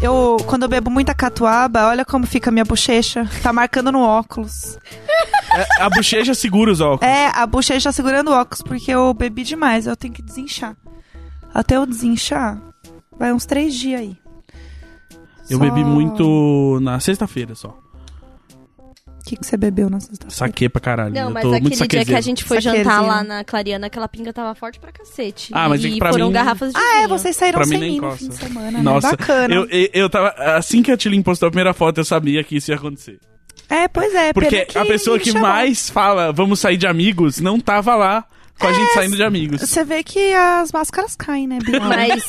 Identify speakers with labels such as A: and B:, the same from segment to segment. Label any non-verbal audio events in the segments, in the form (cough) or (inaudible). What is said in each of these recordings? A: Eu, quando eu bebo muita catuaba, olha como fica a minha bochecha. Tá marcando no óculos.
B: É, a bochecha segura os óculos.
A: É, a bochecha segurando o óculos, porque eu bebi demais. Eu tenho que desinchar. Até eu desinchar, vai uns três dias aí. É Só-
B: Eu bebi muito na sexta-feira só.
A: O que, que você bebeu na sexta-feira?
B: Saquei pra caralho.
C: Não,
B: eu
C: mas
B: tô muito
C: aquele dia que a
B: saquezeiro.
C: gente foi
A: Saquezinho.
C: jantar lá na Clariana, aquela pinga tava forte pra cacete.
B: Ah, mas é
C: e
B: que pra
C: foram
B: mim-
C: garrafas de
A: Ah, é,
C: vinho.
A: vocês saíram
B: Pra mim
A: sem
B: nem
A: mim no
B: encosta.
A: fim de semana,
B: Nossa,
A: né? Bacana.
B: Eu, eu, eu tava. Assim que a Tilly postou a primeira foto, eu sabia que isso ia acontecer.
A: É, pois é.
B: Porque
A: pena que
B: a pessoa
A: ninguém
B: que
A: chamou.
B: mais fala vamos sair de amigos não tava lá
A: É,
B: com a gente saindo de amigos.
A: Você vê que as máscaras caem, né, Bia?
C: Mas,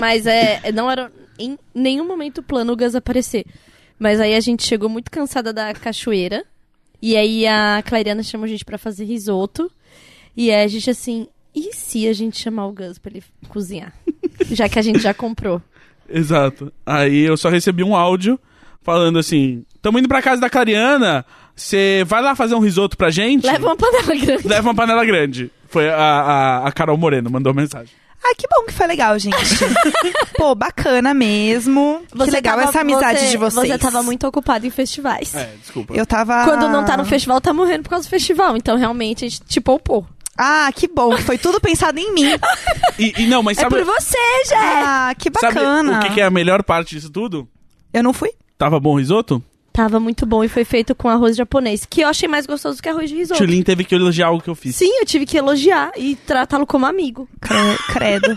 C: mas é, não era em nenhum momento o plano o Gus aparecer. Mas aí a gente chegou muito cansada da cachoeira. E aí a Clariana chamou a gente pra fazer risoto. E aí a gente assim, e se a gente chamar o Gus pra ele (laughs) cozinhar? Já que a gente já comprou.
B: Exato. Aí eu só recebi um áudio falando assim: tamo indo pra casa da Clariana, você vai lá fazer um risoto pra gente?
C: Leva uma panela
A: um-
C: grande.
B: Leva uma panela grande. Foi a, a, a Carol Moreno, mandou mensagem.
A: Ah, que bom que foi legal,
C: (laughs)
A: gente. Pô, bacana mesmo. que legal
C: tava-
A: essa amizade
C: você-
A: de vocês.
C: Você tava muito ocupado em festivais.
B: É, desculpa.
A: Eu tava.
C: Quando não
A: Ah.
C: tá no festival, tá morrendo por causa do festival. Então, realmente, a gente te poupou.
A: Ah, que bom. que Foi tudo pensado em
C: (laughs)
A: mim.
B: E, e não, mas sabe,
C: É por você, Jé!
A: Ah, que
B: sabe
A: bacana.
B: o que, é? que é a melhor parte disso tudo?
A: Eu não fui?
B: Tava bom o risoto?
C: Tava muito bom e foi feito com arroz japonês, que eu achei mais gostoso que arroz de risoto.
B: Tulin teve que elogiar algo que eu fiz.
C: Sim, eu tive que elogiar e tratá-lo como amigo.
A: Cre- credo.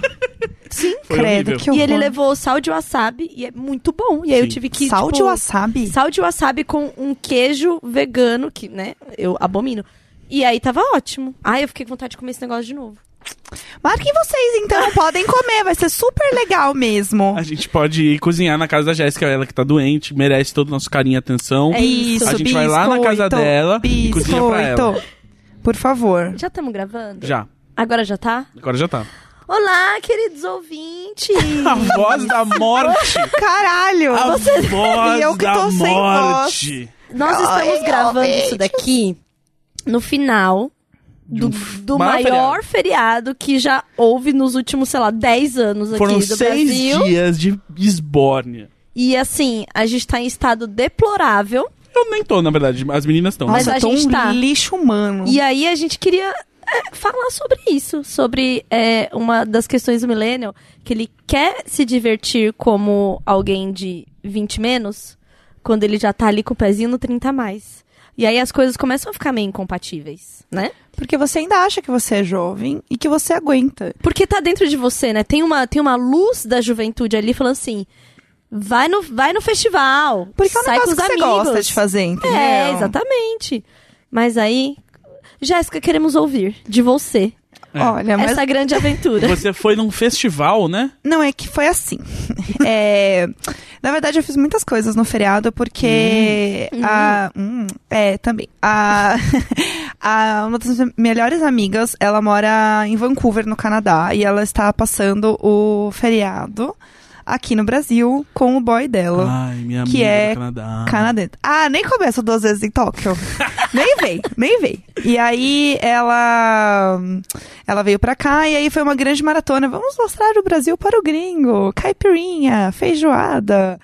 A: Sim,
B: Foi
A: credo.
B: horrível.
A: Que
C: e ele
A: horror.
C: levou sal de wasabi e é muito bom. E aí
B: Sim.
C: eu tive que.
A: sal
C: tipo,
A: de wasabi.
C: Sal de wasabi com um queijo vegano, que, né, eu abomino. E aí tava ótimo. Ai, eu fiquei com vontade de comer esse negócio de novo.
A: Marquem vocês, então. Podem comer. Vai ser super legal mesmo.
B: A gente pode ir cozinhar na casa da Jéssica, ela que tá doente, merece todo o nosso carinho e atenção.
C: É isso,
B: a gente vai lá na casa
A: biscoito,
B: dela e cozinha pra ela.
A: Biscoito. Por favor.
C: Já estamos gravando?
B: Já,
C: Agora já tá?
B: agora já tá.
C: Olá, queridos ouvintes!
A: (laughs)
B: A voz da morte!
A: Caralho.
B: A
C: Ah,
B: voz
A: E eu que
B: da
A: tô sem
B: morte!
C: Nós
A: Ai,
C: estamos gravando
A: realmente.
C: isso daqui no final do, do
B: um maior
C: maior feriado. que já houve nos últimos, sei lá, 10 anos aqui
B: Foram
C: do
B: seis
C: Brasil.
B: dias de esbórnia.
C: E assim, a gente tá em estado deplorável.
B: Eu nem tô, na verdade, as meninas né? estão.
C: Mas
A: Nossa,
C: a
A: eu tô
C: gente
A: um
C: tá.
A: lixo
B: Uhum.
A: humano.
C: E aí a gente queria é, falar sobre isso, sobre é, uma das questões do Millennial, que ele quer se divertir como alguém de 20 menos, quando ele já tá ali com o pezinho no 30 a mais. E aí as coisas começam a ficar meio incompatíveis, né?
A: Porque você ainda acha que você é jovem e que você aguenta.
C: Porque tá dentro de você, né? Tem uma, tem uma luz da juventude ali falando assim: vai no, vai no festival.
A: Porque é um
C: sai com
A: negócio
C: os
A: que você
C: amigos.
A: gosta de fazer, né? entendeu?
C: É, exatamente. Mas aí, Jéssica, queremos ouvir de você
B: É.
A: Olha, mas...
C: essa
A: (laughs)
C: grande aventura.
B: Você foi num festival, né?
A: Não, é que foi assim. (laughs) É, Na verdade, eu fiz muitas coisas no feriado, porque... a- hum, é, também. A... (laughs) a- Uma das minhas melhores amigas, ela mora em Vancouver, no Canadá, e ela está passando o feriado aqui no Brasil com o boy dela.
B: Ai, minha
A: Que
B: amiga
A: é
B: do Canadá.
A: Canadense. Ah, nem começa duas vezes em Tóquio. nem vem, nem vem. E aí ela ela veio pra cá e aí foi uma grande maratona. Vamos mostrar o Brasil para o gringo. Caipirinha, feijoada.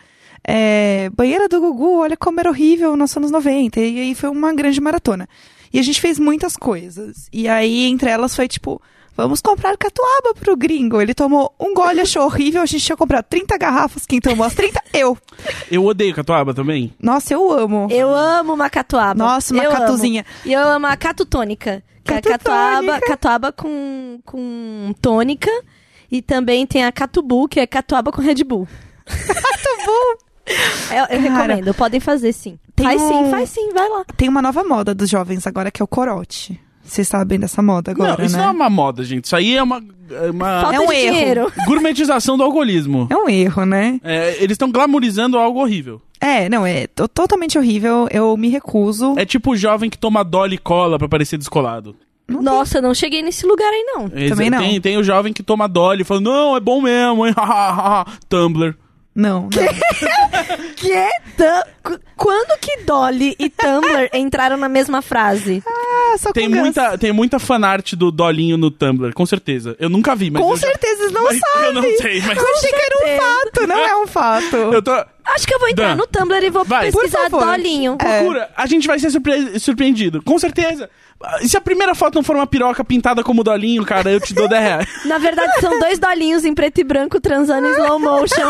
A: é, banheira do Gugu, olha como era horrível nos anos 90. E aí foi uma grande maratona. E a gente fez muitas coisas. E aí, entre elas, foi tipo: vamos comprar catuaba pro gringo. Ele tomou um gole, achou horrível. A gente tinha comprado 30 garrafas. Quem tomou as 30? Eu.
B: Eu odeio catuaba também.
A: Nossa, eu amo.
C: Eu amo uma catuaba.
A: Nossa, uma
C: eu
A: catuzinha.
C: amo. E eu amo a catutônica. Que é a
A: Catutônica.
C: catuaba, catuaba com, com tônica. E também tem a catubu, que é catuaba com
A: (laughs)
C: Red Bull. catubu! Eu, eu
A: Cara,
C: recomendo, podem fazer sim.
A: tem
C: faz
A: um-
C: sim, faz sim, vai lá.
A: Tem uma nova moda dos jovens agora que é o corote. Vocês sabem dessa moda agora,
B: não, isso
A: né?
B: não é uma moda, gente. Isso aí é uma, é uma
C: Falta
A: É um
C: de
A: erro.
C: dinheiro.
B: gourmetização do alcoolismo.
A: É um erro, né?
B: É, eles estão glamorizando algo horrível.
A: É, não, é to- totalmente horrível. Eu me recuso.
B: É tipo o jovem que toma Dolly e cola pra parecer descolado.
C: Nossa, eu não cheguei nesse lugar aí, não.
B: Eles-
A: Também não.
B: Tem, tem o jovem que toma Dolly e fala, não, é bom mesmo, hein? (laughs) Tumblr.
A: Não, não.
C: Que
A: (laughs)
C: Quando que Dolly e Tumblr entraram na mesma frase?
A: É, só
B: Tem
A: com ganso.
B: muita, tem muita fanart do Dolinho no Tumblr, com certeza. Eu nunca vi, mas.
A: Com
B: eu já-
A: certeza, eles não
B: mas
A: sabem.
B: Eu não sei, mas.
A: Eu achei que era um fato, não é um fato.
B: Eu tô.
D: Acho que eu vou entrar
B: Dan,
D: no Tumblr e vou
B: vai.
D: pesquisar
A: Por favor.
D: Dolinho.
A: É.
B: Procura, a gente vai ser surpre- surpreendido. Com certeza. E se a primeira foto não for uma piroca pintada como Dolinho, cara, eu te dou 10 reais.
D: Na verdade, são dois dolinhos em preto e branco transando em slow
A: (laughs)
D: motion.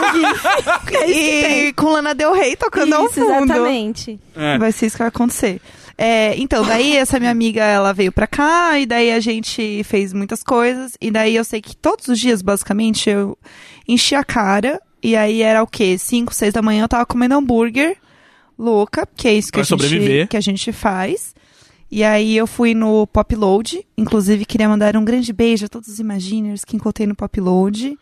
D: É
A: E com Lana Del Rey tocando ao
D: Isso,
A: é um fundo.
D: exatamente.
A: (laughs)
B: É.
A: Vai ser isso que vai acontecer. É, então, daí essa minha amiga, ela veio pra cá, e daí a gente fez muitas coisas, e daí eu sei que todos os dias, basicamente, eu enchi a cara, e aí era o quê? 5, 6 da manhã eu tava comendo hambúrguer, louca, que é isso que,
B: Pra
A: a gente,
B: sobreviver.
A: que a gente faz. E aí eu fui no Pop Load, inclusive queria mandar um grande beijo a todos os Imaginers que encontrei no Pop Load.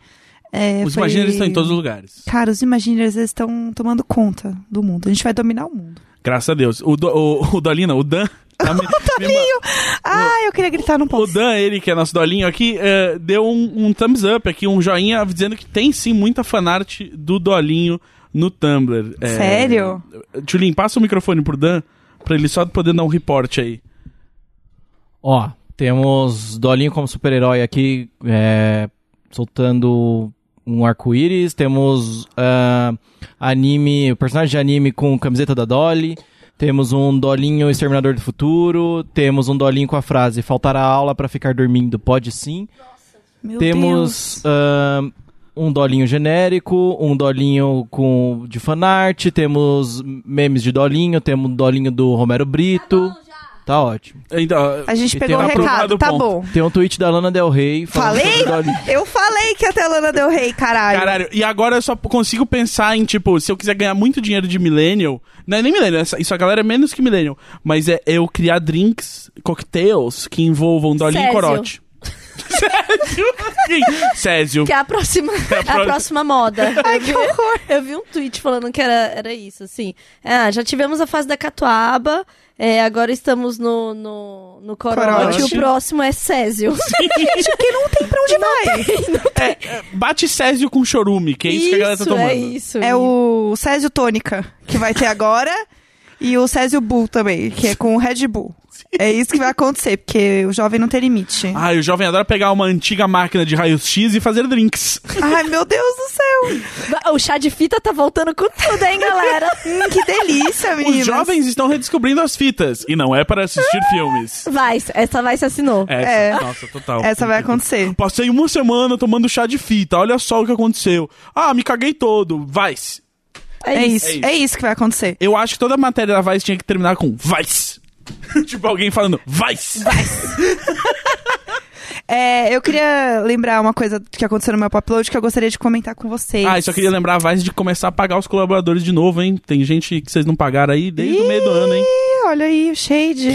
A: É,
B: Os
A: foi-
B: imaginários estão em todos os lugares.
A: Cara, os Imaginers, eles estão tomando conta do mundo. A gente vai dominar o mundo.
B: Graças a Deus. O, do, o, o Dolina,
A: (laughs)
B: o Dan. tá me- me ma-
A: Ah, eu queria gritar, não
B: O
A: posso.
B: Dan, ele que é nosso dolinho aqui, eh, deu um, um thumbs up aqui, um joinha, dizendo que tem sim muita fanart do dolinho no Tumblr. Eh,
A: Sério?
B: Tulin, passa o microfone pro Dan, pra ele só poder dar um report aí.
E: Ó, temos Dolinho como super-herói aqui, é, soltando um arco-íris. Temos ah, anime, o personagem de anime com camiseta da Dolly. Temos um Dolinho Exterminador do Futuro. Temos um Dolinho com a frase: Faltará aula pra ficar dormindo? Pode sim.
A: Meu
E: temos ah, um Dolinho genérico, um Dolinho com, de fanart. Temos memes de Dolinho. Temos um Dolinho do Romero Brito. Tá ótimo.
B: Então,
A: A gente
E: E
A: pegou o
E: tem- tá
A: recado,
B: aprovado o
A: tá
B: ponto.
A: bom.
E: Tem um tweet da Lana Del Rey falando
A: Falei?
E: sobre Dolly.
A: Eu falei que até a Lana Del Rey, caralho.
B: Caralho, e agora eu só consigo pensar em, tipo, se eu quiser ganhar muito dinheiro de Millennial. Não é nem Millennial, essa- isso a galera é menos que Millennial. Mas é eu criar drinks, cocktails que envolvam Dolinho e
D: Césio.
B: Corote. (laughs) Césio? Sim, Césio.
D: Que é a
A: (laughs)
D: próxima, a próxima moda. Ai, que
A: horror.
D: Eu vi um tweet falando que era, era isso, assim. Ah, já tivemos a fase da catuaba, é, agora estamos no, no, no corote,
A: Corote.
D: e o próximo é Césio.
A: (laughs) Gente, que não tem pra onde vai.
B: É, Bate Césio com chorume, que é isso, que a galera tá tomando.
D: é isso.
A: É o Césio Tônica, que vai ter agora, e o Césio Bull também, que é com o Red Bull. É isso que vai acontecer, porque o jovem não tem limite.
B: Ah, e o jovem adora pegar uma antiga máquina de raio-x e fazer drinks.
A: Ai, meu Deus do céu.
D: O chá de fita tá voltando com tudo, hein,
A: (laughs)
D: galera?
A: Hum, que delícia, meninas.
B: Os jovens estão redescobrindo as fitas. E não é para assistir filmes.
D: Vai, essa vai se assinou.
B: Essa,
A: É.
B: nossa, total.
A: Essa vai acontecer.
B: Passei uma semana tomando chá de fita, olha só o que aconteceu. Ah, me caguei todo. Vice.
D: É,
A: É
D: isso.
A: isso,
B: É isso.
A: é isso que vai acontecer.
B: Eu acho que toda a matéria da Vice tinha que terminar com Vice. (laughs) tipo alguém falando Vice.
A: É, eu queria lembrar uma coisa que aconteceu no meu upload que eu gostaria de comentar com vocês.
B: Ah, e só queria lembrar a Vice de começar a pagar os colaboradores de novo, hein? Tem gente que vocês não pagaram aí desde o meio do ano, hein?
A: Ih, olha aí, o shade.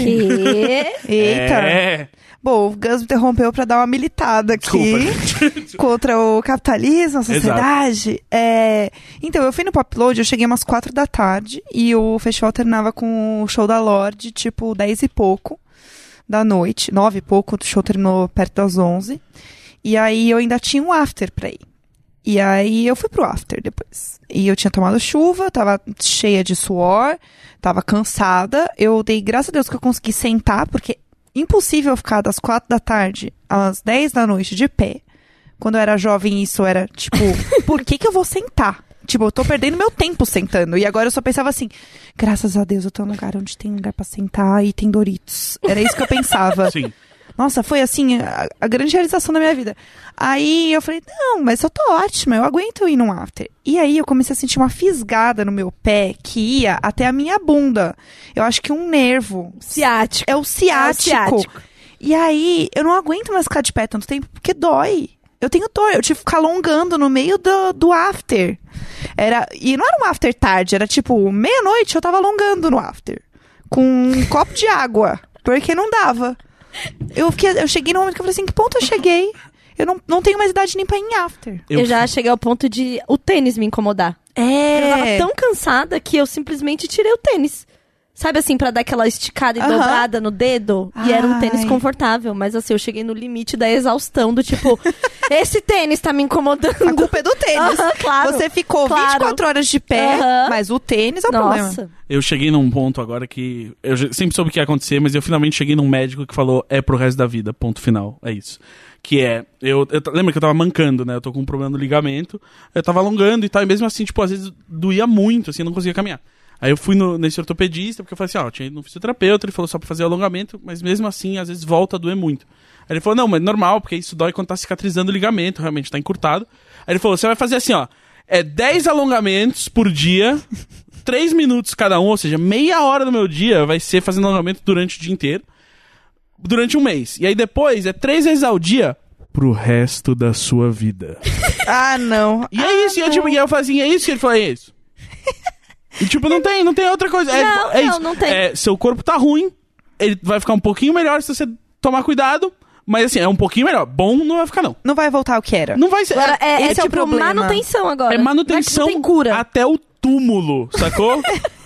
A: (laughs)
D: Que...
A: Eita.
B: É.
A: Bom, o Gus me interrompeu pra dar uma militada aqui (laughs) contra o capitalismo, a sociedade. É, Então, eu fui no Pop Load, eu cheguei umas quatro da tarde e o festival terminava com o show da Lorde, tipo, dez e pouco da noite, nove e pouco, o show terminou perto das onze. E aí eu ainda tinha um after pra ir. E aí eu fui pro after depois. E eu tinha tomado chuva, tava cheia de suor, tava cansada. Eu dei graças a Deus que eu consegui sentar, porque impossível eu ficar das quatro da tarde às dez da noite de pé. Quando eu era jovem, isso era tipo, por que que eu vou sentar? Tipo, eu tô perdendo meu tempo sentando. E agora eu só pensava assim, graças a Deus eu tô num lugar onde tem lugar pra sentar e tem Doritos. Era isso que eu
B: (laughs)
A: pensava.
B: Sim.
A: Nossa, foi assim, a, a grande realização da minha vida. Aí eu falei, não, mas eu tô ótima, eu aguento ir num after. E aí eu comecei a sentir uma fisgada no meu pé que ia até a minha bunda. Eu acho que um nervo.
D: Ciático.
A: É o ciático.
C: Ah,
D: ciático.
A: E aí eu não aguento mais ficar de pé tanto tempo porque dói. Eu tenho dor, eu tive que ficar alongando no meio do, do after. Era, e não era um after tarde, era tipo meia-noite eu tava alongando no after. Com um (laughs) copo de água. Porque não dava. Eu, fiquei, eu cheguei no momento que eu falei assim, que ponto eu cheguei? Eu não, não tenho mais idade nem pra ir em after.
D: Eu... já cheguei ao ponto de o tênis me incomodar.
A: É.
D: Eu tava tão cansada que eu simplesmente tirei o tênis.
C: Sabe assim, pra dar aquela esticada e
A: Aham.
C: dobrada no dedo? E era um tênis
A: Ai.
C: confortável, mas assim, eu cheguei no limite da exaustão,
A: (laughs)
C: do tipo, esse tênis tá me incomodando.
A: A culpa é do tênis.
C: Aham, (laughs) claro.
A: Você é ficou
C: Claro.
A: 24 horas de pé,
C: Aham.
A: mas o tênis é o problema.
C: Nossa.
B: Eu cheguei num ponto agora que. Eu já- sempre soube o que ia acontecer, mas eu finalmente cheguei num médico que falou: é pro resto da vida, ponto final. É isso. Que é. Eu, eu t- lembra que eu tava mancando, né? Eu tô com um problema no ligamento. Eu tava alongando e tal, e mesmo assim, tipo, às vezes doía muito, assim, eu não conseguia caminhar. Aí eu fui no, nesse ortopedista, porque eu falei assim: ó, eu tinha ido no fisioterapeuta, ele falou só pra fazer alongamento, mas mesmo assim, às vezes volta a doer muito. Aí ele falou: não, mas é normal, porque isso dói quando tá cicatrizando o ligamento, realmente tá encurtado. Aí ele falou: você vai fazer assim, ó. É 10 alongamentos por dia, 3 minutos cada um, ou seja, meia hora do meu dia vai ser fazendo alongamento durante o dia inteiro, durante um mês. E aí depois é 3 vezes ao dia pro resto da sua vida.
A: Ah, não.
B: E é isso, e eu, tipo, e eu falo assim, é isso que ele falou, é isso. E tipo, não tem, não tem outra coisa. É,
C: Não,
B: é
C: não,
B: isso.
C: não tem.
B: É, seu corpo tá ruim, ele vai ficar um pouquinho melhor se você tomar cuidado, mas assim, é um pouquinho melhor. Bom não vai ficar, não.
A: Não vai voltar o que era.
B: Não vai ser.
C: Agora,
A: Esse
C: é, é
A: é o
C: tipo
A: problema.
C: manutenção agora.
B: É manutenção
C: Não tem cura.
B: até o túmulo,
C: (laughs)
B: sacou?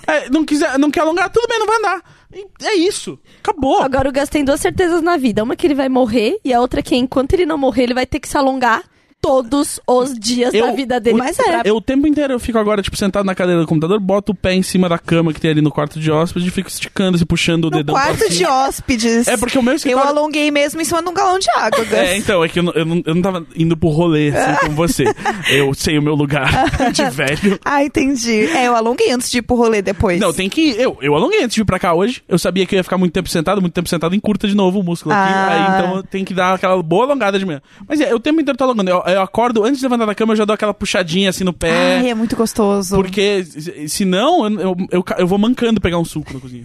B: É, não, quiser, não quer alongar, tudo bem, não vai andar. E É isso. Acabou.
C: Agora o Gus tem duas certezas na vida. Uma que ele vai morrer e a outra que enquanto ele não morrer, ele vai ter que se alongar todos os dias da tá vida dele.
B: Mas é. Eu o tempo inteiro eu fico agora, tipo, sentado na cadeira do computador, boto o pé em cima da cama que tem ali no quarto de hóspede e fico esticando, se puxando o
A: No
B: dedão
A: quarto
B: pra
A: de
B: cima.
A: hóspedes.
B: É porque o meu
A: Eu
B: escritório...
A: alonguei mesmo em cima de um galão de
B: (laughs)
A: água, Gus.
B: É, então, é que eu não, eu, não, eu não tava indo pro rolê, assim, como
C: (laughs)
B: você. Eu sei o meu lugar de velho.
A: Ah, entendi. É, eu alonguei antes de ir pro rolê depois.
B: Não, tem que ir. Eu, eu alonguei antes de vir pra cá hoje. Eu sabia que eu ia ficar muito tempo sentado, muito tempo sentado, encurta de novo o músculo
A: Ah.
B: aqui. Aí, então tem que dar aquela boa alongada de manhã. Mas é, o tempo inteiro eu tô alongando. Eu, eu acordo, antes de levantar da cama, eu já dou aquela puxadinha assim no pé.
A: Ai, é muito gostoso.
B: Porque se- senão eu, eu, eu, ca- eu vou mancando pegar um suco
A: (laughs)
B: na cozinha.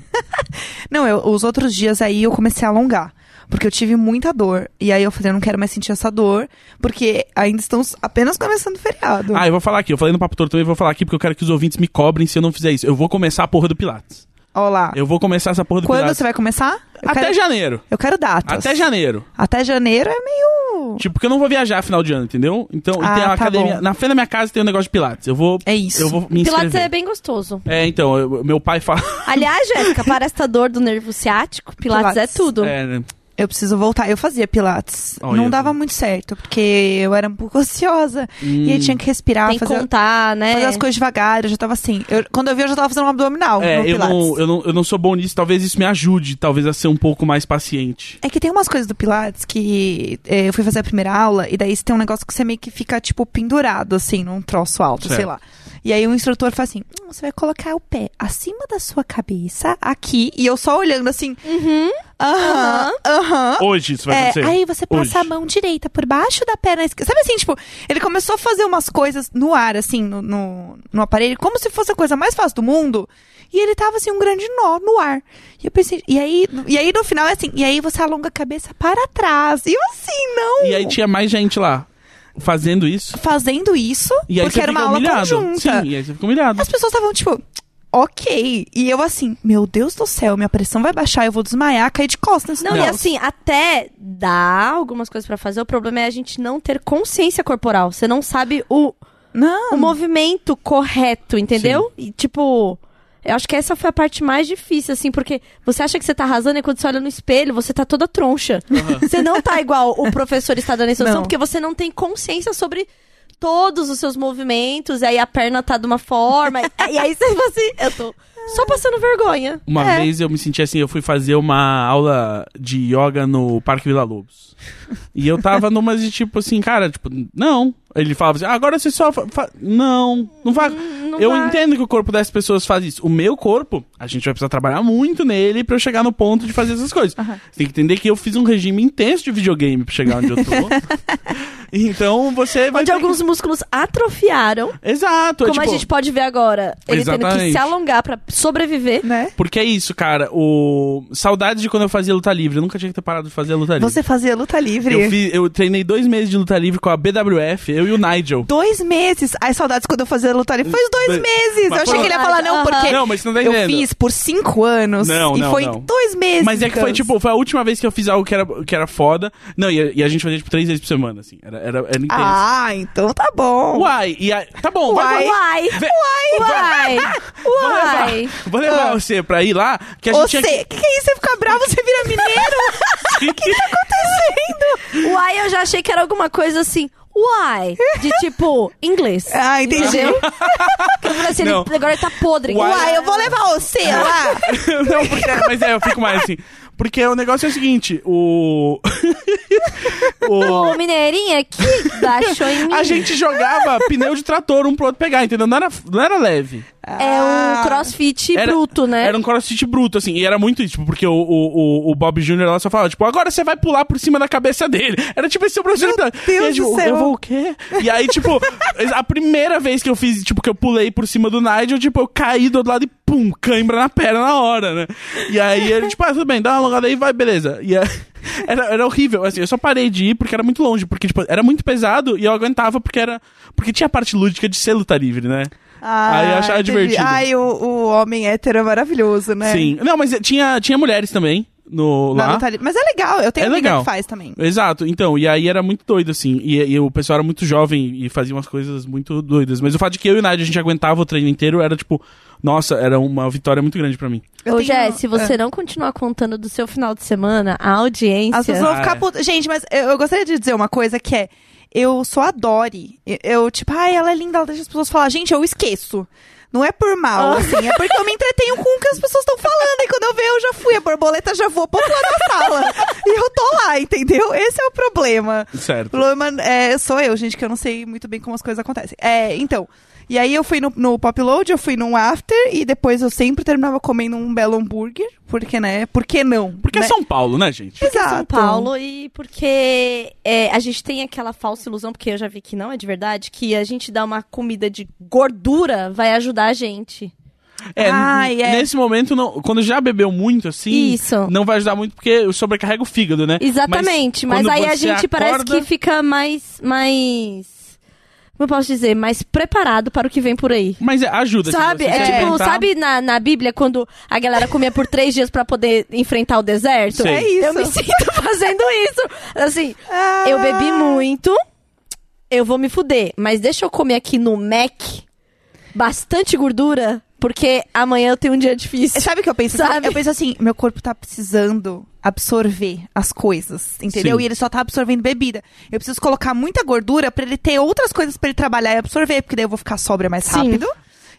A: Não, eu- os outros dias aí eu comecei a alongar. Porque eu tive muita dor. E aí eu falei, eu não quero mais sentir essa dor. Porque ainda estamos apenas começando o feriado.
B: ah, eu vou falar aqui. Eu falei no Papo Torto, eu vou falar aqui porque eu quero que os ouvintes me cobrem se eu não fizer isso. Eu vou começar a porra do Pilates.
A: Olha lá.
B: Eu vou começar essa porra do
A: Ah. Quando
B: Pilates.
A: você Tá vai começar? Eu
B: Até
A: quero,
B: janeiro.
A: Eu quero datas.
B: Até janeiro.
A: Até janeiro é meio...
B: Tipo, porque eu não vou viajar final de ano, entendeu? Então, e
A: Ah,
B: tem a
A: tá
B: academia.
A: bom.
B: Na frente da minha casa tem um negócio de Pilates. Eu vou.
A: É isso.
B: Eu vou me inscrever.
C: Pilates é bem gostoso.
B: É, então, eu- meu pai fala.
C: Aliás, Jéssica, para esta dor do
A: (laughs)
C: nervo ciático, Pilates,
A: Pilates.
C: é tudo.
B: É, né?
A: Eu preciso voltar. Eu fazia pilates.
B: Olha.
A: Não dava muito certo. Porque eu era um pouco (laughs) ansiosa. E
B: Hum.
A: aí tinha que respirar,
C: Tem que
A: Ah, fazer...
C: contar,
B: É.
C: né?
A: fazer as coisas devagar, eu já tava assim. Eu- quando eu vi, eu já tava fazendo um abdominal
B: É,
A: no
B: eu
A: Pilates.
B: não, eu, não, eu não sou bom nisso. Talvez isso me ajude, talvez, a ser um pouco mais paciente.
A: É que tem umas coisas do Pilates que é, eu fui fazer a primeira aula e daí você tem um negócio que você meio que fica, tipo, pendurado, assim, num troço alto, sei
B: Certo.
A: lá. E aí o instrutor fala assim: "Hum, você vai colocar o pé acima da sua cabeça, aqui, e eu só olhando assim, aham, aham.
B: Hoje isso vai
A: É,
B: acontecer.
A: aí você passa
B: Hoje.
A: a mão direita por baixo da perna esquerda. Sabe assim, tipo, ele começou a fazer umas coisas no ar, assim, no, no, no aparelho, como se fosse a coisa mais fácil do mundo. E ele tava assim, um grande nó no ar. E eu pensei, e aí, e aí no final é assim, e aí você alonga a cabeça para trás. E eu assim, não.
B: E aí tinha mais gente lá fazendo isso.
A: Fazendo isso,
B: E aí
A: porque
B: você
A: era
B: fica
A: uma aula
B: humilhado.
A: conjunta.
B: Sim, e aí você fica humilhado.
A: As pessoas estavam, tipo, ok. E eu assim, meu Deus do céu, minha pressão vai baixar, eu vou desmaiar, cair de costas.
C: Não,
B: Não.
C: e assim, até dá algumas coisas pra fazer. O problema é a gente não ter consciência corporal. Você não sabe o,
A: não.
C: o movimento correto, entendeu? E tipo, eu acho que essa foi a parte mais difícil, assim, porque você acha que você tá arrasando e quando você olha no espelho, você tá toda troncha. Você não tá igual
B: (laughs)
C: o professor está dando a instrução,
A: Não.
C: porque você não tem consciência sobre todos os seus movimentos, e aí a perna tá de uma forma, e e aí você fala assim, eu tô só passando vergonha.
B: Uma
C: É.
B: vez eu me senti assim, eu fui fazer uma aula de yoga no Parque Vila Lobos. E eu tava numa de tipo assim, cara, tipo, não. Ele falava assim, "Ah, agora você só. fa- fa- Não, não vai.
C: não
B: eu
C: vai.
B: entendo que o corpo das pessoas faz isso. O meu corpo, a gente vai precisar trabalhar muito nele pra eu chegar no ponto de fazer essas coisas. Você tem que entender que eu fiz um regime intenso de videogame pra chegar onde eu
C: (laughs)
B: tô. então você vai.
C: Onde
B: ter que-
C: alguns músculos atrofiaram,
B: Exato, é
C: como a
B: tipo-
C: gente pode ver agora. Ele tendo que
B: Exatamente.
C: se alongar pra sobreviver.
A: Né?
B: Porque é isso, cara. O... Saudades de quando eu fazia luta livre. Eu nunca tinha que ter parado de fazer a luta
A: Você fazia luta livre.
B: livre. Eu, fiz- eu treinei dois meses de luta livre com a BWF, eu e o Nigel.
A: Dois meses. Ai, saudades quando eu fazia lutar. Faz dois dois meses. Eu
B: Mas
A: achei que ele ia
C: quando-
A: falar, não,
C: Aham.
A: porque
B: Não, mas você não tá
A: eu
B: entendendo.
A: fiz por cinco anos
B: Não,
A: e
B: não,
A: foi
B: não.
A: dois meses.
B: Mas é que foi,
A: Campos.
B: tipo, foi a última vez que eu fiz algo que era, que era foda. Não, e a, e a gente fazia, tipo, três vezes por semana, assim. Era, era, era intenso.
A: Ah, então tá bom.
B: Uai, e aí, tá bom, vai-
A: Uai.
B: vai,
C: Uai!
B: Vê- (laughs)
C: Uai!
B: vou levar,
C: Uai!
B: vou levar
A: Ah.
B: você pra ir lá, que a gente
A: Você, o
B: tinha
A: que... que é isso? Você fica bravo, você vira
B: (laughs)
A: mineiro? O que, que tá acontecendo?
C: Uai, eu já achei que era alguma coisa assim. Uai! De tipo, inglês.
A: Ah, entendi.
B: (laughs)
C: Entendeu? Porque eu falei assim, ele-
B: É. Não.
C: agora ele tá podre.
B: Uai. é.
A: Uai, eu vou levar você lá.
B: Não, porque, mas é, eu fico mais assim. Porque o negócio é o seguinte, o... (laughs) o...
C: Ô, Mineirinha, que baixou em mim.
B: (laughs) A gente jogava pneu de trator um pro outro pegar, entendeu? Não era, não era leve.
C: É um crossfit
B: Ah. Era-
C: bruto, né?
B: Era um crossfit bruto, assim. E era muito isso, tipo, porque o, o, o- o Bob Jr. lá só falava, tipo, agora você vai pular por cima da cabeça dele. Era tipo esse é o professor. Meu
A: Deus
B: e aí, tipo,
A: do céu.
B: eu vou o quê? E aí, tipo, a primeira vez que eu fiz, tipo, que eu pulei por cima do Nigel, tipo, eu caí do outro lado e pum, cãibra na perna na hora, né? E aí ele, tipo, ah, tudo bem, dá uma alongada aí e vai, beleza. E aí- (laughs) era, era horrível, assim, eu só parei de ir porque era muito longe, porque, tipo, era muito pesado e eu aguentava porque era. Porque tinha a parte lúdica de ser luta livre, né?
A: Ah,
B: (laughs) Aí eu achava
A: entendi.
B: divertido.
A: Ai, o, o homem hétero é maravilhoso, né?
B: Sim. Não, mas tinha, tinha mulheres também no,
A: Na
B: lá.
A: Natália- Mas é legal, eu tenho
B: É
A: amiga
B: legal.
A: que faz também.
B: Exato, então, e aí era muito doido, assim, e, e o pessoal era muito jovem e fazia umas coisas muito doidas, mas o fato de que eu e o Nádia, a gente aguentava o treino inteiro, era tipo, nossa, era uma vitória muito grande pra mim.
A: Eu
C: Ô,
A: tenho-
C: Jé, se
B: É.
C: você não continuar contando do seu final de semana, a audiência.
A: As pessoas vão
B: Ah,
A: ficar
B: é.
A: putas. Gente, mas eu, eu gostaria de dizer uma coisa que é. Eu sou a Dory. Eu, eu, tipo, ai, ela é linda, ela deixa as pessoas falar. Gente, eu esqueço. Não é por mal, assim, é porque eu me entretenho com o que as pessoas estão falando. E quando eu vejo, eu já fui, a borboleta já voa pro outro lado da sala. e eu tô lá, entendeu? Esse é o problema. O
B: Certo.
A: problema é, sou eu, gente, que eu não sei muito bem como as coisas acontecem. É, então. E aí eu fui no, no Pop Load, eu fui num after, e depois eu sempre terminava comendo um belo hambúrguer. Porque, né? Por que não?
B: Porque é
A: né?
B: São Paulo, né, gente?
C: Porque é São
A: Exato.
C: Paulo e porque é, a gente tem aquela falsa ilusão, porque eu já vi que não é de verdade, que a gente dar uma comida de gordura vai ajudar a gente.
B: É, n-
A: Ai, é.
B: nesse momento, não, quando já bebeu muito, assim,
C: Isso.
B: não vai ajudar muito, porque sobrecarrega o fígado, né?
C: Exatamente, mas,
B: quando
C: aí a
B: você
C: gente parece
B: acorda-
C: que fica mais, mais, como eu posso dizer, mais preparado para o que vem por aí.
B: Mas é, ajuda. assim,
C: Sabe?
B: você se
C: É tipo,
B: alimentar.
C: sabe na, na Bíblia quando a galera comia por três dias pra poder enfrentar o deserto?
B: Sei.
A: É isso.
C: Eu me (laughs) sinto fazendo isso. Assim,
A: Ah.
C: eu bebi muito, eu vou me fuder, mas deixa eu comer aqui no Mac bastante gordura, porque amanhã eu tenho um dia difícil.
A: Sabe o que eu penso?
C: Sabe?
A: Eu penso assim, meu corpo tá precisando absorver as coisas, entendeu?
B: Sim.
A: E ele só tá absorvendo bebida. Eu preciso colocar muita gordura pra ele ter outras coisas pra ele trabalhar e absorver, porque daí eu vou ficar sóbria mais
C: Sim.
A: rápido.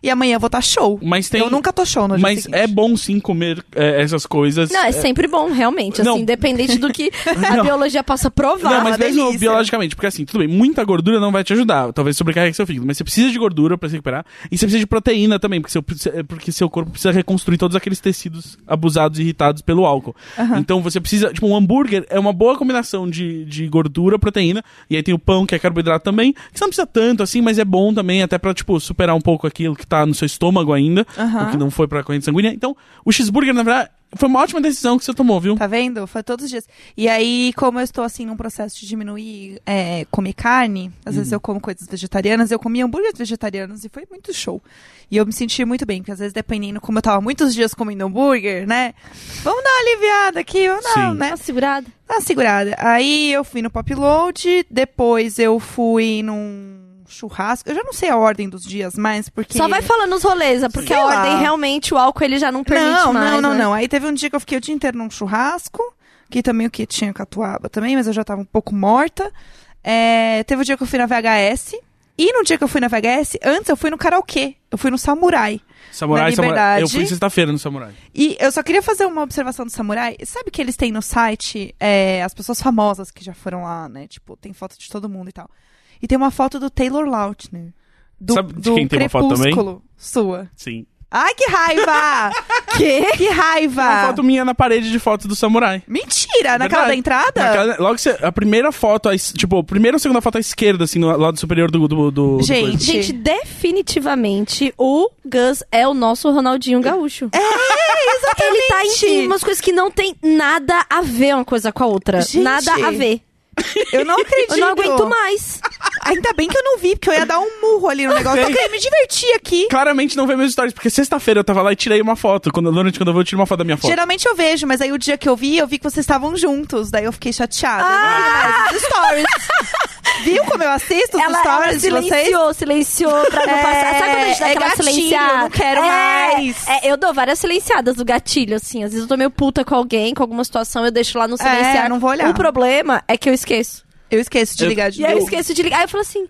A: E amanhã eu vou estar show.
B: Mas tem-
A: Eu nunca tô show no dia
B: Mas
A: seguinte.
B: é bom sim comer é, essas coisas.
C: Não, é sempre bom, realmente, assim,
B: Não.
C: independente
A: (laughs)
C: do que a biologia possa provar. é
B: Não, mas
A: uma
B: mesmo
A: delícia.
B: biologicamente, porque assim, tudo bem, muita gordura não vai te ajudar, talvez sobrecarregue seu fígado, mas você precisa de gordura pra se recuperar, e você precisa de proteína também, porque seu, porque seu corpo precisa reconstruir todos aqueles tecidos abusados e irritados pelo álcool. Então você precisa, tipo, um hambúrguer é uma boa combinação de, de gordura, proteína, e aí tem o pão, que é carboidrato também, que você não precisa tanto assim, mas é bom também, até pra, tipo, superar um pouco aquilo que tá no seu estômago ainda,
A: Aham.
B: o que não foi pra corrente sanguínea. Então, o cheeseburger, na verdade, foi uma ótima decisão que você tomou, viu?
A: Tá vendo? Foi todos os dias. E aí, como eu estou assim num processo de diminuir é, comer carne, às vezes eu como coisas vegetarianas, eu comi hambúrgueres vegetarianos e foi muito show. E eu me senti muito bem, porque às vezes, dependendo como eu tava muitos dias comendo hambúrguer, né? Vamos dar uma aliviada aqui, ou não,
B: Sim.
A: né?
C: Tá segurada.
A: Dá uma segurada. Aí eu fui no pop load, depois eu fui num churrasco. Eu já não sei a ordem dos dias mais, porque.
C: Só vai falando os rolês, é porque
A: Sei
C: a
A: lá.
C: ordem realmente, o álcool ele já não permite
A: não,
C: mais.
A: Não, não,
C: né?
A: não. Aí teve um dia que eu fiquei o dia inteiro num churrasco, que também o que tinha catuaba também, mas eu já tava um pouco morta. É, teve um dia que eu fui na VHS. E no dia que eu fui na VHS, antes eu fui no karaokê. Eu fui no Samurai. Na
B: Samurai, samurai. Eu
A: liberdade.
B: fui sexta-feira no samurai.
A: E eu só queria fazer uma observação do Samurai. Sabe que eles têm no site é, as pessoas famosas que já foram lá, né? Tipo, tem foto de todo mundo e tal. E tem uma foto do Taylor Lautner. Do,
B: Sabe de
A: do
B: quem tem uma foto também?
A: Crepúsculo, Sua.
B: Sim.
A: Ai, que raiva! que? Que raiva!
B: uma foto minha na parede de foto do samurai.
A: Mentira! Naquela
B: Verdade.
A: da entrada?
B: Naquela- logo que você, a primeira foto, à es- tipo, a primeira ou segunda foto à esquerda, assim, no lado superior do. do, do do
A: Gente.
B: coisa.
C: Gente, definitivamente o Gus é o nosso Ronaldinho Gaúcho. É, exatamente. Ele tá em umas coisas que não tem nada a ver uma coisa com a outra.
A: Gente.
C: Nada a ver.
A: Eu
B: (laughs)
A: não acredito.
D: Eu não aguento mais.
A: Ainda bem que eu não vi, porque eu ia dar um murro ali no negócio. Eu
B: Tem.
A: queria me divertir aqui.
B: Claramente não vê meus stories, porque sexta-feira eu tava lá e tirei uma foto. Quando, durante quando eu vou, eu tiro uma foto da minha foto.
A: Geralmente eu vejo, mas aí o dia que eu vi, eu vi que vocês estavam juntos. Daí eu fiquei chateada. Ah! stories. Viu como eu assisto os
C: Ela, é ela
A: stories de vocês?
C: silenciou, silenciou pra não
A: É,
C: passar. Sabe quando a gente dá
A: é
C: aquela
A: gatilho,
C: silenciada?
A: não quero
C: É,
A: mais.
C: é,
D: É, eu dou várias silenciadas do gatilho, assim. Às vezes eu tô meio puta com alguém, com alguma situação, eu deixo lá no silenciar.
A: É, não vou olhar. é
D: O problema é que eu esqueço.
A: Eu esqueço de
B: Eu-
A: ligar de
C: E aí eu
A: novo.
C: esqueço de ligar. Aí eu falo assim,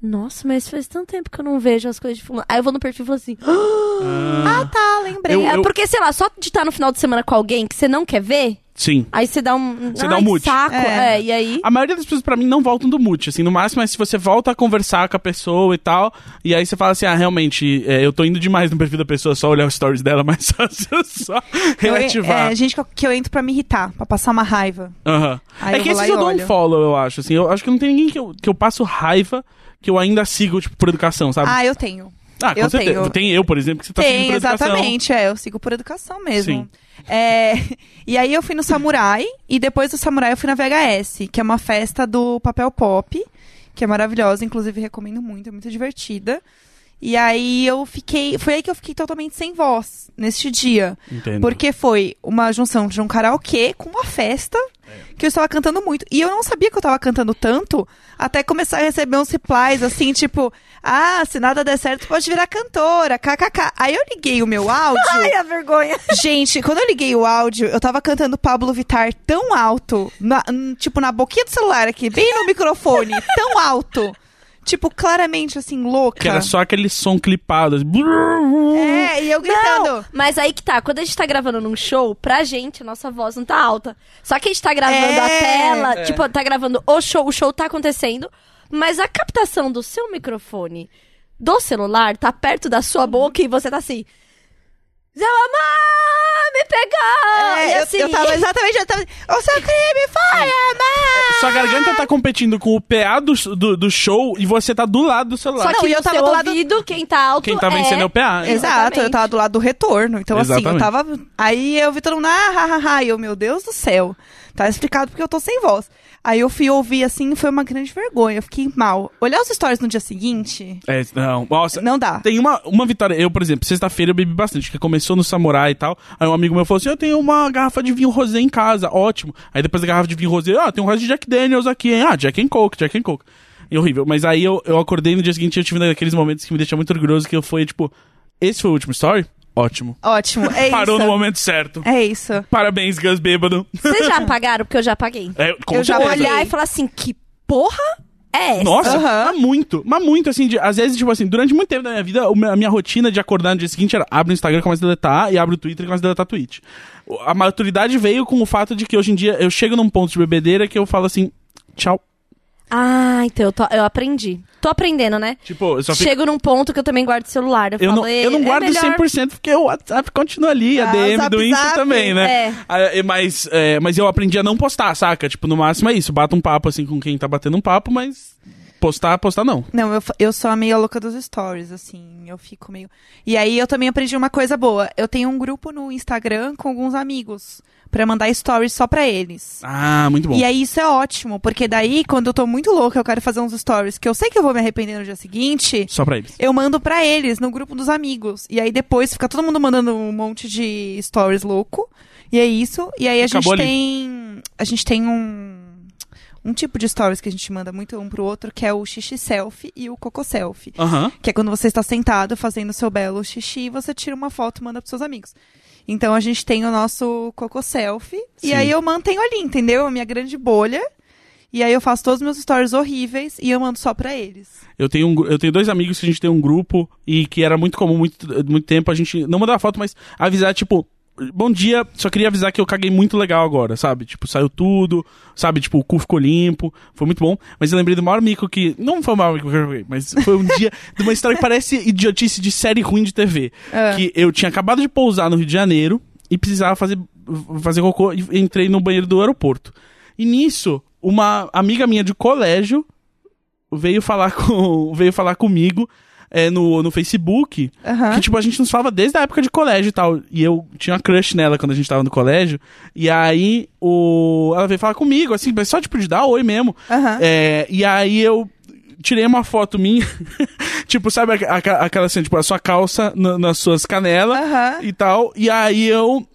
C: nossa, mas faz tanto tempo que eu não vejo as coisas de fulano. Aí eu vou no perfil e falo assim,
A: Ah, tá, lembrei.
B: Eu-
C: é porque, sei lá, só de estar no final de semana com alguém que você não quer ver,
B: Sim.
C: aí você dá um,
B: Você
C: ai,
B: dá um mute.
C: saco.
A: É.
C: É. e aí...
B: A maioria das pessoas, pra mim, não voltam do mute, assim, no máximo é se você volta a conversar com a pessoa e tal, e aí você fala assim, ah, realmente, é, eu tô indo demais no perfil da pessoa, só olhar os stories dela, (laughs) mas só, só, só
A: Eu-
B: reativar.
A: é, gente que eu, que eu entro pra me irritar, pra passar uma raiva.
B: Aham.
A: Aí
B: É
A: eu
B: que
A: vou lá
B: esses
A: e
B: eu dou um
A: olho.
B: follow, eu acho, assim, eu acho que não tem ninguém que eu, que eu passo raiva que eu ainda sigo, tipo, por educação, sabe?
A: Ah, eu tenho.
B: Ah, com
A: eu
B: certeza.
A: tenho.
B: Tem eu, por exemplo, que você tá seguindo
A: Tem,
B: por educação.
A: exatamente. É, eu sigo por educação mesmo.
B: Sim.
A: É, (laughs) e aí eu fui no Samurai, e depois do Samurai eu fui na VHS, que é uma festa do papel pop, que é maravilhosa, inclusive recomendo muito, é muito divertida. E aí eu fiquei. Foi aí que eu fiquei totalmente sem voz neste dia.
B: Entendo.
A: Porque foi uma junção de um karaokê com uma festa que eu estava cantando muito. E eu não sabia que eu estava cantando tanto até começar a receber uns replies assim, tipo, ah, se nada der certo, pode virar cantora, kkk. Aí eu liguei o meu áudio.
C: Ai, a vergonha.
A: Gente, quando eu liguei o áudio, eu tava cantando Pablo Vittar tão alto, na- n- tipo na boquinha do celular aqui, bem no
C: (laughs)
A: microfone, tão alto. Tipo, claramente assim, louca.
B: Que era só aquele som clipado. assim,
A: É, e eu gritando.
C: Mas aí que tá, quando a gente tá gravando num show, pra gente, a nossa voz não tá alta. Só que a gente tá gravando
A: É.
C: a tela, tipo, tá gravando o show, o show tá acontecendo, mas a captação do seu microfone do celular tá perto da sua boca e você tá assim. Seu amor, me pegou!
A: É,
C: e
A: eu-
C: assim,
A: eu,
C: (laughs)
A: tava exatamente. Eu tava, o seu crime foi amar!
B: Sua garganta tá competindo com o PA do, do, do show e você tá do lado do celular.
C: só que
A: Não, e eu
C: no
A: tava
C: seu
A: do lado-
C: ouvido, quem tá alto
B: Quem tá vencendo é o PA.
A: Exato,
B: né?
A: eu
C: Exatamente.
A: tava do lado do retorno. Então, assim, eu
B: Exatamente.
A: tava. Aí eu vi todo mundo, ah, ha, ha, ha. E eu, meu Deus do céu. Tá explicado porque eu tô sem voz. Aí eu fui ouvir assim, foi uma grande vergonha. Eu fiquei mal. Olhar os stories no dia seguinte,
B: É, não. Nossa,
A: não dá.
B: Tem uma, uma vitória. Eu, por exemplo, sexta-feira eu bebi bastante, que começou no samurai e tal. Aí um amigo meu falou assim: Eu tenho uma garrafa de vinho rosé em casa, ótimo. Aí depois da garrafa de vinho rosé, ah, tem um resto de Jack Daniels aqui, hein? Ah, Jack and Coke, Jack and Coke. E horrível. Mas aí eu, eu acordei no dia seguinte eu tive daqueles momentos que me deixam muito orgulhoso, que eu fui tipo: Esse foi o último story? Ótimo.
A: Ótimo. É
B: (laughs) Parou
A: isso.
B: no momento certo.
A: É isso.
B: Parabéns, Gus Bêbado. (laughs)
C: Vocês já apagaram? Porque eu já apaguei.
B: É, com
A: Eu já
B: certeza.
A: olhei.
C: Olhar e falar assim, que porra é essa?
B: Nossa,
A: Aham.
B: mas muito, mas muito, assim, de- às vezes, tipo assim, durante muito tempo da minha vida, o meu- a minha rotina de acordar no dia seguinte era abre o Instagram e começa a deletar, e abre o Twitter e começa a deletar tweet. O- A maturidade veio com o fato de que hoje em dia eu chego num ponto de bebedeira que eu falo assim, tchau.
C: Ah, então eu, tô- eu aprendi. Tô aprendendo, né?
B: Tipo, eu só fico...
C: Chego num ponto que eu também guardo o celular. Eu,
B: Eu
C: falo,
B: não,
C: "É-
B: eu não
C: é
B: guardo
C: melhor."
B: 100% porque o WhatsApp continua ali, a
A: Ah,
B: DM
A: zap,
B: do Insta
A: zap,
B: também, né?
C: é.
B: Ah, é, mas, é, mas eu aprendi a não postar, saca? Tipo, no máximo é isso, bata um papo assim com quem tá batendo um papo, mas postar, postar não.
A: Não, eu, fa- eu sou a meio louca dos stories, assim. Eu fico meio. E aí eu também aprendi uma coisa boa. Eu tenho um grupo no Instagram com alguns amigos pra mandar stories só pra eles.
B: Ah, muito bom.
A: E aí isso é ótimo, porque daí quando eu tô muito louca, eu quero fazer uns stories que eu sei que eu vou me arrepender no dia seguinte,
B: Só pra eles.
A: eu mando pra eles no grupo dos amigos. E aí depois fica todo mundo mandando um monte de stories louco. E é isso. E aí a
B: Acabou
A: gente
B: ali.
A: tem a gente tem um um tipo de stories que a gente manda muito um pro outro, que é o xixi selfie e o cocô selfie.
B: Aham.
A: Que é quando você está sentado fazendo seu belo xixi, você tira uma foto e manda pros seus amigos. Então a gente tem o nosso cocô selfie.
B: Sim.
A: E aí eu mantenho ali, entendeu? A minha grande bolha. E aí eu faço todos os meus stories horríveis e eu mando só pra eles.
B: Eu tenho, um gru- eu tenho dois amigos que a gente tem um grupo e que era muito comum, muito, muito tempo, a gente não mandava foto, mas avisar, tipo, bom dia, só queria avisar que eu caguei muito legal agora, sabe? Tipo, saiu tudo, sabe? Tipo, o cu ficou limpo, foi muito bom. Mas eu lembrei do maior mico que. Não foi o maior mico que eu joguei, mas foi um dia de uma história que parece idiotice de série ruim de TV.
A: É. Ah,
B: Que eu tinha acabado de pousar no Rio de Janeiro e precisava fazer, fazer cocô e entrei no banheiro do aeroporto. E nisso, (laughs) uma amiga minha de colégio veio falar com veio falar comigo é, no, no Facebook.
A: Aham.
B: Que, tipo, a gente nos falava desde a época de colégio e tal. E eu tinha uma crush nela quando a gente tava no colégio. E aí, o... ela veio falar comigo, assim, mas só, tipo, de dar oi mesmo.
A: Aham.
B: É, e aí eu tirei uma foto minha. (laughs) tipo, sabe aca- aca- aquela assim, tipo, a sua calça na- nas suas canelas
A: Aham.
B: e tal. E aí eu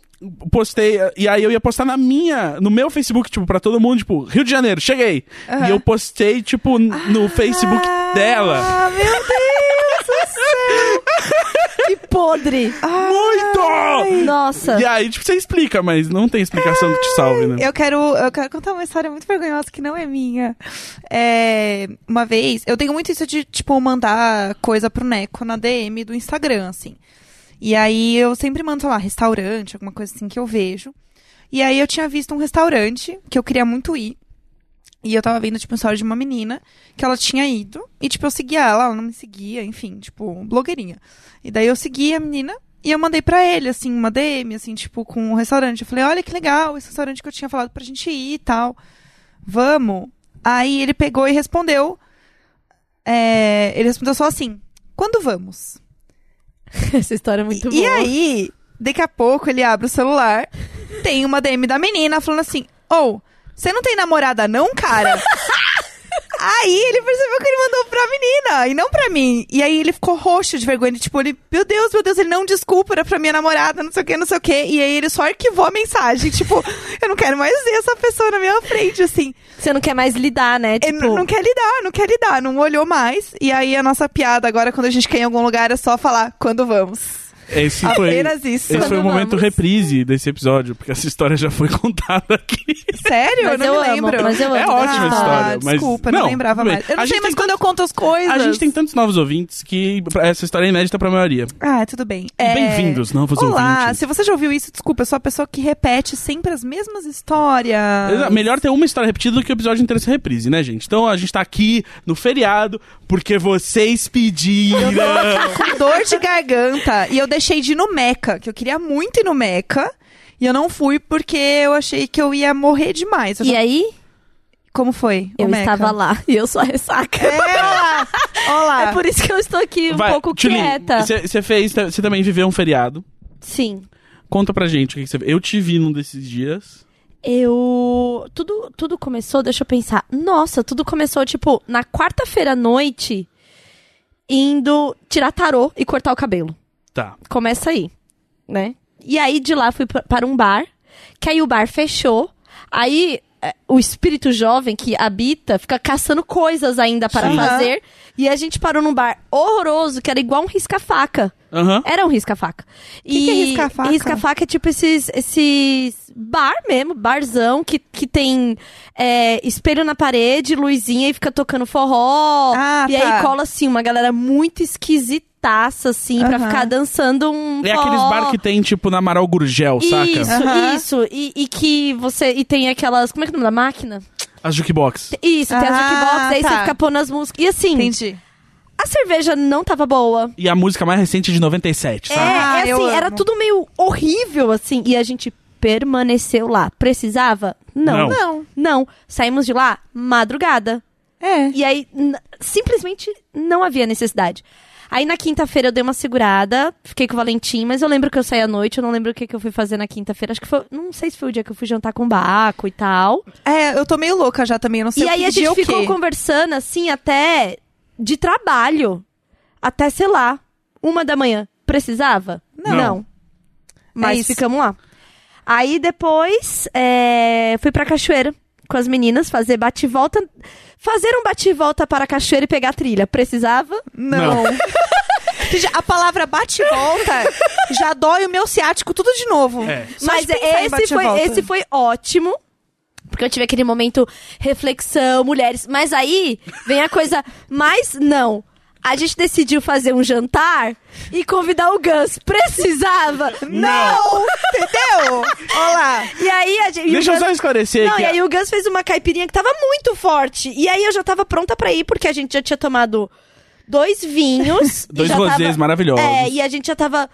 B: postei, e aí eu ia postar na minha, no meu Facebook, tipo, pra todo mundo, tipo, Rio de Janeiro, cheguei. E eu postei, tipo, n- no Facebook dela.
A: Ah, meu Deus
B: (laughs)
A: do céu!
F: Que podre!
B: Muito!
F: Nossa!
C: (laughs)
B: E aí, tipo, você explica, mas não tem explicação que te salve, né?
A: Eu quero, eu quero contar uma história muito vergonhosa que não é minha. É, uma vez, eu tenho muito isso de, tipo, mandar coisa pro Neco na DM do Instagram, assim. E aí eu sempre mando, sei lá, restaurante, alguma coisa assim que eu vejo. E aí eu tinha visto um restaurante que eu queria muito ir. E eu tava vendo, tipo, um story de uma menina que ela tinha ido. E, tipo, eu seguia ela, ela não me seguia, enfim, tipo, blogueirinha. E daí eu segui a menina e eu mandei pra ele, assim, uma DM, assim, tipo, com o restaurante. Eu falei, olha que legal, esse restaurante que eu tinha falado pra gente ir e tal. Vamos. Aí ele pegou e respondeu. é, ele respondeu só assim: quando vamos?
F: Essa história é muito
A: E aí, daqui a pouco ele abre o celular, tem uma DM da menina falando assim: Ou, você não tem namorada, não,
F: (laughs)
A: cara? aí ele percebeu que ele mandou pra menina e não pra mim. E aí ele ficou roxo de vergonha. Tipo, ele, meu Deus, meu Deus, ele não desculpa, era pra minha namorada, não sei o que, não sei o que. E aí ele só arquivou a mensagem. Tipo, (laughs) eu não quero mais ver essa pessoa na minha frente, assim.
F: Você não quer mais lidar,
B: É,
F: né?
A: Ele
F: Tipo,
A: não- não quer lidar, não quer lidar, não olhou mais. E aí a nossa piada agora, quando a gente quer ir em algum lugar, é só falar quando vamos.
B: Esse foi,
A: Apenas isso.
B: esse foi o
F: Quando
B: momento
F: vamos.
B: reprise desse episódio, porque essa história já foi (laughs) contada aqui.
A: Sério?
C: Mas
A: eu não
C: eu
A: me
C: amo,
A: lembro.
C: mas eu amo.
B: É ótima
A: ah,
B: história. Mas,
A: Desculpa, não, lembrava
B: tudo bem.
A: mais. Eu
B: A
A: não sei
B: gente
A: mais
B: tem
A: quando eu conto as coisas.
B: A gente tem tantos novos ouvintes que essa história é inédita pra maioria.
A: Ah, tudo bem. É...
B: Bem-vindos, novos
A: Olá,
B: ouvintes.
A: se você já ouviu isso, desculpa, eu sou a pessoa que repete sempre as mesmas
C: Ah.
A: histórias.
B: Exa- Melhor ter uma história repetida do que o episódio inteiro ser reprise, né, gente? Então a gente tá aqui no feriado porque vocês pediram.
A: Tá Com dor de garganta. E eu deixei de ir no Meca, que eu queria muito ir no Meca. E eu não fui porque eu achei que eu ia morrer demais. Eu
C: E
A: já-
C: aí,
A: Como foi? o
C: eu
A: Meca?
C: estava lá (laughs) e eu só ressaca.
A: É, olá. olá.
C: É por isso que eu estou aqui um
B: Vai,
C: pouco
B: Tchulin,
C: quieta.
B: Você você fez, você também viveu um feriado.
C: Sim.
B: Conta pra gente o que que você Eu te vi num desses dias.
C: Eu. Tudo, tudo começou, deixa eu pensar. Nossa, tudo começou, tipo, na quarta-feira à noite, indo tirar tarô e cortar o cabelo.
B: Tá.
C: Começa aí, né? E aí de lá fui pra- para um bar, que aí o bar fechou. Aí eh, o espírito jovem que habita fica caçando coisas ainda para
B: Sim.
C: fazer. E a gente parou num bar horroroso, que era igual um risca-faca.
B: Aham.
C: Era um risca-faca.
A: que é risca-faca?
C: Risca-faca é tipo esses, esses bar mesmo, barzão, que, que tem é, espelho na parede, luzinha e fica tocando forró.
A: Ah,
C: e
A: tá.
C: aí cola assim, uma galera muito esquisitaça, assim, pra
A: Aham.
C: ficar dançando um.
B: É aqueles
C: forró.
B: bar que tem, tipo, na Amaral Gurgel,
C: Isso,
B: saca?
A: Aham.
C: isso. E, e que você. E tem aquelas. Como é que é o nome da máquina?
B: As jukebox.
C: Isso, tem as
A: Ah,
C: jukebox, aí
A: tá.
C: você fica pondo as músicas. E assim,
A: Entendi.
C: a cerveja não tava boa.
B: E a música mais recente de 97,
C: É,
B: sabe?
A: Ah,
C: é
A: eu
C: assim, era
A: amo.
C: tudo meio horrível, assim, e a gente permaneceu lá. Precisava? Não.
B: Não.
C: Não.
A: Não.
C: Saímos de lá madrugada.
A: É.
C: E aí, n- simplesmente não havia necessidade. Aí na quinta-feira eu dei uma segurada, fiquei com o Valentim, mas eu lembro que eu saí à noite, eu não lembro o que, que eu fui fazer na quinta-feira. Acho que foi. Não sei se foi o dia que eu fui jantar com o Baco e tal.
A: É, eu tô meio louca já também, eu não sei
C: e
A: o que
C: aí a
A: dia
C: gente
A: o quê.
C: ficou conversando, assim, até de trabalho. Até, sei lá, uma da manhã. Precisava?
B: Não.
A: É
C: Mas
A: isso.
C: ficamos lá. Aí depois é, fui pra cachoeira com as meninas fazer bate-volta. Fazer um bate-volta para a cachoeira e pegar a trilha. Precisava?
A: Não. (laughs) Gente, a palavra bate e volta já dói o meu ciático tudo de novo.
B: É.
A: Só
C: Mas
A: de pensar em bate
C: esse
A: e
C: foi,
A: volta.
C: esse foi ótimo. Porque eu tive aquele momento reflexão, mulheres. Mas aí vem a coisa. Mas não. A gente decidiu fazer um jantar e convidar o Gus. Precisava?
A: Não! Entendeu? Olha lá.
C: E aí a gente. e o
B: Deixa eu
C: Gus-
B: só esclarecer
C: Não,
B: que
C: e aí o Gus fez uma caipirinha que tava muito forte. E aí eu já tava pronta pra ir, porque a gente já tinha tomado dois vinhos. e
B: (laughs) dois
C: já tava-
B: rosés maravilhosos.
C: É, e a gente já tava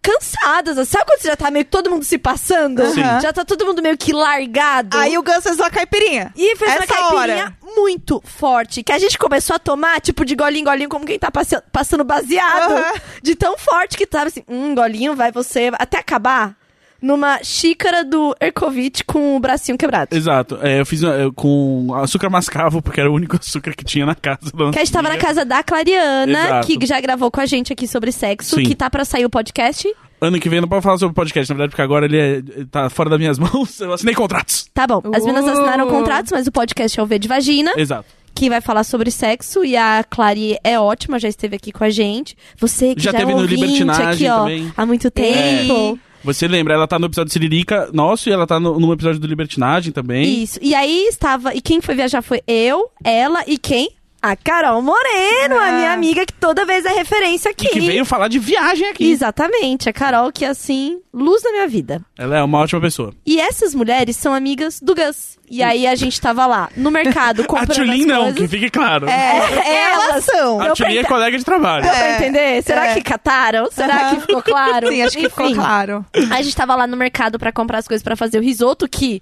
C: cansadas. assim. Sabe quando você já tá meio que todo mundo se passando?
A: Sim.
C: Já tá todo mundo meio que largado.
A: Aí o Guns fez uma caipirinha.
C: E fez uma
A: Essa
C: caipirinha muito forte. Que a gente começou a tomar, tipo, de golinho em golinho, como quem tá passe- passando baseado.
A: Aham.
C: De tão forte que tava assim, hum, golinho, vai você, até acabar. Numa xícara do Erkovitch com o bracinho quebrado.
B: Exato. É, eu fiz é, com açúcar mascavo, porque era o único (laughs) açúcar que tinha na casa. da
C: Que a gente
B: nossa
C: tava na
B: amiga.
C: casa da Clariana,
B: Exato.
C: que já gravou com a gente aqui sobre sexo,
B: Sim.
C: que tá pra sair o podcast.
B: Ano que vem não pode falar sobre podcast, na verdade, porque agora ele, é, ele tá fora das minhas (laughs) mãos. Eu assinei contratos.
C: Tá bom, as meninas
A: Uh.
C: assinaram contratos, mas o podcast é o V de Vagina,
B: Exato.
C: que vai falar sobre sexo, e a Clary é ótima, já esteve aqui com a gente. Você que
B: Já
C: já,
B: teve
C: é
B: no
C: ouvinte
B: Libertinagem
C: aqui, ó,
B: também. É.
C: há muito tempo.
B: Você lembra, ela tá no episódio Siririca nosso e ela tá no, num episódio do Libertinagem também.
C: Isso. E aí estava. E quem foi viajar foi eu, ela e quem? A Carol Moreno, a
A: Ah.
C: minha amiga que toda vez é referência aqui.
B: E que veio falar de viagem aqui.
C: Exatamente, a Carol que assim, luz da minha vida.
B: Ela é uma ótima pessoa.
C: E essas mulheres são amigas do Gus. E aí a gente tava lá no mercado comprando
B: (laughs) a Tulin
C: as
B: não,
C: coisas.
B: que fique claro.
A: É, (laughs) elas
C: elas.
A: são.
B: a Tulin é colega de trabalho.
C: Deu pra
A: É,
C: entender? Será
A: é.
C: que cataram? Será
A: Aham.
C: que ficou claro?
A: Sim, acho que ficou
C: Enfim,
A: claro.
C: A gente tava lá no mercado pra comprar as coisas pra fazer o risoto que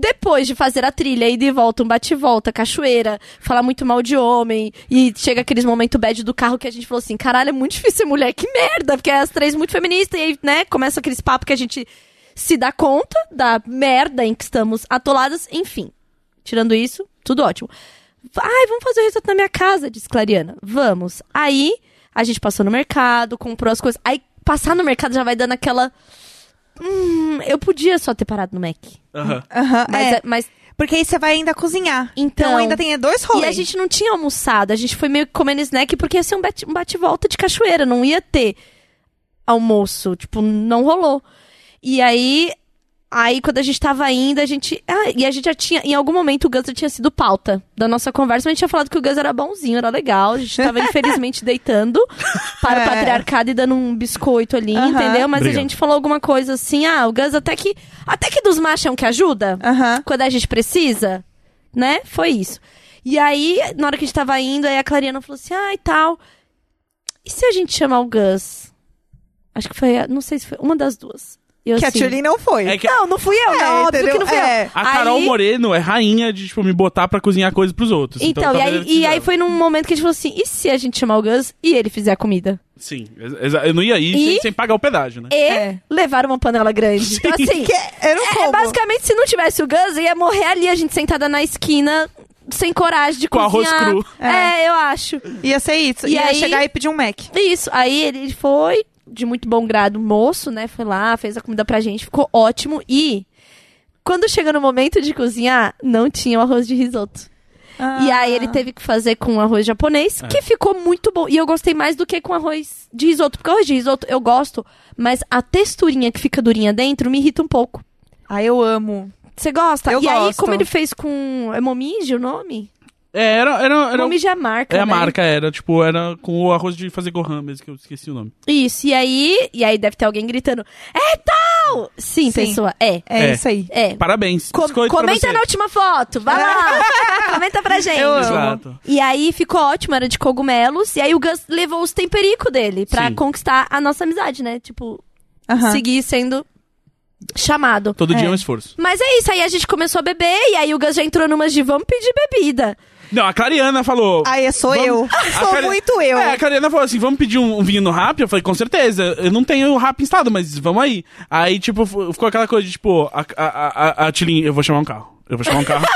C: depois de fazer a trilha e de volta, um bate-volta, cachoeira, falar muito mal de homem, e chega aqueles momentos bad do carro que a gente falou assim, caralho, é muito difícil ser mulher, que merda, porque é as três muito feministas, e aí, né, começa aqueles papos que a gente se dá conta da merda em que estamos atoladas, enfim. Tirando isso, tudo ótimo. Ai, vamos fazer o risoto na minha casa, disse Clariana. Vamos. Aí, a gente passou no mercado, comprou as coisas. Aí, passar no mercado já vai dando aquela... Hum, eu podia só ter parado no Mac.
B: Aham.
A: Aham,
C: Mas,
A: é.
C: é- mas
A: Porque aí você vai ainda cozinhar.
C: Então-
A: Então, ainda tem dois rolês.
C: E a gente não tinha almoçado, a gente foi meio que comendo snack porque ia ser um bate- um bate-volta de cachoeira, não ia ter almoço, tipo, não rolou. E aí, aí quando a gente tava indo, a gente, ah, e a gente já tinha, em algum momento o Gus já tinha sido pauta da nossa conversa, mas a gente tinha falado que o Gus era bonzinho, era legal,
A: (laughs)
C: a gente tava infelizmente deitando para
A: É.
C: o patriarcado e dando um biscoito ali,
A: Aham.
C: entendeu? Mas
B: Obrigado.
C: a gente falou alguma coisa assim, ah, o Gus até que, até que dos machos é um que ajuda
A: Aham.
C: quando a gente precisa, né? Foi isso. E aí, na hora que a gente tava indo, aí a Clariana falou assim, ah, e tal. E se a gente chamar o Gus? Acho que foi, a- não sei se foi uma das duas. E eu
A: Que a
C: assim,
A: Tchulin não foi.
B: É que
C: Não, não fui eu,
A: É,
C: né? Óbvio que
A: entendeu?
C: não fui
A: É.
C: eu.
B: a Carol
C: Aí-
B: Moreno é rainha de, tipo, me botar pra cozinhar coisa pros outros. Então,
C: Então, e
B: talvez
C: aí,
B: eles
C: e aí
B: fizeram.
C: foi num momento que a gente falou assim, e se a gente chamar o Gus e ele fizer a comida?
B: Sim, exa- eu não ia ir
C: E-
B: sem, sem pagar o pedágio, né?
C: E
A: É.
C: levar uma panela grande. Então,
A: (laughs)
C: assim,
A: Que era um
C: é,
A: combo.
C: é basicamente, se não tivesse o Gus, eu ia morrer ali, a gente sentada na esquina, sem coragem de
B: Com
C: cozinhar.
B: arroz cru.
C: É, eu acho.
A: Ia ser isso.
C: E
A: ia
C: aí-
A: chegar e pedir um Mac.
C: É Isso, aí ele foi de muito bom grado, moço, né? Foi lá, fez a comida pra gente, ficou ótimo. E quando chegou no momento de cozinhar, não tinha o arroz de risoto. E
A: Ah.
C: aí ele teve que fazer com arroz japonês,
B: É.
C: que ficou muito bom. E eu gostei mais do que com arroz de risoto, porque arroz de risoto eu gosto, mas a texturinha que fica durinha dentro me irrita um pouco.
A: Ah, eu amo.
C: Você gosta?
A: Eu
C: e aí,
A: gosto.
C: como ele fez com. É Momiji o nome?
B: É, era. era, era
C: Momiji é a marca.
B: é a
C: né?
B: marca, era, tipo, era com o arroz de fazer gohan mesmo, que eu esqueci o nome.
C: Isso, e aí. E aí deve ter alguém gritando: É tal!
A: Sim.
C: Sim, pessoa, é.
A: É,
B: É.
A: isso aí.
C: É.
B: Parabéns.
C: Com-
B: biscoito pra
C: comenta
B: você.
C: na última foto, vai lá.
B: (laughs)
C: comenta pra gente.
A: Eu amo.
B: Exato.
C: E aí ficou ótimo, era de cogumelos. E aí o Gus levou os temperico dele pra
B: Sim.
C: conquistar a nossa amizade, né? Tipo,
A: Aham.
C: seguir sendo chamado.
B: Todo dia
A: É.
B: é um esforço.
C: Mas é isso, aí a gente começou a beber e aí o Gus já entrou numas de vamos pedir bebida.
A: (laughs)
B: Não, a Clariana falou.
A: Aí sou
B: Vamos-
A: eu.
B: A
A: (laughs) Sou
B: Clari-
A: muito eu.
B: É, a Karina falou assim: vamos pedir um, um vinho no rap? Eu falei, com certeza. Eu não tenho o rap instalado, mas vamos aí. Aí, tipo, f- ficou aquela coisa de, tipo, a, a, a, a- a Tilin, eu vou chamar um carro. Eu vou chamar
A: (laughs)
B: um carro.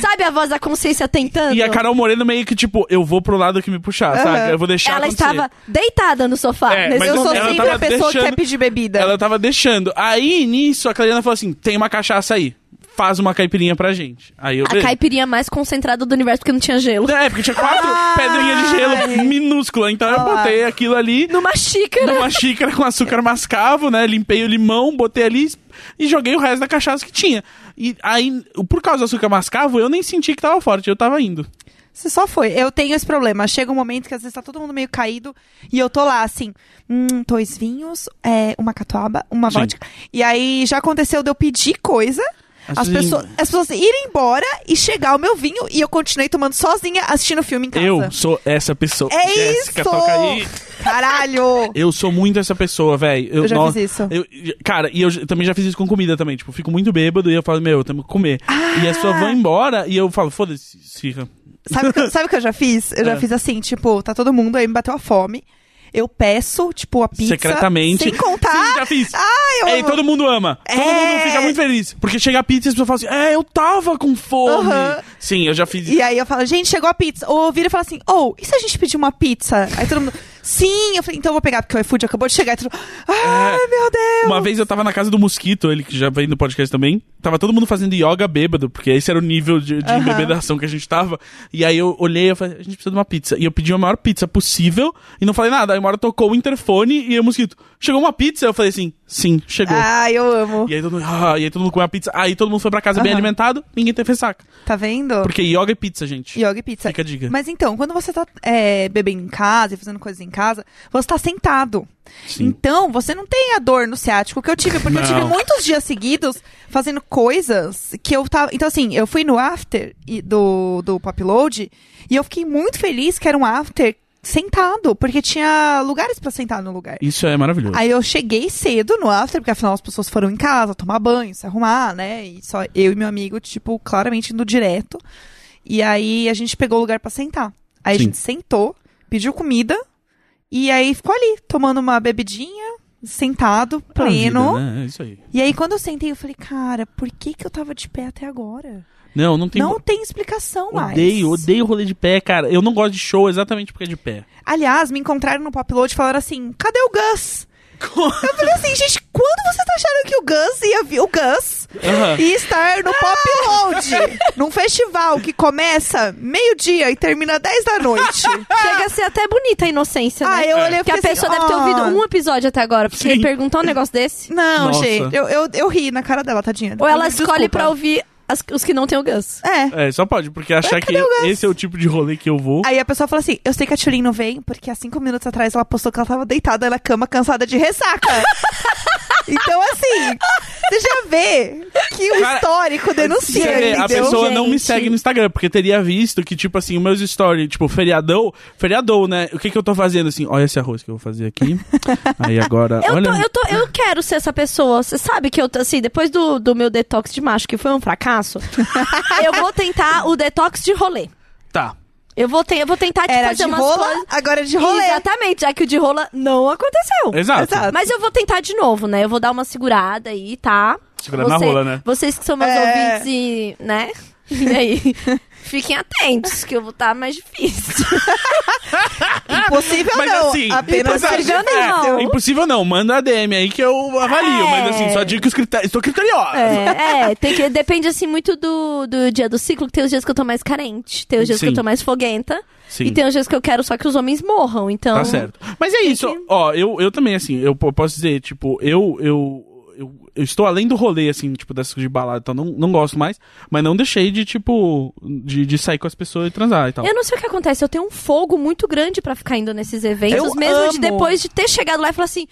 C: Sabe a voz da consciência tentando?
B: e a Carol Moreno meio que, tipo, eu vou pro lado que me puxar,
A: Aham.
B: sabe? Eu vou deixar
C: Ela
B: acontecer.
C: estava deitada no sofá.
B: É,
C: nesse
B: mas
A: eu
B: não-
A: sou
B: ela
A: sempre a
B: tava
A: pessoa que
B: deixando-
A: quer pedir bebida.
B: Ela tava deixando. Aí, nisso, a Clariana falou assim: tem uma cachaça aí. Faz uma caipirinha pra gente. Aí eu.
C: A caipirinha mais concentrada do universo porque não tinha gelo.
B: É, porque tinha quatro
A: Ah!
B: pedrinhas de gelo minúscula. Então eu botei aquilo ali.
C: Numa xícara.
B: numa xícara com açúcar mascavo, né? Limpei o limão, botei ali e joguei o resto da cachaça que tinha. E aí, por causa do açúcar mascavo, eu nem senti que tava forte, eu tava indo.
A: Você só foi. Eu tenho esse problema. Chega um momento que às vezes tá todo mundo meio caído e eu tô lá assim, hum, dois vinhos, é, uma catuaba, uma
B: Sim.
A: vodka. E aí já aconteceu de eu pedir coisa,
B: As
A: as,
B: pessoas-
A: pessoas, as pessoas irem embora e chegar o meu vinho e eu continuei tomando sozinha assistindo filme em casa.
B: Eu sou essa pessoa.
A: É
B: Jéssica,
A: isso!
B: toca aí.
A: Caralho!
B: Eu sou muito essa pessoa, velho.
A: Eu já
B: no-
A: fiz isso.
B: eu- cara, e eu j- também já fiz isso com comida também. Tipo, eu fico muito bêbado e eu falo, meu, eu tenho que comer. E as
A: Ah!
B: pessoas vão embora e eu falo, foda-se, Sirra.
A: Sabe o que, eu- sabe o que eu já fiz? Eu já
B: É.
A: fiz assim, tipo, tá todo mundo aí, me bateu a fome. Eu peço, tipo, a pizza.
B: Secretamente.
A: Sem contar.
B: Sim, já fiz.
A: Ai, eu
B: Ei, todo mundo ama. Todo
A: É.
B: mundo fica muito feliz. Porque chega a pizza e as pessoas falam assim, é, eu tava com fome.
A: Aham.
B: Sim, eu já fiz isso.
A: E aí eu falo, gente, chegou a pizza. Ou vira e fala assim, ou, e se a gente pedir uma pizza? Aí todo mundo, sim! Eu falei, então eu vou pegar, porque o iFood acabou de chegar. E todo mundo, ai,
B: É.
A: meu Deus!
B: Uma vez eu tava na casa do Mosquito, ele que já vem no podcast também. Tava todo mundo fazendo yoga bêbado, porque esse era o nível de, de embebedação que a gente tava. E aí eu olhei e falei, a gente precisa de uma pizza. E eu pedi a maior pizza possível e não falei nada. Aí uma hora tocou o interfone e o Mosquito, chegou uma pizza? Eu falei assim, sim, chegou.
A: Ai, eu amo.
B: E aí, todo mundo, ah, e aí todo mundo comeu a pizza. Aí todo mundo foi pra casa bem
A: Aham.
B: alimentado, ninguém teve ressaca.
A: Tá vendo?
B: Porque yoga é pizza, gente.
A: Yoga e pizza.
B: Fica a dica.
A: Mas então, quando você tá é, bebendo em casa e fazendo coisas em casa, você tá sentado.
B: Sim.
A: Então, você não tem a dor no ciático que eu tive, porque eu
B: Não.
A: tive muitos dias seguidos fazendo coisas que eu tava. Então, assim, eu fui no after e- do, do Popload e eu fiquei muito feliz que era um after sentado, porque tinha lugares pra sentar no lugar.
B: Isso é maravilhoso.
A: Aí eu cheguei cedo no after, porque afinal as pessoas foram em casa tomar banho, se arrumar, né? E só eu e meu amigo, tipo, claramente indo direto. E aí a gente pegou o lugar pra sentar. Aí
B: Sim.
A: a gente sentou, pediu comida e aí ficou ali, tomando uma bebidinha, sentado, pleno.
B: Maravilha, né? É isso aí.
A: E aí quando eu sentei, eu falei, cara, por que que eu tava de pé até agora?
B: Não, não tem...
A: Não tem explicação mais.
B: Odeio, odeio rolê de pé, cara. Eu não gosto de show exatamente porque é de pé.
A: Aliás, me encontraram no Popload e falaram assim: cadê o Gus? Eu falei assim, gente, quando vocês acharam que o Gus ia vir? O Gus (laughs)
B: Aham.
A: ia estar no Popload, num festival que começa meio-dia e termina 10 da noite.
C: Chega a ser até bonita a inocência, né?
A: ah, eu olhei e
C: Porque a
A: falei
C: pessoa
A: assim,
C: deve ter
A: "Ah,
C: ouvido um episódio até agora, porque
B: Sim.
C: perguntar um
A: (laughs)
C: negócio desse.
A: Não,
B: Nossa.
A: gente, eu, eu, eu ri na cara dela, tadinha.
C: Ou ela
A: Me
C: escolhe
A: desculpa.
C: pra ouvir as- os que não tem o Gus.
A: É.
B: É, só pode, porque achar que esse é o tipo de rolê que eu vou.
A: Aí a pessoa fala assim: Eu sei que a Tulin não vem, porque há cinco minutos atrás ela postou que ela tava deitada na cama, cansada de
C: (laughs)
A: ressaca. então, assim, você já vê que o
B: Cara,
A: histórico denuncia.
B: Você vê, a
A: entendeu?
B: pessoa não me
C: gente?
B: segue no Instagram, porque teria visto que, tipo assim, meus stories, tipo, feriadão, feriadão, né? O que que eu tô fazendo, assim? Olha esse arroz que eu vou fazer
C: (laughs)
B: aqui. Aí agora,
C: Eu,
B: olha...
C: tô- eu, tô- eu quero ser essa pessoa. Você sabe que eu, tô, assim, depois do, do meu detox de macho, que foi um
A: (laughs)
C: fracasso, eu vou tentar o detox de rolê.
B: Tá.
C: Eu vou, te- eu vou tentar tipo,
A: Era
C: fazer
A: de
C: umas
A: rola,
C: coisas-
A: agora é de rolê.
C: Exatamente, já que o de rola não aconteceu.
B: Exato.
A: Exato.
C: Mas eu vou tentar de novo, né? Eu vou dar uma segurada aí, tá?
B: Segurando na rola, né?
C: Vocês que são meus
A: É.
C: ouvintes e, né? E aí, fiquem atentos, que eu vou estar mais difícil.
A: Impossível
B: Mas
A: não.
B: assim,
A: apenas
B: impossível
A: seja-
C: não.
B: É, impossível não, manda a DM aí que eu avalio,
C: É.
B: mas assim, só digo que os critérios... Estou criteriosa.
C: É, é, tem que, depende assim muito do, do dia do ciclo, que tem os dias que eu tô mais carente, tem os dias que
B: Sim.
C: eu tô mais foguenta,
B: Sim.
C: e tem os dias que eu quero só que os homens morram, então...
B: Tá certo. Mas é isso. Ó, eu, eu também, assim, eu po- posso dizer, tipo, eu, eu, eu, eu estou além do rolê, assim, tipo, dessas de balada, então não, não gosto mais, mas não deixei de, tipo, de, de sair com as pessoas e transar e tal.
C: Eu não sei o que acontece, eu tenho um fogo muito grande pra ficar indo nesses eventos,
A: Eu
C: mesmo de
A: amo.
C: depois de ter chegado lá e falar assim,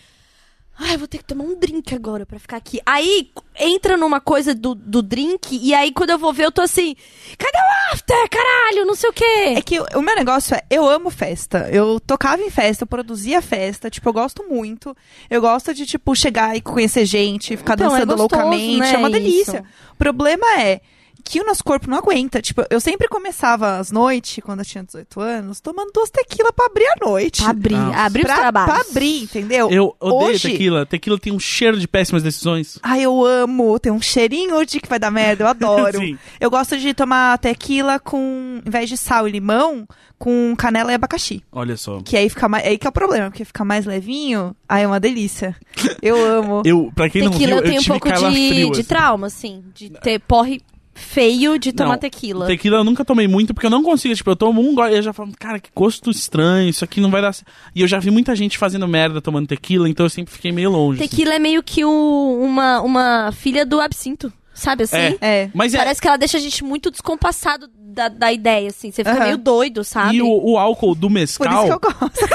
C: ai, eu vou ter que tomar um drink agora pra ficar aqui. Aí entra numa coisa do, do drink, e aí quando eu vou ver eu tô assim, cadê o after, caralho, não sei o quê.
A: É que o meu negócio é, eu amo festa. Eu tocava em festa, eu produzia festa, tipo, eu gosto muito. Eu gosto de, tipo, chegar e conhecer gente, ficar
C: Então, é
A: dançando
C: gostoso,
A: loucamente.
C: né,
A: é uma
C: isso.
A: delícia. O problema é que o nosso corpo não aguenta. Tipo, eu sempre começava as noites, quando eu tinha 18 anos, tomando duas tequila pra abrir a noite.
C: Abrir,
B: Nossa.
C: abrir os
A: pra,
C: trabalhos.
A: pra abrir, entendeu?
B: Eu odeio
A: Hoje-
B: tequila. Tequila tem um cheiro de péssimas decisões. (laughs)
A: Ai, eu amo. Tem um cheirinho de que vai dar merda. Eu adoro.
B: (laughs) Sim.
A: Eu gosto de tomar tequila com, em vez de sal e limão, com canela e abacaxi.
B: Olha só.
A: Que aí fica mais. Aí que é o problema, porque fica mais levinho. Ai, é uma delícia.
C: (laughs)
A: Eu amo.
B: Eu, pra quem
C: tequila
B: não
C: eu
B: viu, eu,
C: tenho um
B: tive
C: pouco de,
B: calafrio,
C: de
B: assim.
C: trauma, assim. De ter porre feio de tomar
B: Não,
C: tequila.
B: Tequila eu nunca tomei muito, porque eu não consigo. Tipo, eu tomo um gole e eu já falo, cara, que gosto estranho, isso aqui não vai dar. c-". E eu já vi muita gente fazendo merda tomando tequila, então eu sempre fiquei meio longe. assim.
C: Tequila é meio que o- uma, uma filha do absinto, sabe assim?
B: É.
A: É.
B: Mas é,
C: Parece que ela deixa a gente muito descompassado da, da ideia, assim. Você fica
A: Aham.
C: meio doido, sabe?
B: E o, o álcool do
A: Por
C: (laughs)
B: mescal.
A: isso que eu gosto.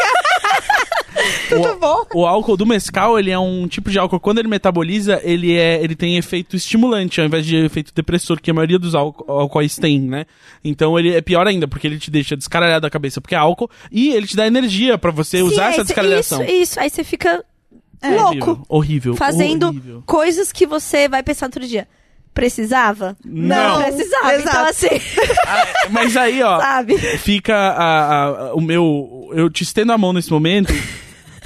A: Tudo bom?
B: (laughs) o álcool do mescal, ele é um tipo de álcool, quando ele metaboliza, ele, é, ele tem efeito estimulante, ao invés de efeito depressor, que a maioria dos álco- álcoóis tem, né? Então ele é pior ainda, porque ele te deixa descaralhado a cabeça, porque é álcool, e ele te dá energia pra você usar
C: Sim,
B: essa
C: aí cê-
B: descaralhação.
C: Isso, isso. Aí você fica É.
B: Horrível,
C: louco.
B: Horrível.
C: Fazendo
B: horrível.
C: coisas que você vai pensar outro dia. Precisava?
B: Não.
C: precisava. Então,
A: Exato.
C: assim, (laughs)
B: Ah, Mas aí, ó,
C: sabe?
B: fica a- a- o meu. Eu te estendo a mão nesse
C: (laughs)
B: momento.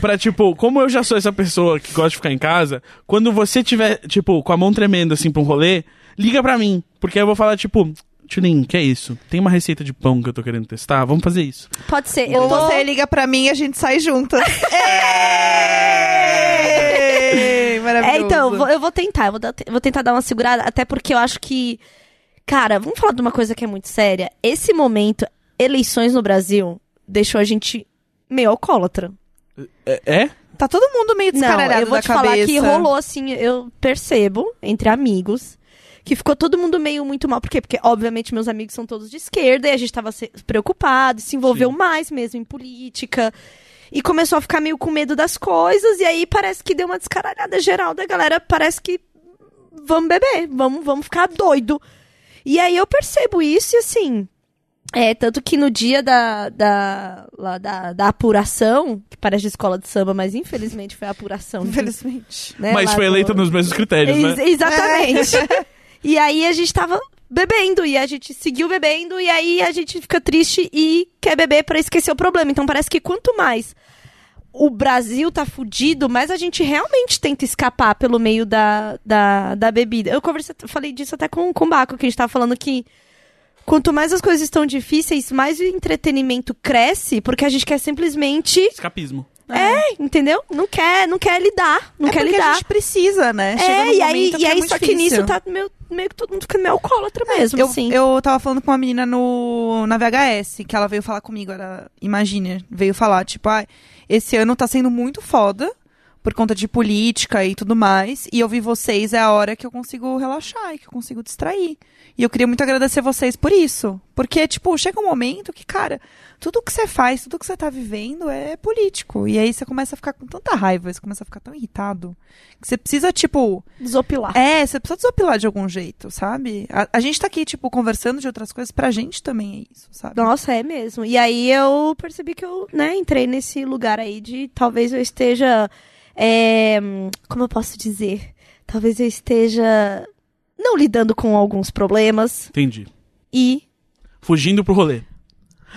B: Pra, tipo, como eu já sou essa pessoa que gosta de ficar em casa, quando você tiver, tipo, com a mão tremenda, assim, pra um rolê, liga pra mim. Porque aí eu vou falar, tipo, Tchulin, que é isso? Tem uma receita de pão que eu tô querendo testar? Vamos fazer isso.
C: Pode ser. Eu É.
A: Ou
C: tô...
A: Então você liga pra mim e a gente sai
C: (laughs)
A: juntas. Ei! Maravilhoso.
C: É, então, eu vou- eu vou tentar. Eu vou, dar- vou tentar dar uma segurada, até porque eu acho que. Cara, vamos falar de uma coisa que é muito séria. Esse momento, eleições no Brasil, deixou a gente meio alcoólatra.
B: É? é?
A: Tá todo mundo meio
C: Não,
A: descaralhado
C: eu vou
A: da
C: te
A: cabeça.
C: falar que rolou assim, eu percebo, entre amigos, que ficou todo mundo meio muito mal. Por quê? Porque, obviamente, meus amigos são todos de esquerda e a gente tava se- preocupado, se envolveu
B: Sim.
C: mais mesmo em política. E começou a ficar meio com medo das coisas, e aí parece que deu uma descaralhada geral da galera. Parece que vamos beber, vamos, vamos ficar doido. E aí eu percebo isso e assim. É, tanto que no dia da, da, lá da, da apuração, que parece escola de samba, mas infelizmente foi a apuração.
A: Infelizmente.
C: né,
B: Mas
C: lá
B: foi
C: do-
B: eleita nos mesmos critérios,
C: Ex-
B: né?
C: Exatamente.
A: É. (laughs)
C: E aí a gente tava bebendo, e a gente seguiu bebendo, e aí a gente fica triste e quer beber pra esquecer o problema. Então parece que quanto mais o Brasil tá fudido, mais a gente realmente tenta escapar pelo meio da, da, da bebida. Eu conversei, falei disso até com, com o Baco, que a gente tava falando que quanto mais as coisas estão difíceis, mais o entretenimento cresce, porque a gente quer simplesmente,
B: Escapismo.
C: entendeu? É, Não quer, não quer lidar, não
A: é
C: quer
A: porque
C: lidar.
A: a gente precisa, né? Chega num
C: É, e aí,
A: momento
C: e
A: é
C: aí
A: muito
C: só que
A: difícil.
C: nisso tá meio, meio que todo mundo ficando meio alcoólatra mesmo,
A: eu,
C: assim.
A: eu tava falando com uma menina no, na VHS, que ela veio falar comigo, era Imagine, veio falar, tipo, ah, esse ano tá sendo muito foda, por conta de política e tudo mais, e eu vi vocês, é a hora que eu consigo relaxar e que eu consigo distrair. E eu queria muito agradecer vocês por isso, porque, tipo, chega um momento que, cara, tudo que você faz, tudo que você tá vivendo é político, e aí você começa a ficar com tanta raiva, você começa a ficar tão irritado, que você precisa, tipo...
C: Desopilar.
A: (laughs) É, você precisa desopilar de algum jeito, sabe? A, a gente tá aqui, tipo, conversando de outras coisas, pra gente também é isso, sabe?
C: Nossa, é mesmo. E aí eu percebi que eu, né, entrei nesse lugar aí de talvez eu esteja. é, hum, como eu posso dizer? Talvez eu esteja não lidando com alguns problemas
B: Entendi.
C: e
B: Fugindo pro rolê.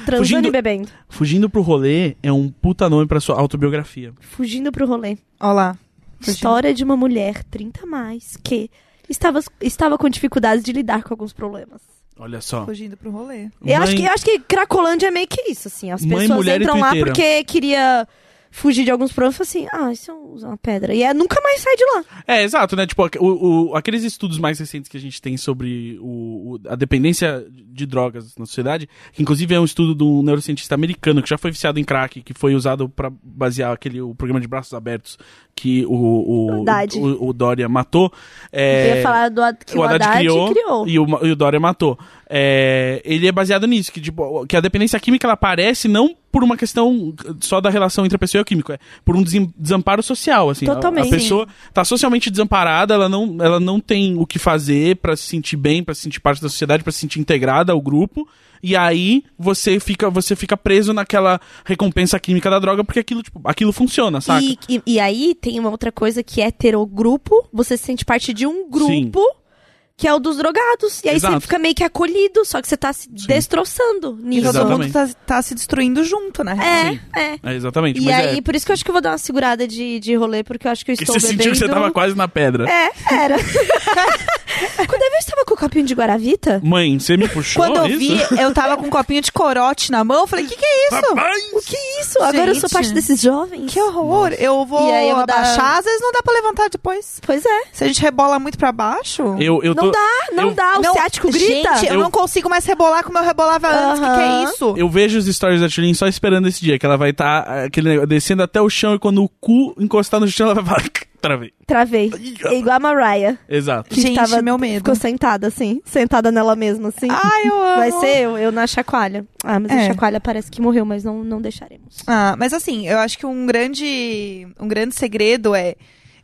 C: transando
B: Fugindo-
C: e bebendo.
B: Fugindo pro rolê é um puta nome pra sua autobiografia.
C: Fugindo pro rolê.
A: Ó lá. Fugindo.
C: História de uma mulher 30 a mais que estava, estava com dificuldades de lidar com alguns problemas.
B: Olha só.
A: Fugindo pro rolê.
C: Eu acho,
B: Mãe-
C: que, eu acho que Cracolândia é meio que isso, assim. As
B: Mãe,
C: pessoas
B: mulher e
C: entram lá
B: tuiteira.
C: porque queria fugir de alguns problemas e falam assim, ah, e se eu usar uma pedra? E é, nunca mais sai de lá.
B: É, exato, né? Tipo, aqu- o- o- aqueles estudos mais recentes que a gente tem sobre o- o- a dependência de drogas na sociedade, que inclusive é um estudo de um neurocientista americano que já foi viciado em crack, que foi usado pra basear aquele o programa de braços abertos que o, o,
C: Haddad.
B: o- o Dória matou. É,
C: Eu ia falar do, Ad- que o Haddad, criou.
B: e o, Ma- e o Dória matou. É, ele é baseado nisso, que, tipo, que a dependência química ela aparece não por uma questão só da relação entre a pessoa e o químico, é por um desem- desamparo social, assim. A-
C: Totalmente.
B: A, pessoa tá socialmente desamparada, ela não, ela não tem o que fazer pra se sentir bem, pra se sentir parte da sociedade, pra se sentir integrada ao grupo. E aí você fica, você fica preso naquela recompensa química da droga, porque aquilo, tipo, aquilo funciona, saca?
C: E, e, e aí tem uma outra coisa que é ter o grupo, você se sente parte de um grupo.
B: Sim.
C: Que é o dos drogados. E aí
B: Exato.
C: você fica meio que acolhido, só que você tá se destroçando
A: E
C: nisso.
A: todo
B: Exatamente.
A: mundo tá, tá se destruindo junto, né?
C: É,
B: Sim.
C: é.
B: É, exatamente.
C: E
B: mas
C: aí,
B: é.
C: por isso que eu acho que eu vou dar uma segurada de, de rolê, porque eu acho que eu
B: Porque
C: estou
B: você
C: bebendo...
B: sentiu que você tava quase na pedra.
C: É, era. (laughs) Quando eu vi, eu estava com o copinho de Guaravita?
B: Mãe, você me puxou
A: Quando eu
B: isso?
A: vi, eu tava com um copinho de corote na mão, eu falei, que que é isso?
B: Rapaz!
C: Que isso? Agora eu sou
A: Gente.
C: parte desses jovens?
A: Que horror. Eu vou
C: E aí eu vou dar-
A: abaixar, às vezes não dá pra levantar depois.
C: Pois é.
A: Se a gente rebola muito pra baixo...
B: Eu, eu
C: Não
B: tô-
C: dá, não
B: eu-
C: dá. Ah, O
A: não,
C: ciático grita.
A: Gente, eu,
B: Eu-
A: não consigo mais rebolar como eu rebolava antes. O que, que
C: Aham.
A: é isso?
B: Eu vejo os stories da Tilin tá, só esperando esse dia, que ela vai estar aquele negócio, descendo até o chão e quando o cu encostar no chão, ela vai falar. (laughs) Travei.
C: Travei. É igual a Mariah.
B: Exato.
C: Que
A: Gente,
C: tava-
A: meu medo.
C: Ficou sentada, assim. Sentada nela mesma, assim.
A: Ai, eu amo.
C: Vai ser eu, eu na chacoalha. Ah, mas
A: É.
C: a chacoalha parece que morreu, mas não, não deixaremos.
A: Ah, mas assim, eu acho que um grande, um grande segredo é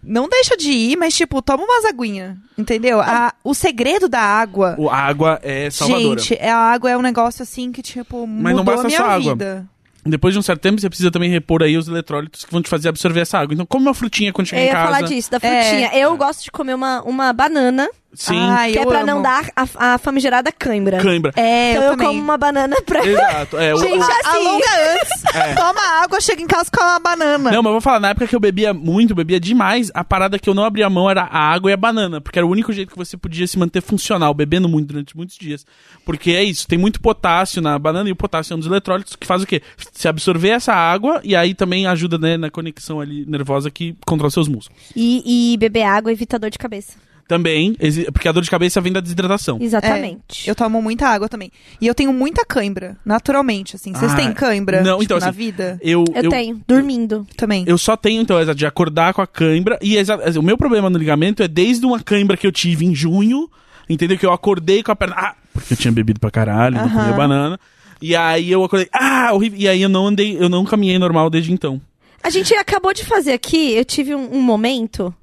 A: não deixa de ir, mas tipo, toma umas aguinha, entendeu? A- o segredo da água.
B: O a água é salvadora.
A: Gente, é- a água é um negócio assim que tipo mudou
B: Mas não basta
A: a minha
B: só a água.
A: vida.
B: Depois de um certo tempo, você precisa também repor aí os eletrólitos que vão te fazer absorver essa água. Então, come uma frutinha quando chegar
C: eu
B: em
C: ia
B: casa.
C: falar disso, da frutinha. Eu gosto de comer uma, uma banana,
B: Sim.
A: Ai,
C: que é
A: eu
C: pra
A: amo.
C: não dar a, a famigerada cãibra.
B: Cãibra.
A: É,
C: Então
A: eu,
C: eu,
A: também.
C: como uma banana pra...
B: Exato. É, o-
C: Gente,
B: o-
C: assim-
A: Alonga
B: (laughs)
A: antes, toma água, chega em casa com uma banana.
B: É. Não, mas eu vou falar, na época que eu bebia muito, bebia demais, a parada que eu não abria a mão era a água e a banana, porque era o único jeito que você podia se manter funcional, bebendo muito durante muitos dias. Porque é isso, tem muito potássio na banana e o potássio é um dos eletrólitos que faz o quê? Se absorver essa água e aí também ajuda né, na conexão ali nervosa que controla seus músculos.
C: E, e beber água evita dor de cabeça.
B: Também, exi- porque a dor de cabeça vem da desidratação.
C: Exatamente.
A: Eu tomo muita água também. E eu tenho muita cãibra, naturalmente, assim. Vocês
B: Ah,
A: têm cãibra
B: não,
A: tipo,
B: então,
A: na
B: assim,
A: vida?
B: Eu,
C: Eu, tenho, dormindo.
A: Também.
B: Eu só tenho, então, exato, de acordar com a cãibra. E exa- o meu problema no ligamento é desde uma cãibra que eu tive em junho, entendeu? Que eu acordei com a perna. Ah, porque eu tinha bebido pra caralho, não comia banana. E aí eu acordei. Ah, horrível. E aí eu não andei, eu não caminhei normal desde então.
C: A gente acabou de fazer aqui, eu tive um, um momento...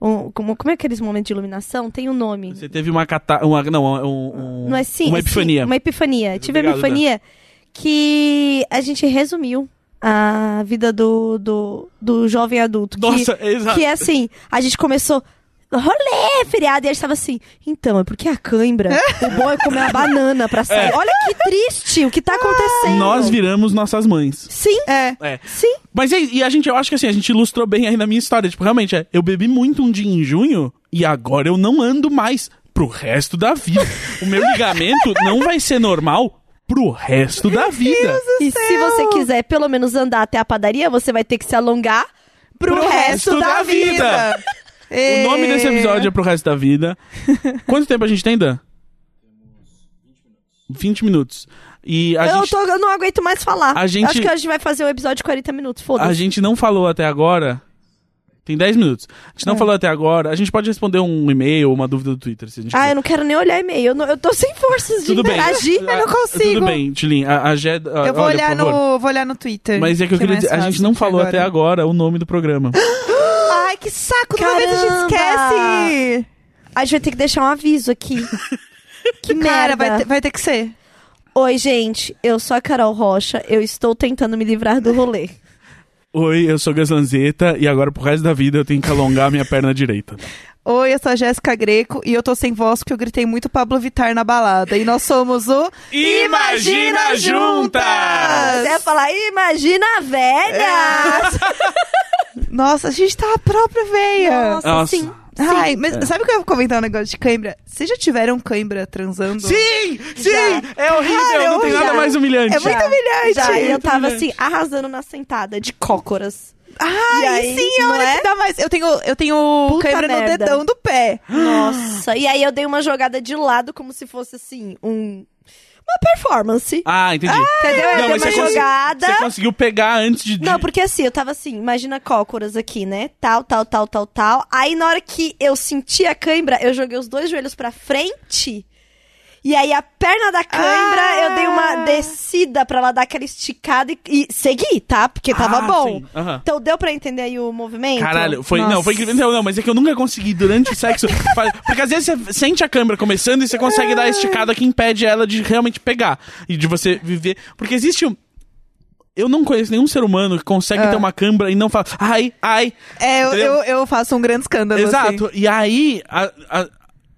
C: um- como, como é aqueles momentos de iluminação? Tem um nome.
B: Você teve uma cata. Uma, não, um, um-
C: Não é sim?
B: Uma
C: sim,
B: epifania.
C: uma epifania. Tive a
B: Obrigado,
C: epifania que a gente resumiu a vida do, do, do jovem adulto. que-
B: Nossa, é exato.
C: Que é assim, a gente começou. Rolê, feriado, e a gente tava assim. Então, é porque a cãibra. o bom é comer uma banana pra sair. Olha que triste o que tá acontecendo.
B: É. Ah. Nós viramos nossas mães.
C: Sim,
A: É.
B: É.
C: sim.
B: Mas é, e a gente, eu acho que assim, a gente ilustrou bem aí na minha história. Tipo, realmente, é, eu bebi muito um dia em junho e agora eu não ando mais pro resto da vida. o meu ligamento não vai ser normal pro resto da vida.
C: E se você quiser pelo menos andar até a padaria, você vai ter que se alongar pro,
A: Pro
C: resto,
B: resto
C: da,
B: da
C: vida.
B: vida. O nome desse episódio é pro resto da vida. Quanto tempo a gente tem, Dan? 20 minutos. E a
C: eu,
B: gente...
C: tô- eu não aguento mais falar.
B: A gente-
C: Acho que a gente vai fazer um episódio de 40 minutos,
B: A
C: foda-se.
B: gente não falou até agora. Tem 10 minutos. A
C: É.
B: gente não falou até agora. A gente pode responder um e-mail ou uma dúvida do Twitter, se a gente
C: Ah,
B: quiser.
C: eu não quero nem olhar e-mail. Eu, não- eu tô sem forças de
B: Tudo bem.
C: interagir.
A: eu não
B: Ah,
A: consigo.
B: Tudo bem, Tilin. A, a Jed, ah,
A: Eu vou,
B: olha,
A: olhar
B: por favor.
A: no, vou olhar no Twitter.
B: Mas é que eu queria
A: mais
B: dizer, a
A: fácil
B: gente não
A: do que
B: falou até agora o nome do programa.
A: (laughs) Ai, que saco, toda vez a gente
C: Caramba!
A: esquece.
C: A gente vai ter que deixar um
A: (laughs)
C: aviso aqui. que merda.
A: Cara, vai ter, vai ter que ser.
C: Oi, gente. Eu sou a Carol Rocha. Eu estou tentando me livrar do rolê.
B: Oi, eu sou Gaslanzeta e agora pro resto da vida eu tenho que alongar a minha perna direita.
A: Oi, eu sou a Jéssica Greco e eu tô sem voz porque eu gritei muito Pablo Vittar na balada. E nós somos o.
B: Imagina Juntas!
C: Você ia falar, imagina a velha!
A: Nossa, a gente tá a própria veia.
C: Nossa,
B: Nossa.
C: sim.
A: Ai, mas
B: É.
A: sabe o que eu ia comentar um negócio de cãibra? Vocês já tiveram cãibra transando?
B: Sim! Sim! É horrível!
A: Cara,
B: não tem
A: eu
B: nada
A: já-
B: mais humilhante.
A: É muito
C: Já,
A: humilhante.
C: Já, e eu tava
B: humilhante.
C: assim, arrasando na sentada, de cócoras.
A: Ai,
C: E aí,
A: sim, é a
C: não
A: hora
C: é?
A: que dá mais. Eu tenho, eu tenho
C: Puta
A: cãibra no
C: merda.
A: dedão do pé.
C: Nossa, e aí eu dei uma jogada de lado como se fosse assim, um uma performance.
B: Ah, entendi.
C: entendeu? Eu
B: Não,
C: dei
B: mas
C: uma
B: você, consegui-
C: jogada.
B: você conseguiu pegar antes de...
C: Não, porque assim, eu tava assim, imagina cócoras aqui, né? Tal, tal, tal, tal, tal. Aí na hora que eu senti a cãibra, eu joguei os dois joelhos pra frente. E aí a perna da cãibra,
A: Ah!
C: eu dei uma descida pra ela dar aquela esticada e, e segui, tá? Porque tava
B: Ah,
C: bom.
B: sim, aham.
C: Então deu pra entender aí o movimento?
B: Caralho, foi. Não,
A: Nossa.
B: foi incrível. Não, não, mas é que eu nunca consegui durante o sexo. fa- porque às vezes você sente a câmera começando e você consegue dar a esticada que impede ela de realmente pegar e de você viver. Porque existe um. Eu não conheço nenhum ser humano que consegue ter uma câmera e não fala. Ai, ai.
A: É, eu,
B: Entendeu?
A: eu, eu faço um grande escândalo.
B: Exato. E aí, a- a-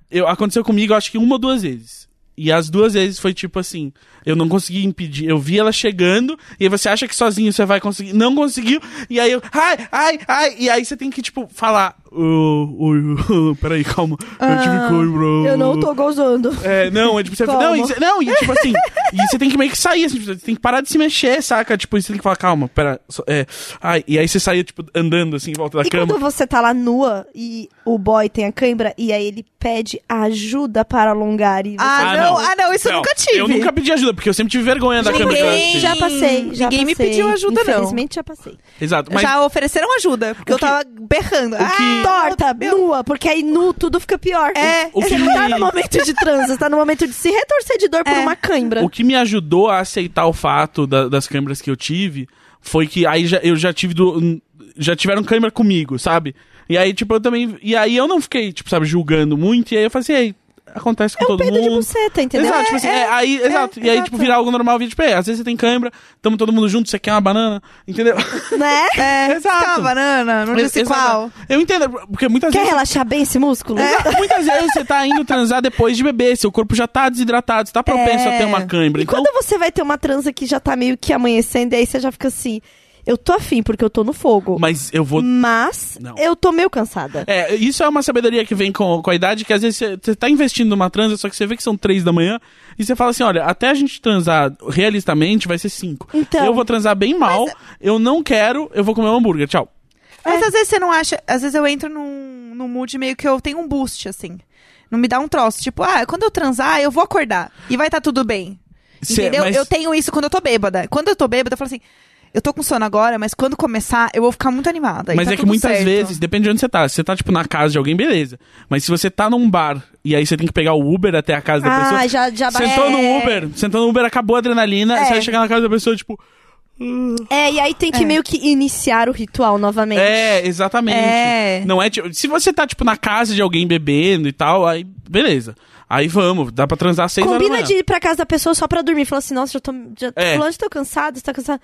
B: eu, aconteceu comigo, acho que uma ou duas vezes. E as duas vezes foi tipo assim, eu não consegui impedir. Eu vi ela chegando, e aí você acha que sozinho você vai conseguir. Não conseguiu, e aí eu. Ai, ai, ai. E aí você tem que, tipo, falar. o, (laughs) o, o- peraí, calma. eu tive coimbra.
C: Ah, Eu não tô gozando.
B: É, não, é tipo, você.
C: Calma.
B: Não, e, cê- não, e tipo assim. e você tem que meio que sair, assim, tipo, você tem que parar de se mexer, saca? Tipo, e você tem que falar, calma, pera. só- é, ai, e aí você saía, tipo, andando assim em volta da
C: E
B: cama.
C: quando você tá lá nua e o boy tem a cãibra e aí ele pede ajuda para alongar e você...
A: Ah, não. Ah, não, isso eu nunca tive.
B: Eu nunca pedi ajuda, porque eu sempre tive vergonha da câmera. que eu
A: Ninguém-
B: assisti.
C: já passei, já
A: Ninguém me
C: passei.
A: pediu ajuda, não.
C: Infelizmente já passei.
B: Exato, mas.
A: Já ofereceram ajuda, porque eu tava berrando. Ah,
C: Torta, nua, porque aí nu tudo fica pior.
A: É.
B: O
C: Você
B: que-
C: não tá no momento de transa, você tá no momento de se retorcer de dor por
A: É.
C: uma cãibra.
B: O que me ajudou a aceitar o fato da- das câmeras que eu tive foi que aí já- eu já tive do- já tiveram câmera comigo, sabe? E aí tipo eu também e aí eu não fiquei tipo sabe julgando muito e aí eu falei assim, "Ei, acontece com
C: É um
B: todo
C: peido de
B: mundo.
C: buceta, entendeu?
B: Exato, tipo assim, é, aí, exato. E aí, tipo, virar algo normal, vídeo, tipo, é, às vezes você tem câimbra, tamo todo mundo junto, você quer uma banana, entendeu?
C: Né?
A: É,
B: Exato.
A: Tá, banana, não disse
B: Exato.
A: qual.
B: Eu entendo, porque muitas
C: Quer
B: vezes.
C: relaxar bem esse músculo?
A: É.
B: Exato, Muitas vezes você tá indo transar depois de beber, seu corpo já tá desidratado, você tá propenso
A: É.
B: a ter uma câimbra.
C: E
B: Então,
C: quando você vai ter uma transa que já tá meio que amanhecendo, e aí você já fica assim, eu tô afim porque eu tô no fogo.
B: mas eu vou
C: Mas
B: Não.
C: eu tô meio cansada.
B: É, isso é uma sabedoria que vem com, com a idade, que às vezes você- você tá investindo numa transa, só que você vê que são três da manhã, e você fala assim, olha, até a gente transar realistamente vai ser cinco.
C: Então.
B: Eu vou transar bem mal, eu não quero, eu vou comer um hambúrguer, tchau. É.
A: Mas às vezes você não acha. Às vezes eu entro num, num mood meio que eu tenho um boost, assim. Não me dá um troço. Tipo, ah, quando eu transar, eu vou acordar. E vai estar tudo bem.
B: Cê-
A: Entendeu?
B: mas-
A: Eu tenho isso quando eu tô bêbada. Quando eu tô bêbada, eu falo assim. Eu tô com sono agora, mas quando começar, eu vou ficar muito animada. e
B: Mas
A: tá
B: é que
A: tudo
B: muitas
A: certo."
B: vezes, depende de onde você tá. Se você tá, tipo, na casa de alguém, beleza. Mas se você tá num bar e aí você tem que pegar o Uber até a casa da
C: Ah,
B: pessoa.
C: já- já ba-
B: Sentou
C: é.
B: no Uber, sentou no Uber, acabou a adrenalina, você vai chegar na casa da pessoa, tipo.
C: É, e aí tem que meio que iniciar o ritual novamente.
B: É, exatamente.
A: É.
B: Não é tipo. Se você tá, tipo, na casa de alguém bebendo e tal, aí beleza. Aí vamos, dá pra transar às seis
C: Combina
B: horas da
C: de
B: manhã.
C: ir pra casa da pessoa só pra dormir. Fala assim, nossa, já tô. Já,
B: É.
C: Fulano, já tô cansado, você tá cansado.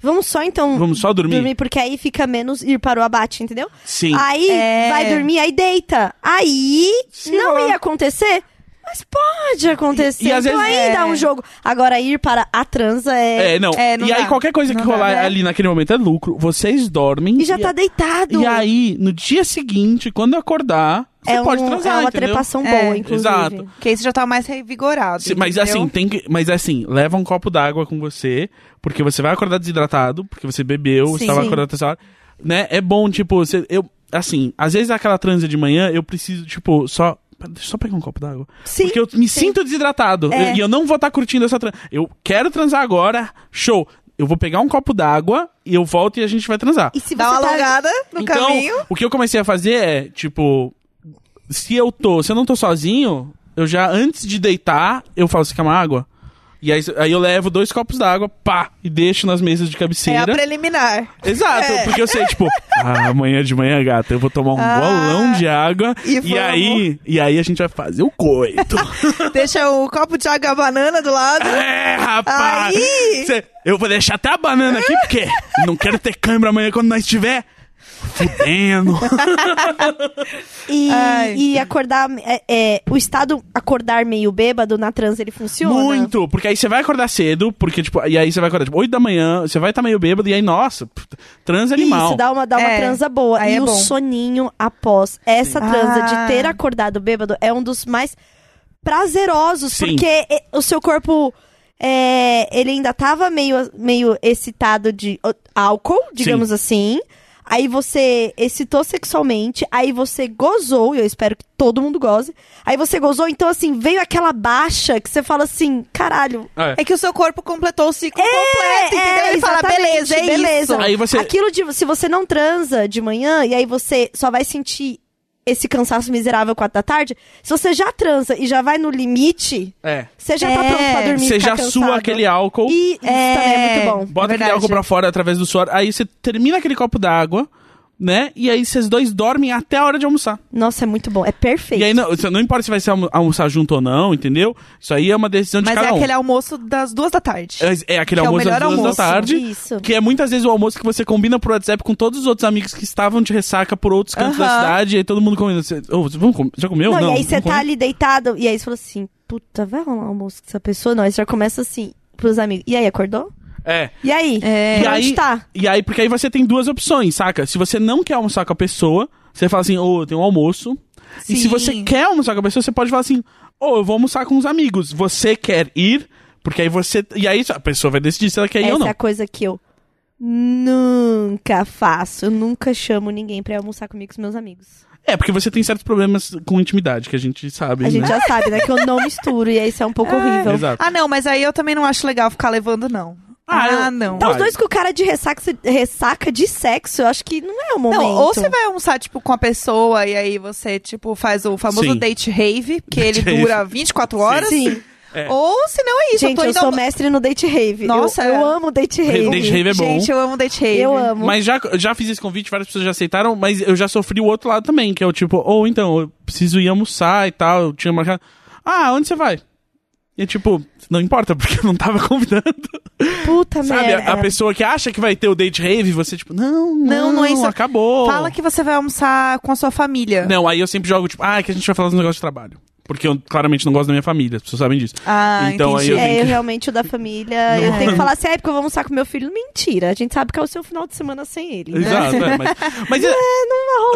C: Vamos só então.
B: Vamos só dormir?
C: porque aí fica menos ir para o abate, entendeu?
B: Sim.
C: Aí
A: É.
C: vai dormir, aí deita. Aí não ia acontecer. Mas pode acontecer.
B: E- e às
C: então
B: vezes-
C: aí
A: É.
C: dá um jogo. Agora, ir para a transa é.
B: É, não.
A: É, não
B: e aí
A: dá.
B: qualquer coisa que
A: Não dá,
B: rolar
A: né?
B: ali naquele momento é lucro. Vocês dormem.
C: E já tá deitado.
B: E aí, no dia seguinte, quando acordar, você
C: é, um,
B: pode transar,
C: é uma
B: entendeu?
C: trepação
A: É,
C: boa, inclusive.
B: exato.
A: Porque aí você já tá mais revigorado.
B: Se- mas
A: entendeu?
B: assim, tem que. Mas assim, leva um copo d'água com você, porque você vai acordar desidratado, porque você bebeu,
A: Sim.
B: você tava
A: Sim.
B: acordado até essa hora. Né? É bom, tipo, você, eu. Assim, às vezes aquela transa de manhã, eu preciso, tipo, só. pera, Deixa eu só pegar um copo d'água.
C: Sim,
B: Porque eu me sinto desidratado.
C: É.
B: eu- E eu não vou estar curtindo essa transa. Eu quero transar agora. Show. Eu vou pegar um copo d'água e eu volto e a gente vai transar.
C: E se
A: Dá uma
C: você tá-
A: alongada no
B: então,
A: caminho.
B: o que eu comecei a fazer é, tipo, se eu tô, se eu não tô sozinho, eu já, antes de deitar, eu falo, você quer uma água? E aí, aí eu levo dois copos d'água, pá, e deixo nas mesas de
A: É a
B: cabeceira.
A: preliminar. (laughs)
B: Exato,
A: É.
B: porque eu sei,
A: (laughs)
B: tipo, ah, amanhã de manhã, gata, eu vou tomar um
A: Ah,
B: bolão de água
A: e
B: e,
A: vamos.
B: aí, e aí a gente vai fazer o
A: (laughs)
B: coito.
A: Deixa o copo de água e a banana do lado.
B: é, rapaz!
A: Aí.
B: Cê- eu vou deixar até a banana aqui, porque não quero ter câmera amanhã quando nós estiver fudendo.
C: E,
A: Ai.
C: e acordar. é, é, o estado acordar meio bêbado na transa, ele funciona?
B: Muito, porque aí você vai acordar cedo, porque, tipo, e aí você vai acordar, tipo, 8 da manhã, você vai estar meio bêbado, e aí, nossa, puta, trans animal.
C: Isso, dá uma, dá uma
A: É,
C: transa boa.
A: aí
C: e
A: é
C: o
A: bom.
C: soninho após essa
A: Sim.
C: transa
A: Ah.
C: de ter acordado bêbado é um dos mais prazerosos,
B: Sim.
C: porque é, o seu corpo. é, ele ainda tava meio, meio excitado de ó, álcool, digamos assim. Aí você excitou sexualmente, aí você gozou, e eu espero que todo mundo goze. Aí você gozou, então assim, veio aquela baixa que você fala assim, caralho,
B: É.
A: É que o seu corpo completou o ciclo completo, entendeu?
C: é,
A: Ele fala,
C: exatamente,
A: beleza, é
C: beleza.
A: isso.
B: Aí você-
C: Aquilo de. Se você não transa de manhã e aí você só vai sentir esse cansaço miserável quatro da tarde, se você já transa e já vai no limite,
B: É.
C: você já tá
A: É.
C: pronto pra dormir.
B: Você
C: ficar
B: já
C: cansado.
B: sua aquele álcool,
C: E isso
A: É.
C: também é muito
B: bota
C: bom.
A: é
B: aquele
A: verdade.
B: álcool pra fora através do suor, aí você termina aquele copo d'água, né? E aí vocês dois dormem até a hora de almoçar.
C: Nossa, é muito bom. É
B: E
C: perfeito.
B: aí não, você- não importa se vai ser almo- almoçar junto ou não, entendeu? Isso aí é uma decisão de
A: Mas é
B: cada um.
A: aquele almoço das duas da tarde.
B: É, é aquele
A: que é o
B: almoço
A: melhor
B: às duas
A: almoço.
B: da tarde.
C: Isso.
B: Que é muitas vezes o almoço que você combina por WhatsApp com todos os outros amigos que estavam de ressaca por outros cantos da
A: Aham.
B: cidade. E aí todo mundo comendo. Você, "Ô, você vamos com- já comeu?
C: não,
B: Não,
C: e aí você
B: vamos
C: tá
B: comer?"
C: ali deitado, e aí você fala assim, puta, vai rolar um almoço com essa pessoa? Não, aí você já começa assim, pros amigos. E aí, acordou?
B: É.
C: E aí?
A: É.
B: E
C: Pra
B: aí-
C: onde tá?
B: E aí, porque aí você tem duas opções, saca? Se você não quer almoçar com a pessoa, você fala assim, ô, tem um almoço. E se
A: Sim.
B: você quer almoçar com a pessoa, você pode falar assim, ô, eu vou almoçar com uns amigos. Você quer ir? Porque aí você. E aí a pessoa vai decidir se ela quer ir ou
C: Essa
B: não.
C: é a coisa que eu nunca faço. Eu nunca chamo ninguém pra almoçar comigo com os meus amigos.
B: É, porque você tem certos problemas com intimidade, que a gente sabe.
C: A gente
B: né?
C: já sabe, né? Que eu não misturo. E aí isso é
B: (laughs)
C: um pouco horrível.
B: Exato.
A: Ah, não, mas aí eu também não acho legal ficar levando, não.
B: Ah,
A: Ah,
B: eu-
A: não.
C: Tá os
B: Vai.
C: dois com cara de ressaca, ressaca de sexo. Eu acho que não é o momento.
A: Não, ou você vai almoçar, tipo, com a pessoa e aí você, tipo, faz o famoso
B: Sim.
A: date rave, que ele
B: Date
A: dura 24 horas.
C: Sim.
B: É.
A: Ou se não é isso, eu
C: Gente,
A: tô
C: eu,
A: indo
C: sou
A: almo-
C: mestre no date rave.
A: Nossa,
C: eu, eu
A: é.
C: amo date rave.
B: Date rave é bom.
A: Gente, eu amo date rave.
C: Eu amo.
B: Mas já, já fiz esse convite, várias pessoas já aceitaram, mas eu já sofri o outro lado também, que é o tipo, ou então, eu preciso ir almoçar e tal, eu tinha marcado. Ah, onde você vai? E tipo, não importa, porque eu não tava (laughs) convidando.
A: É,
C: Puta
B: Sabe,
C: merda.
B: a, a pessoa que acha que vai ter o date rave, você tipo, não, não,
A: Não, não é isso.
B: acabou.
A: Fala que você vai almoçar com a sua família.
B: Não, aí eu sempre jogo, tipo, ah, é que a gente vai falar dos negócios de trabalho. Porque eu claramente não gosto da minha família, as pessoas sabem disso.
A: Ah,
B: Então, aí
A: entendi.
B: eu
C: É,
B: tenho
C: eu
B: que-
C: realmente o da família. Eu tenho que falar assim, é porque eu vou almoçar com meu filho. Mentira, a gente sabe que é o seu final de semana
A: Então.
C: sem ele. né?
B: Exato,
A: (laughs)
B: é, mas, mas é-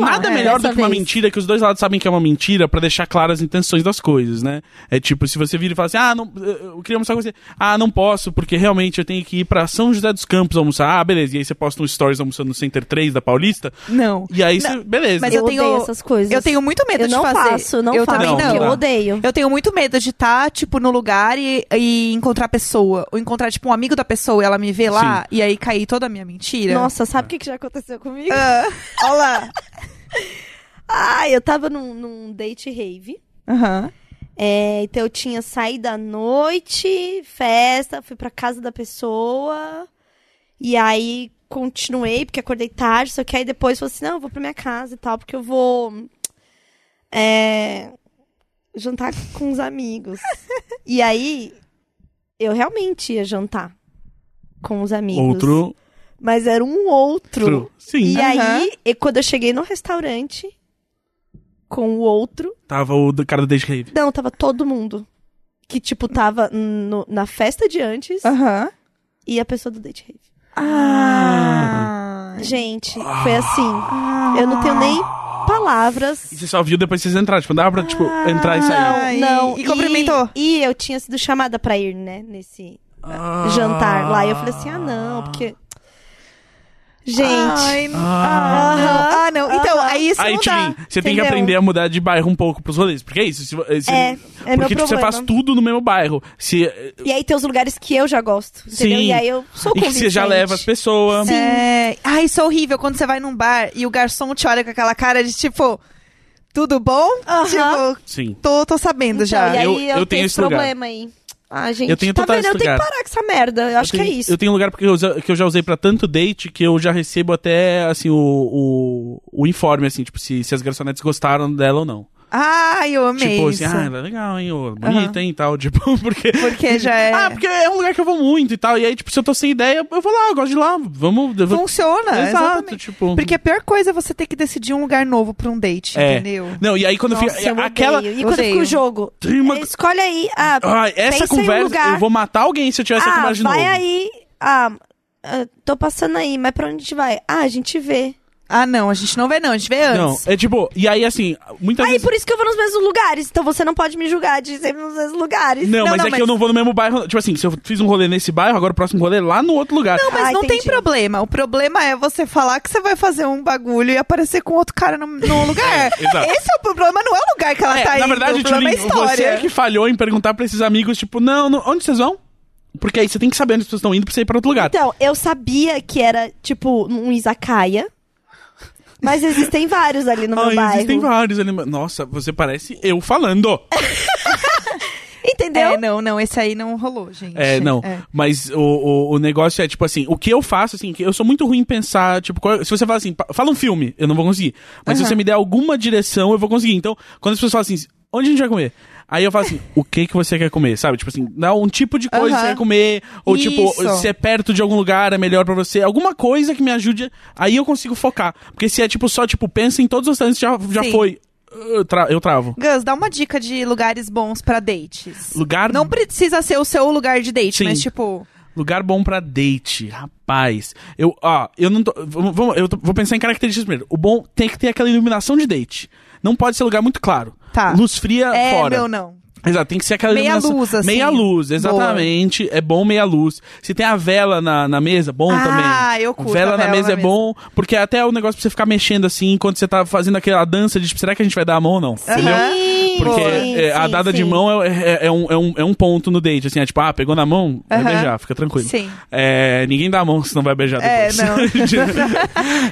B: nada
D: né,
B: melhor do
D: dessa
B: que uma
D: vez.
B: mentira que os dois lados sabem que é uma mentira pra deixar claras as intenções das coisas, né? É tipo, se você vira e fala assim, ah, não, eu queria almoçar com você. Ah, não posso, porque realmente eu tenho que ir pra São José dos Campos almoçar. Ah, beleza. E aí você posta um stories almoçando no Center 3 da Paulista.
A: É, Não.
B: E aí você, beleza.
A: Mas
C: eu,
A: eu tenho-
C: odeio essas coisas.
A: Eu tenho muito medo
C: Eu
A: de
C: não
A: fazer.
C: faço, não
A: eu
C: faço.
A: Também
B: Não,
A: não.
C: porque
B: não
C: eu
B: dá.
C: odeio.
A: Eu tenho muito medo de estar, tipo, no lugar e, e encontrar pessoa. Ou encontrar, tipo, um amigo da pessoa e ela me ver lá e aí cair toda a minha mentira.
C: Nossa, sabe o que, que já aconteceu comigo?
A: Ah. Olha lá.
C: Ah, eu tava num, num date rave.
A: Aham.
C: É, então eu tinha saído à noite, festa, fui pra casa da pessoa. E aí continuei, porque acordei tarde, só que aí depois eu falei assim, não, eu vou pra minha casa e tal, porque eu vou é, jantar com os
A: (laughs)
C: amigos. e aí eu realmente ia jantar com os amigos.
B: Outro.
C: Mas era um outro.
B: outro. Sim.
C: E aí, e quando eu cheguei no restaurante com o outro,
B: Tava o do- cara do Date Rave.
C: não, tava todo mundo. Que, tipo, tava no- na festa de antes
A: Aham.
C: e a pessoa do Date Rave.
A: Ah.
C: Gente, foi assim. Eu não tenho nem palavras.
B: E você só viu depois que vocês entraram. Tipo, dava pra, tipo, entrar e sair.
A: Ah, e-
C: não.
A: e cumprimentou?
C: E, eu tinha sido chamada pra ir, né, nesse
B: Ah.
C: jantar lá. E eu falei assim, ah, não, porque... Gente...
A: Ai, não.
B: Ah.
A: Ah, não. Então, aí isso
B: Aí,
A: não dá.
B: Tilin, você tem que
C: entendeu?
B: aprender a mudar de bairro um pouco pros rolês. Porque é isso. Se, vo- se,
C: É, é meu
B: porque tipo, você
C: problema.
B: faz tudo no mesmo bairro. Se,
C: E aí tem os lugares que eu já gosto, entendeu?
B: Sim.
C: E aí eu sou
B: e que você já
C: convincente.
B: leva as pessoas.
A: É... Ai, isso é horrível quando você vai num bar e o garçom te olha com aquela cara de tipo, tudo bom?
C: Aham.
A: Tipo,
B: Sim.
A: tô, tô sabendo já.
C: Então, E aí
B: Eu-
C: eu,
B: eu tenho
C: tenho, esse
B: esse lugar.
C: problema aí. Ah, gente,
B: Eu tenho
C: tá
B: total
C: vendo?
B: esse
C: Eu tenho que
B: lugar.
C: parar com essa merda. Eu acho
B: Eu
C: que é
B: tenho-
C: isso.
B: Eu tenho um lugar porque eu, usa- que eu já usei pra tanto date que eu já recebo até, assim, o, o, o informe, assim, tipo, se, se as garçonetes gostaram dela ou não.
A: Ai, eu amei
B: tipo,
A: isso.
B: assim, ah, ela é legal, hein, ô, bonita, hein, e tal. (laughs) Tipo, porque...
A: Porque já é...
B: Ah, porque é um lugar que eu vou muito e tal. E aí, tipo, se eu tô sem ideia, eu vou lá, eu gosto de ir lá. Vamos... eu vou-
A: Funciona,
B: Exato,
A: exatamente.
B: tipo...
A: Porque a pior coisa é você ter que decidir um lugar novo pra um date,
B: É.
A: entendeu?
B: Não, e aí quando
C: Nossa,
B: fica...
C: eu
B: Aquela...
C: odeio. E quando
A: Odeio.
C: fica o jogo?
B: Tem uma-
C: é, Escolhe aí. Ah,
B: Ai, essa
C: pensa em um
B: conversa...
C: lugar.
B: Eu vou matar alguém se eu tiver essa
C: ah,
B: conversa é de
C: vai
B: novo.
C: aí. Ah, ah, tô passando aí, mas pra onde a gente vai? Ah, a gente vê.
A: Ah, não, a gente não vê não, a gente vê
B: Não,
A: antes.
B: é tipo... E aí, assim, muitas
C: Aí,
B: vezes...
C: por isso que eu vou nos mesmos lugares. Então você não pode me julgar de sempre nos mesmos lugares.
B: Não,
A: Não,
B: mas
A: não,
B: é que
A: mas-
B: eu não vou no mesmo bairro. Tipo assim, se eu fiz um rolê nesse bairro, agora o próximo rolê é lá no outro lugar.
A: Não, mas
C: Ah,
A: não tem
C: entendi.
A: problema. O problema é você falar que você vai fazer um bagulho e aparecer com outro cara no,
B: (laughs)
A: no lugar.
B: exato.
A: Esse é o problema, não é o lugar que ela
B: É,
A: tá
B: na
A: indo,
B: verdade,
A: o problema é a
B: Tulin, você
A: história.
B: é que falhou em perguntar pra esses amigos, tipo, não, não, onde vocês vão? Porque aí você tem que saber onde as pessoas estão indo pra você ir pra outro lugar.
C: Então, eu sabia que era, tipo, um izakaya. Mas existem vários ali Então, no meu
B: Ai,
C: bairro.
B: Então, existem vários ali. mas- Nossa, você parece eu falando.
C: Entendeu?
A: É, não, não, esse aí não rolou, gente.
B: É, não. Mas o, o, o negócio é, tipo assim, o que eu faço, assim, que eu sou muito ruim em pensar, tipo, qual- se você fala assim, pa- fala um filme, eu não vou conseguir. Mas se você me der alguma direção, eu vou conseguir. Então, quando as pessoas falam assim, onde a gente vai comer? Aí eu falo assim, o que que você quer comer, sabe? Tipo assim, dá um tipo de coisa que você
A: Aham.
B: quer comer, ou tipo,
A: Isso.
B: se é perto de algum lugar é melhor pra você, alguma coisa que me ajude, aí eu consigo focar. Porque se é tipo só, tipo, pensa em todos os restaurantes, já, já
A: Sim.
B: foi. Eu, tra- eu travo.
A: Gus, dá uma dica de lugares bons pra dates.
B: Lugar
A: Não precisa ser o seu lugar de date,
B: Sim.
A: mas tipo...
B: Lugar bom pra date, rapaz. Eu, ó, eu não tô, vamos, vamos- eu tô- vou pensar em características primeiro. O bom tem que ter aquela iluminação de date. Não pode ser lugar muito claro.
A: Tá.
B: Luz fria
A: É,
B: Ah, fora.
A: meu, não.
B: Exato, tem que ser aquela
A: Meia
B: iluminação-
A: luz, assim.
B: Meia luz, exatamente. É bom meia luz. Se tem a vela na, na mesa, bom
A: Ah,
B: também.
A: eu curto
B: Vela
A: a
B: na
A: vela
B: mesa
A: na
B: é
A: mesa.
B: bom, porque até o negócio pra você ficar mexendo assim, enquanto você tá fazendo aquela dança de tipo, será que a gente vai dar a mão ou não? Entendeu?
A: Aham.
B: Porque
A: Boa.
B: é, a
C: sim,
B: dada de
C: sim.
B: mão é, é- é um, é, um, é um ponto no date, assim, é tipo, ah, pegou na mão, vai
A: Aham.
B: beijar, fica tranquilo.
A: Sim.
B: É, ninguém dá a mão, senão vai beijar
A: É,
B: depois.
A: não.
B: (laughs)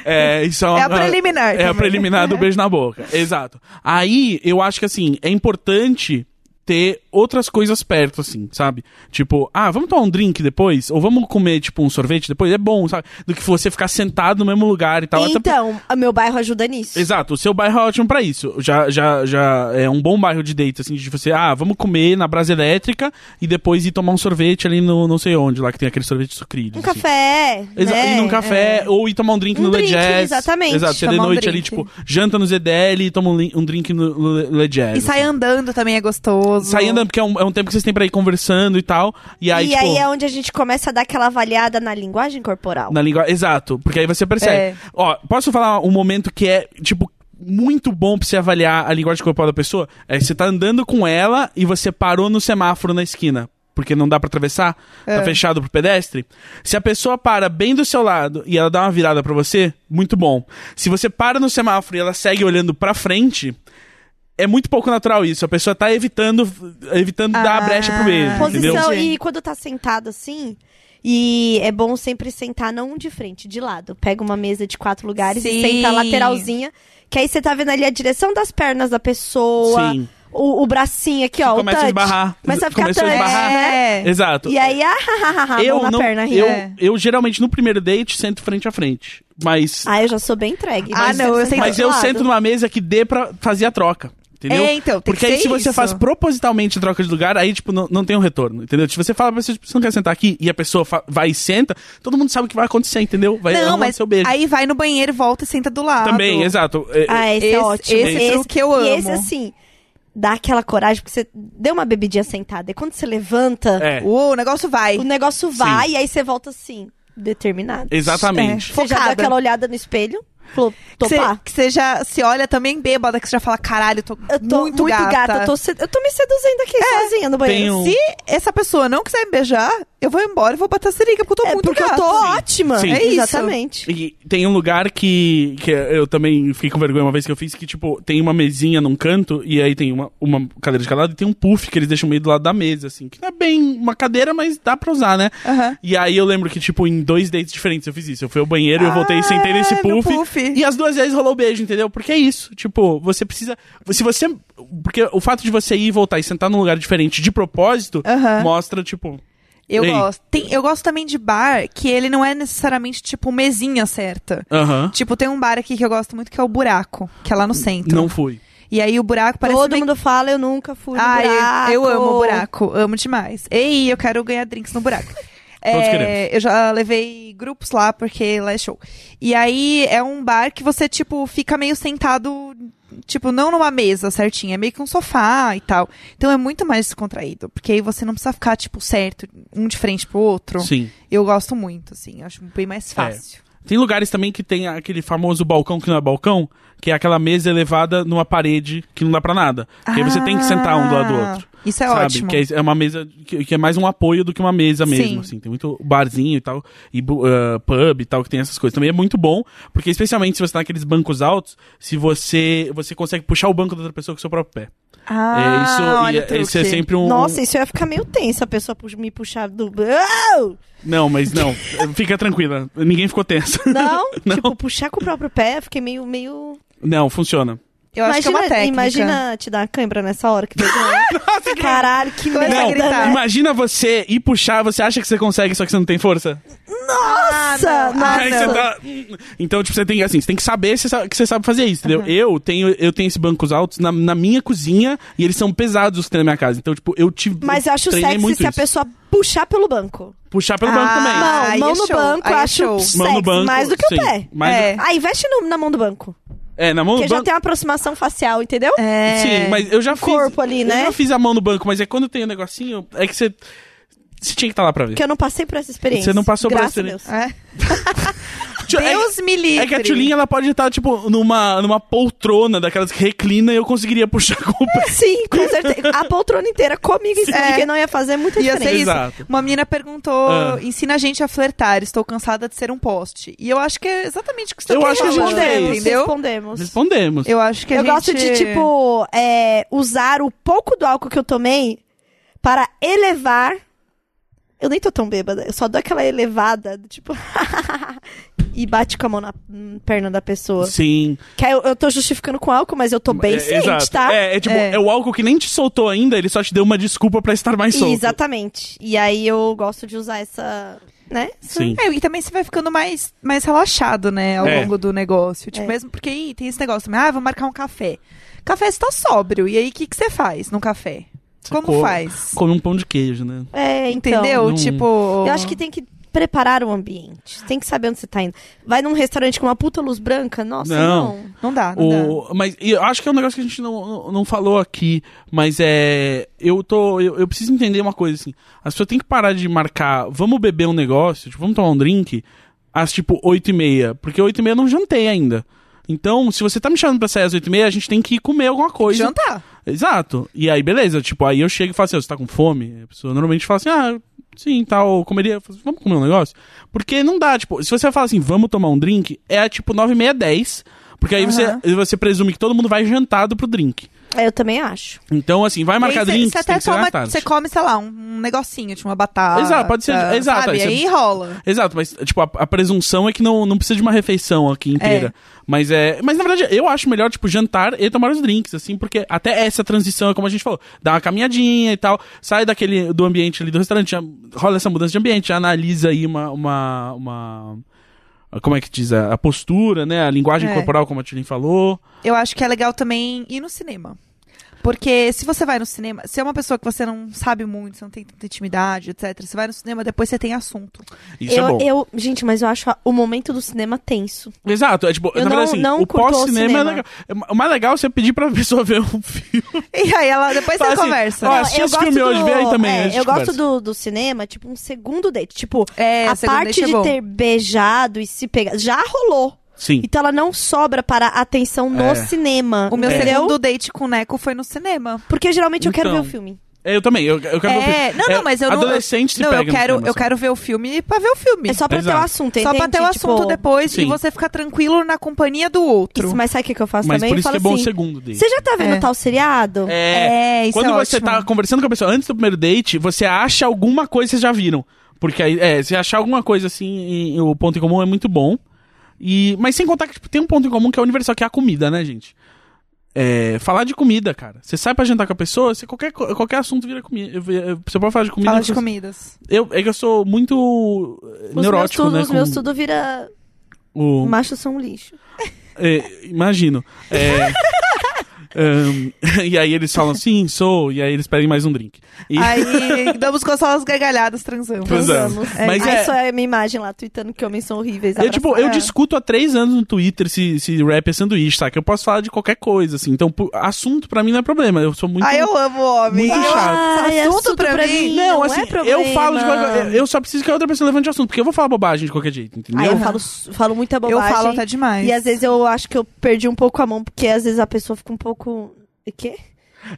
B: é, isso é,
A: É a
B: uma-
A: preliminar
B: É a
A: também.
B: preliminar do beijo
A: (laughs)
B: na boca. Exato. Aí, eu acho que assim, é importante ter outras coisas perto, assim, sabe? Tipo, ah, vamos tomar um drink depois? Ou vamos comer, tipo, um sorvete depois? É bom, sabe? Do que você ficar sentado no mesmo lugar e tal. Até
C: Então, o meu bairro ajuda nisso.
B: Exato, o seu bairro é ótimo pra isso. Já, já, já é um bom bairro de date, assim, de você, ah, vamos comer na brasa elétrica e depois ir tomar um sorvete ali no não sei onde, lá que tem aquele sorvete de sucrilhos.
C: Um
B: assim.
C: café.
B: Exa
C: né?
B: Ir num café, ou ir tomar um drink
C: Um
B: no Le
C: drink,
B: Jazz.
C: exatamente,
B: Exato, você de
A: tomar um
B: noite ali,
A: drink.
B: tipo, janta no ZDL e toma um, lin- um drink no Le- Le Jazz.
A: E sai
B: assim.
A: andando também é gostoso.
B: Sai andando, porque é um, é um tempo que vocês têm pra ir conversando e tal. E aí,
C: e
B: tipo,
C: aí é onde a gente começa a dar aquela avaliada na linguagem corporal.
B: Na língua. Exato, porque aí você percebe.
A: É.
B: Ó, posso falar um momento que é, tipo, muito bom pra você avaliar a linguagem corporal da pessoa? É você tá andando com ela e você parou no semáforo na esquina. Porque não dá pra atravessar, tá fechado pro pedestre. Se a pessoa para bem do seu lado e ela dá uma virada pra você, muito bom. Se você para no semáforo e ela segue olhando pra frente, é muito pouco natural isso. A pessoa tá evitando, evitando dar a
A: Ah,
B: brecha pro meio, entendeu?
C: Posição,
A: Entendi.
C: e quando tá sentado assim. E é bom sempre sentar não de frente, de lado. Pega uma mesa de quatro lugares
A: Sim.
C: e senta lateralzinha. Que aí você tá vendo ali a direção das pernas da pessoa.
B: Sim.
C: O, o bracinho aqui, ó. o
B: começa a
C: touch.
B: esbarrar.
C: Começa a ficar
B: Começa a
C: touch,
B: esbarrar.
C: né?
A: É.
B: Exato.
C: E aí, ah, ha, ha, ha,
B: eu
C: mão na
B: não,
C: perna, rindo.
B: eu,
A: É.
B: eu geralmente no primeiro date sento frente a frente, mas
C: Ah, eu já sou bem entregue.
A: Ah, não, eu sei-
B: mas
C: do
B: eu
C: lado.
B: sento numa mesa que dê pra fazer a troca. Entendeu?
A: É, então, tem
B: Porque
A: que
B: aí
A: ser
B: se você
A: isso.
B: faz propositalmente troca de lugar, aí, tipo, não, não tem um retorno, entendeu? Se você fala pra pessoa, tipo, você não quer sentar aqui, e a pessoa fa- vai e senta, todo mundo sabe o que vai acontecer, entendeu? Vai
A: Não,
B: arrumar
A: mas
B: é um seu beijo.
A: aí vai no banheiro, volta e senta do lado.
B: Também, exato. É,
C: Ah, esse,
A: Esse-
C: é ótimo.
A: esse é o que eu
C: E esse,
A: amo.
C: assim, dá aquela coragem, porque você deu uma bebidinha sentada. E quando você levanta,
B: é,
A: Uou, o negócio vai.
C: o negócio vai e aí você volta assim, determinado.
B: exatamente.
A: É.
C: Você já deu
A: Focada.
C: aquela olhada no espelho, falou,
A: Que você-
C: topar.
A: Que você já se olha também bêbada, que você já fala, caralho, eu tô,
C: Eu tô
A: muito, gata. É,
C: eu, tô se- eu tô me seduzindo aqui sozinha no banheiro.
B: Tenho-
A: Se essa pessoa não quiser me beijar, eu vou embora e vou bater a seringa, porque eu tô
C: É
A: muito
C: porque
A: gata.
C: eu tô ótima.
B: Sim.
C: É isso. Exatamente.
B: E tem um lugar que, que eu também fiquei com vergonha uma vez que eu fiz, que, tipo, tem uma mesinha num canto, e aí tem uma, uma cadeira de cada lado e tem um puff que eles deixam meio do lado da mesa, assim. Que não é bem uma cadeira, mas dá pra usar, né?
A: Aham.
B: E aí eu lembro que, tipo, em dois dates diferentes eu fiz isso. Eu fui ao banheiro, eu voltei e
A: Ah,
B: sentei nesse
A: no
B: puff,
A: puff.
B: E as duas vezes rolou beijo, entendeu? Porque é isso. Tipo, você precisa. Se você. Porque o fato de você ir e voltar e sentar num lugar diferente de propósito
A: Aham.
B: mostra, tipo.
A: Eu
B: Ei.
A: gosto. Tem- eu gosto também de bar, que ele não é necessariamente, tipo, mesinha certa.
B: Aham.
A: Tipo, tem um bar aqui que eu gosto muito, que é o Buraco, que é lá no centro.
B: Não fui.
A: E aí o buraco parece
C: Todo
A: meio-
C: mundo fala, eu nunca fui no
A: Ai,
C: buraco.
A: eu amo o buraco, amo demais. Ei, eu quero ganhar drinks no buraco. É,
B: (laughs) Todos queremos.
A: eu já levei grupos lá, porque lá é show. E aí é um bar que você, tipo, fica meio sentado, tipo, não numa mesa certinha, é meio que um sofá e tal. Então é muito mais descontraído, porque aí você não precisa ficar, tipo, certo, um de frente pro outro.
B: Sim. É.
A: Eu gosto muito, assim, eu acho bem mais fácil.
B: Tem lugares também que tem aquele famoso balcão que não é balcão, que é aquela mesa elevada numa parede que não dá pra nada. Que aí você tem que sentar um do lado do
A: Ah,
B: outro.
A: Isso é
B: sabe?
A: ótimo.
B: Que é- é uma mesa que, que é mais um apoio do que uma mesa mesmo,
A: Sim.
B: assim. Tem muito barzinho e tal, e bu- ah, pub e tal, que tem essas coisas. Também é muito bom, porque especialmente se você tá naqueles bancos altos, se você você consegue puxar o banco da outra pessoa com o seu próprio pé.
A: Ah,
B: é isso,
A: olha o
B: e, esse é
A: truque.
B: sempre um...
C: Nossa, isso ia ficar meio tenso a pessoa pux- me puxar do. Au!
B: Não, mas não. Fica tranquila. Ninguém ficou tenso. (laughs)
C: Não,
B: Não.
C: tipo, puxar com o próprio pé, eu fiquei meio. meio...
B: Não, funciona.
A: Eu acho que é uma técnica.
C: imagina te dar uma cãibra nessa hora que
B: (laughs)
C: Nossa, Caralho, que
A: Começa
C: merda.
A: a gritar.
C: né?
B: Imagina você ir puxar, você acha que você consegue, só que você não tem força.
C: Nossa,
A: não. Ah,
B: Aí você
C: nossa.
B: tá- Então, tipo, você tem assim, você tem que saber se sa- que você sabe fazer isso, entendeu? Eu tenho eu tenho esses bancos altos na, na minha cozinha e eles são pesados os que tem na minha casa. Então, tipo, eu tive.
C: Mas eu acho
B: treinei
C: sexy se
B: é muito
C: a
B: isso.
C: pessoa puxar pelo banco.
B: Puxar pelo banco
A: Ah,
B: também.
C: Mão,
A: aí
C: mão
A: é
C: no
A: show,
C: banco,
A: aí
C: eu
A: é
C: acho
A: show.
C: sexy,
B: Mão no banco.
C: mais do que
B: sim,
C: o pé.
B: mais do-
A: É.
C: Aí veste no- na mão do banco.
B: é, na mão do
C: Porque já
B: banco.
C: tem uma aproximação facial, entendeu?
A: É...
B: Sim, mas eu já fiz.
C: corpo ali,
B: Eu
C: né?
B: um já fiz a mão no banco, mas é quando tem o negocinho, é que você. Você tinha que estar lá pra ver.
C: Que eu não passei por essa experiência.
B: Você não passou por
C: Graças
B: essa
C: a Deus.
A: É.
B: Tio, é-
A: Deus me livre.
B: É que a Tulinha ela pode estar, tipo, numa, numa poltrona daquelas que reclina e eu conseguiria puxar com o pé.
C: Sim, com certeza. A poltrona inteira comigo e
A: É.
C: porque não ia fazer muita
A: Ia
C: diferença.
A: ser isso.
B: Exato.
A: Uma menina perguntou:
B: Ah.
A: ensina a gente a flertar, estou cansada de ser um poste. E eu acho que é exatamente o que você
B: Eu
A: tá
B: acho que a gente
A: falando,
B: fez.
A: entendeu?
C: Respondemos.
B: Respondemos.
A: Eu acho que a
C: eu
A: gente.
C: gosto de, tipo, é, usar o pouco do álcool que eu tomei para elevar. Eu nem tô tão bêbada, eu só dou aquela elevada, do tipo. (laughs) e bate com a mão na hum, perna da pessoa.
B: Sim.
C: Que aí eu, eu tô justificando com álcool, mas eu tô bem
B: é,
C: ciente,
B: exato.
C: tá?
B: É, é tipo, é.
A: É.
B: o álcool que nem te soltou ainda, ele só te deu uma desculpa pra estar mais solto.
C: Exatamente. E aí eu gosto de usar essa. Né?
B: Sim.
A: É, e também você vai ficando mais, mais relaxado, né, ao
B: É.
A: longo do negócio. Tipo,
C: É.
A: mesmo porque aí tem esse negócio também, ah, vou marcar um café. Café você tá sóbrio, e aí o que, que você faz num café? Como
B: come-
A: faz?
B: Come um pão de queijo, né?
C: É, então.
A: Entendeu?
B: não-
A: Tipo.
C: Eu acho que tem que preparar o ambiente. Tem que saber onde você tá indo. Vai num restaurante com uma puta luz branca? Nossa,
B: Não.
C: não.
A: Não dá, não dá.
B: O, mas e eu acho que é um negócio que a gente não, não, não falou aqui, mas é. Eu tô. Eu, eu preciso entender uma coisa, assim. As pessoas têm que parar de marcar, vamos beber um negócio, tipo, vamos tomar um drink, às tipo 8 e meia. Porque 8 e meia eu não jantei ainda. Então, se você tá me chamando pra sair às 8 e meia, a gente tem que ir comer alguma coisa.
A: Jantar.
B: Exato. E aí, beleza, tipo, aí eu chego e falo assim, "Ô, você tá com fome? A pessoa normalmente fala assim, ah, sim, tal, eu comeria, Eu falo assim, vamos comer um negócio? Porque não dá, tipo, se você fala assim, vamos tomar um drink, é tipo 9 e meia, 10, porque aí você, você presume que todo mundo vai jantado pro drink.
C: É, Eu também acho.
B: Então, assim, vai marcar
A: E aí
B: drink,
A: você
B: você tem
A: até
B: que chegar
A: toma,
B: à tarde.
A: você come, sei lá, um, um negocinho, tipo uma batata.
B: Exato, pode ser- exato,
A: Sabe?
B: aí você-
A: Aí rola.
B: Exato, mas tipo, a, a presunção é que não, não precisa de uma refeição aqui inteira. Mas é. Mas na verdade, eu acho melhor, tipo, jantar e tomar os drinks, assim, porque até essa transição é como a gente falou, dá uma caminhadinha e tal, sai daquele do ambiente ali do restaurante, já rola essa mudança de ambiente, já analisa aí uma. uma, uma- como é que diz? A, a postura, né? A linguagem
A: É.
B: corporal, como a Tilin falou.
A: Eu acho que é legal também ir no cinema. Porque se você vai no cinema, se é uma pessoa que você não sabe muito, você não tem tanta intimidade, etc. Você vai no cinema, depois você tem assunto. (laughs)
B: Isso
C: eu,
B: é bom.
C: eu- gente, mas eu acho a- o momento do cinema tenso.
B: Exato. É tipo,
C: Eu
B: na verdade,
C: não-
B: assim,
C: não
B: o
C: curto o
B: pós-cinema é
C: cinema.
B: legal. É- O mais legal é você pedir pra (laughs) pessoa ver um filme.
A: E aí ela depois
B: Fala
A: você
B: assim,
A: conversa.
B: ó, assisti
C: eu
B: esse filme hoje, vê aí também,
C: é,
B: a gente
C: eu gosto
B: conversa.
C: do, do cinema, tipo, um segundo date. Tipo,
A: É,
C: a
A: segundo
C: parte
A: date é
C: de
A: bom.
C: ter beijado e se pegar. Já rolou.
B: Sim.
C: Então ela não sobra para a atenção no
B: É.
C: cinema.
A: O meu
C: entendeu?
A: segundo date com o Neco foi no cinema.
C: Porque geralmente eu quero
B: Então.
C: ver o filme.
B: É, Eu também, eu, eu quero ver o
A: É,
B: filme.
A: não,
B: É,
A: não, mas eu não.
B: adolescente se
A: não,
B: pega
A: eu
B: no
A: quero,
B: cinema,
A: eu
B: assim.
A: quero ver o filme pra ver o filme.
C: É só pra ter
B: Exato.
C: o assunto,
A: Só pra
C: entende?
A: ter o
C: Tipo,
A: assunto depois e
B: sim.
A: você ficar tranquilo na companhia do outro.
C: Isso, mas sabe o que, que eu faço
B: Mas
C: também?
B: por
C: Eu
B: isso que
C: falo
B: é bom o
C: assim,
B: segundo dele.
C: Você já tá vendo
A: É.
C: tal seriado?
A: É, isso
B: Quando
A: é
B: você
A: ótimo.
B: tá conversando com a pessoa antes do primeiro date, você acha alguma coisa que vocês já viram. Porque aí, é, se achar alguma coisa assim, em- o ponto em comum é muito bom. E, mas sem contar que tipo, tem um ponto em comum que é universal, que é a comida, né, gente? É, falar de comida, cara. Você sai pra jantar com a pessoa, você, qualquer, co- qualquer assunto vira comida. Você pode falar de comida.
A: Fala
B: eu-
A: de comidas.
B: Eu, é que eu sou muito eh,
C: Os
B: neurótico,
C: meus tudo,
B: né?
C: os meus
B: com
C: tudo vira.
B: o-
C: Machos são um lixo.
B: É, imagino. É, ahn, (laughs) e aí eles falam, sim, sou, e aí eles pedem mais um drink. E-
A: Aí damos com só as gargalhadas transando.
B: Pois é. Mas
C: Aí
B: é-
C: só é a minha imagem lá, tweetando que homens são horríveis. é.
B: eu, tipo, eu
C: abraçados.
B: discuto há três anos no Twitter se, se rap é sanduíche, saca? Eu posso falar de qualquer coisa, assim. Então, pu- assunto pra mim não é problema. Eu sou muito.
A: Ah, eu amo homem.
B: Muito
A: Ah,
B: chato.
C: Ai,
A: Assunto,
C: assunto
A: pra,
C: pra
A: mim.
C: mim.
B: Não,
C: não é
B: assim, eu
C: problema.
B: falo de qualquer coisa. Eu só preciso que a outra pessoa levante o assunto, porque eu vou falar bobagem de qualquer jeito,
C: Aí
B: entendeu?
C: Ah, eu
A: Aham.
C: falo, falo muita
A: Eu
C: bobagem.
A: falo até demais.
C: E às vezes eu acho que eu perdi um pouco a mão, porque às vezes a pessoa fica um pouco. O quê?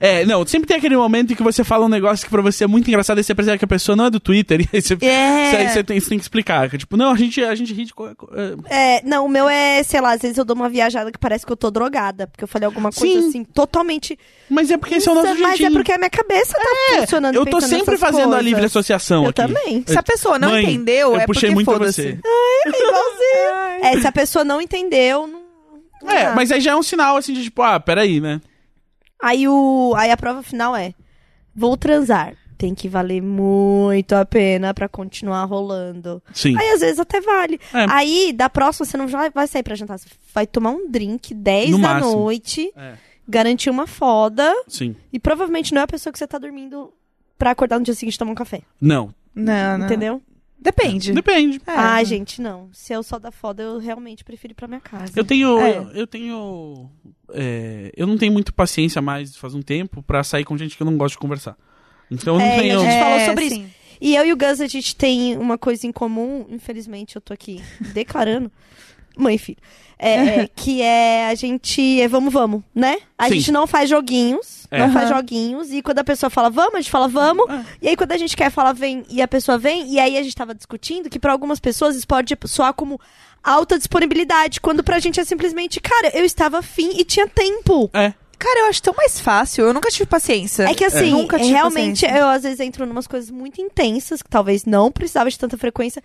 B: É, não, sempre tem aquele momento em que você fala um negócio que pra você é muito engraçado e você percebe que a pessoa não é do Twitter, (laughs) e aí você,
A: É.
B: isso aí você, tem, você tem que explicar. que, tipo, não, a gente, a gente ri de qualquer coisa.
C: É, não, o meu é, sei lá, às vezes eu dou uma viajada que parece que eu tô drogada, porque eu falei alguma coisa
B: Sim.
C: assim, totalmente.
B: Mas é porque esse é o nosso
C: Mas
B: jeitinho.
C: é porque a minha cabeça tá funcionando.
B: Eu tô
C: pensando
B: sempre
C: nessas
B: fazendo a
C: coisas.
B: livre associação
C: Eu
B: aqui.
C: também.
A: Se a pessoa não
B: Mãe,
A: entendeu,
B: eu
A: é
B: puxei
A: porque
B: muito pra
A: foda-se.
B: você.
C: É, se a pessoa não entendeu, não. não
B: É,
A: Ah.
C: dá.
B: mas aí já é um sinal assim de tipo, ah, peraí, né?
C: Aí, o, aí a prova final é: vou transar. Tem que valer muito a pena pra continuar rolando.
B: Sim.
C: Aí às vezes até vale.
B: É.
C: Aí da próxima você não vai- vai sair pra jantar, você vai tomar um drink 10
B: No
C: da
B: máximo.
C: noite,
B: É.
C: garantir uma foda
B: Sim.
C: e provavelmente não é a pessoa que você tá dormindo pra acordar no dia seguinte e tomar um café,
B: Não.
A: Não, não.
C: entendeu?
A: Depende.
B: Depende.
A: É.
C: Ah, gente, não. Se eu só da foda, eu realmente prefiro ir pra minha casa.
B: Eu tenho.
A: É.
B: Eu, eu tenho. é, eu não tenho muito paciência mais faz um tempo pra sair com gente que eu não gosto de conversar. Então eu não
C: É, e a
B: tenho.
C: gente-
A: É,
C: falou sobre
A: sim.
C: E eu e o Gus, a gente tem uma coisa em comum, infelizmente eu tô aqui declarando. Mãe e filho. É, é, que é a gente é vamos, vamos, né? A
B: Sim.
C: gente não faz joguinhos,
B: É.
C: não faz
A: Aham.
C: joguinhos. E quando a pessoa fala vamos, a gente fala vamos. E aí quando a gente quer falar vem e a pessoa vem, e aí a gente tava discutindo que pra algumas pessoas isso pode soar como alta disponibilidade, quando pra gente é simplesmente, cara, eu estava afim e tinha tempo.
B: É.
A: Cara, eu acho tão mais fácil. Eu nunca tive paciência.
C: É que assim,
A: Nunca tive
C: realmente, é-
A: paciência.
C: eu às vezes entro em umas coisas muito intensas, que talvez não precisava de tanta frequência.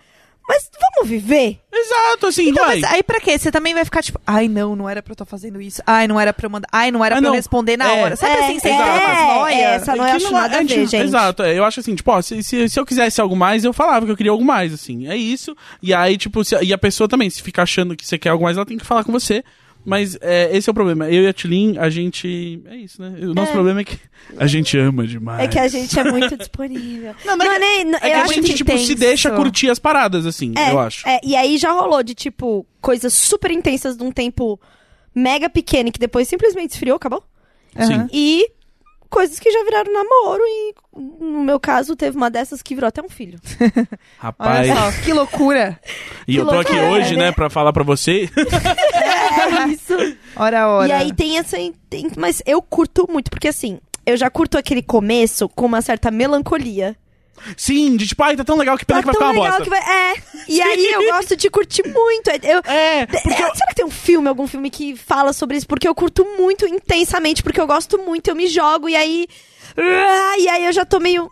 C: Mas vamos viver?
B: Exato, assim,
A: Então,
B: vai.
A: mas aí pra quê? Você também vai ficar tipo, ai não, não era pra eu estar fazendo isso. Ai, não era pra eu mandar. Ai, não era
B: Ah,
A: pra eu
B: não.
A: responder na
B: É,
A: hora. Sabe
C: é,
A: assim, você
C: é,
A: dá umas noia?
C: é, essa- não
B: Que
C: acho nada a
B: gente-
C: ver, gente.
B: Exato, é, eu acho assim, tipo, ó, se, se, se eu quisesse algo mais, eu falava que eu queria algo mais, assim, é isso. E aí, tipo, se- e a pessoa também, se ficar achando que você quer algo mais, ela tem que falar com você. Mas é, esse é o problema. Eu e a Tilin, a gente. É isso, né? O nosso problema é que (laughs) a gente ama demais.
C: É que a gente é
B: (laughs)
C: muito disponível.
B: Não, não é que-
C: nem- não,
B: É que
C: eu
B: a
C: acho
B: gente,
C: que
B: tipo, se
A: intenso.
B: deixa curtir as paradas, assim,
C: É,
B: eu acho.
C: é, e aí já rolou de, tipo, coisas super intensas de um tempo mega pequeno e que depois simplesmente esfriou, acabou? é,
B: Sim.
A: Aham.
C: E coisas que já viraram namoro e, no meu caso, teve uma dessas que virou até
B: (laughs)
C: um filho.
B: Rapaz.
A: Olha só, que loucura.
B: E eu tô aqui
C: loucura,
B: hoje,
C: né?
B: né, pra falar pra você.
C: (laughs)
B: (laughs)
C: É isso.
A: Ora, ora.
C: E aí tem essa... in- tem- mas eu curto muito, porque assim, eu já curto aquele começo com uma certa melancolia.
B: Sim, de tipo, ai, tá tão legal que pena que vai ficar
C: tão
B: uma
C: legal
B: bosta.
C: que vai... É. E aí eu gosto de curtir muito. Eu,
B: É,
C: É, Será que tem um filme, algum filme que fala sobre isso? Porque eu curto muito intensamente, porque eu gosto muito, eu me jogo e aí. Ah, E aí eu já tô meio.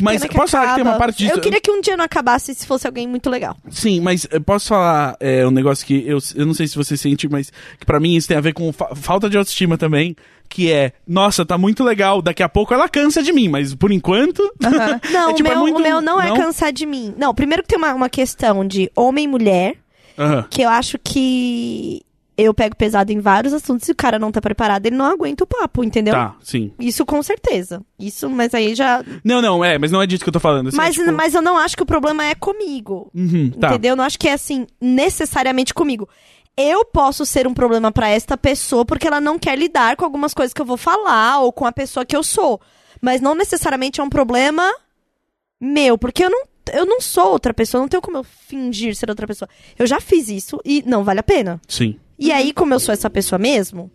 B: mas
C: pena que
B: posso falar que tem uma
C: acaba.
B: parte disso.
C: Eu queria que um dia não acabasse se fosse alguém muito legal.
B: Sim, mas eh, posso falar é, um negócio que eu, eu não sei se você sente, mas que pra mim isso tem a ver com fa- falta de autoestima também, que é, nossa, tá muito legal, daqui a pouco ela cansa de mim, mas por
C: (laughs)
B: enquanto...
C: Não,
B: (laughs) É, tipo,
C: o,
B: é
C: meu,
B: muito-
C: o meu não, é
B: não?
C: cansar de mim. Não, primeiro que tem uma, uma questão de homem e mulher,
B: Aham.
C: que eu acho que eu pego pesado em vários assuntos e o cara não tá preparado, ele não aguenta o papo, entendeu?
B: Tá, sim.
C: Isso com certeza. Isso, mas aí já.
B: Não, não, é, mas não é disso que eu tô falando. assim,
C: Mas,
B: é, tipo-
C: mas eu não acho que o problema é comigo.
B: Uhum, tá.
C: Entendeu? Não acho que é assim, necessariamente comigo. Eu posso ser um problema pra esta pessoa porque ela não quer lidar com algumas coisas que eu vou falar ou com a pessoa que eu sou. Mas não necessariamente é um problema meu, porque eu não, eu não sou outra pessoa, não tenho como eu fingir ser outra pessoa. Eu já fiz isso e não vale a pena.
B: Sim.
C: E aí, como eu sou essa pessoa mesmo,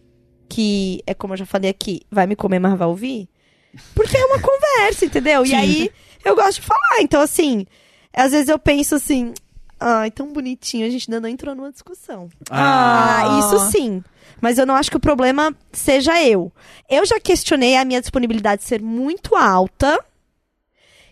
C: que é como eu já falei aqui, vai me comer, mas vai ouvir. Porque é uma conversa, entendeu? E
B: Sim.
C: aí, eu gosto de falar. Então, assim, às vezes eu penso assim, ai, tão bonitinho, a gente ainda não entrou numa discussão. Ah, isso sim. Mas eu não acho que o problema seja eu. Eu já questionei a minha disponibilidade ser muito alta.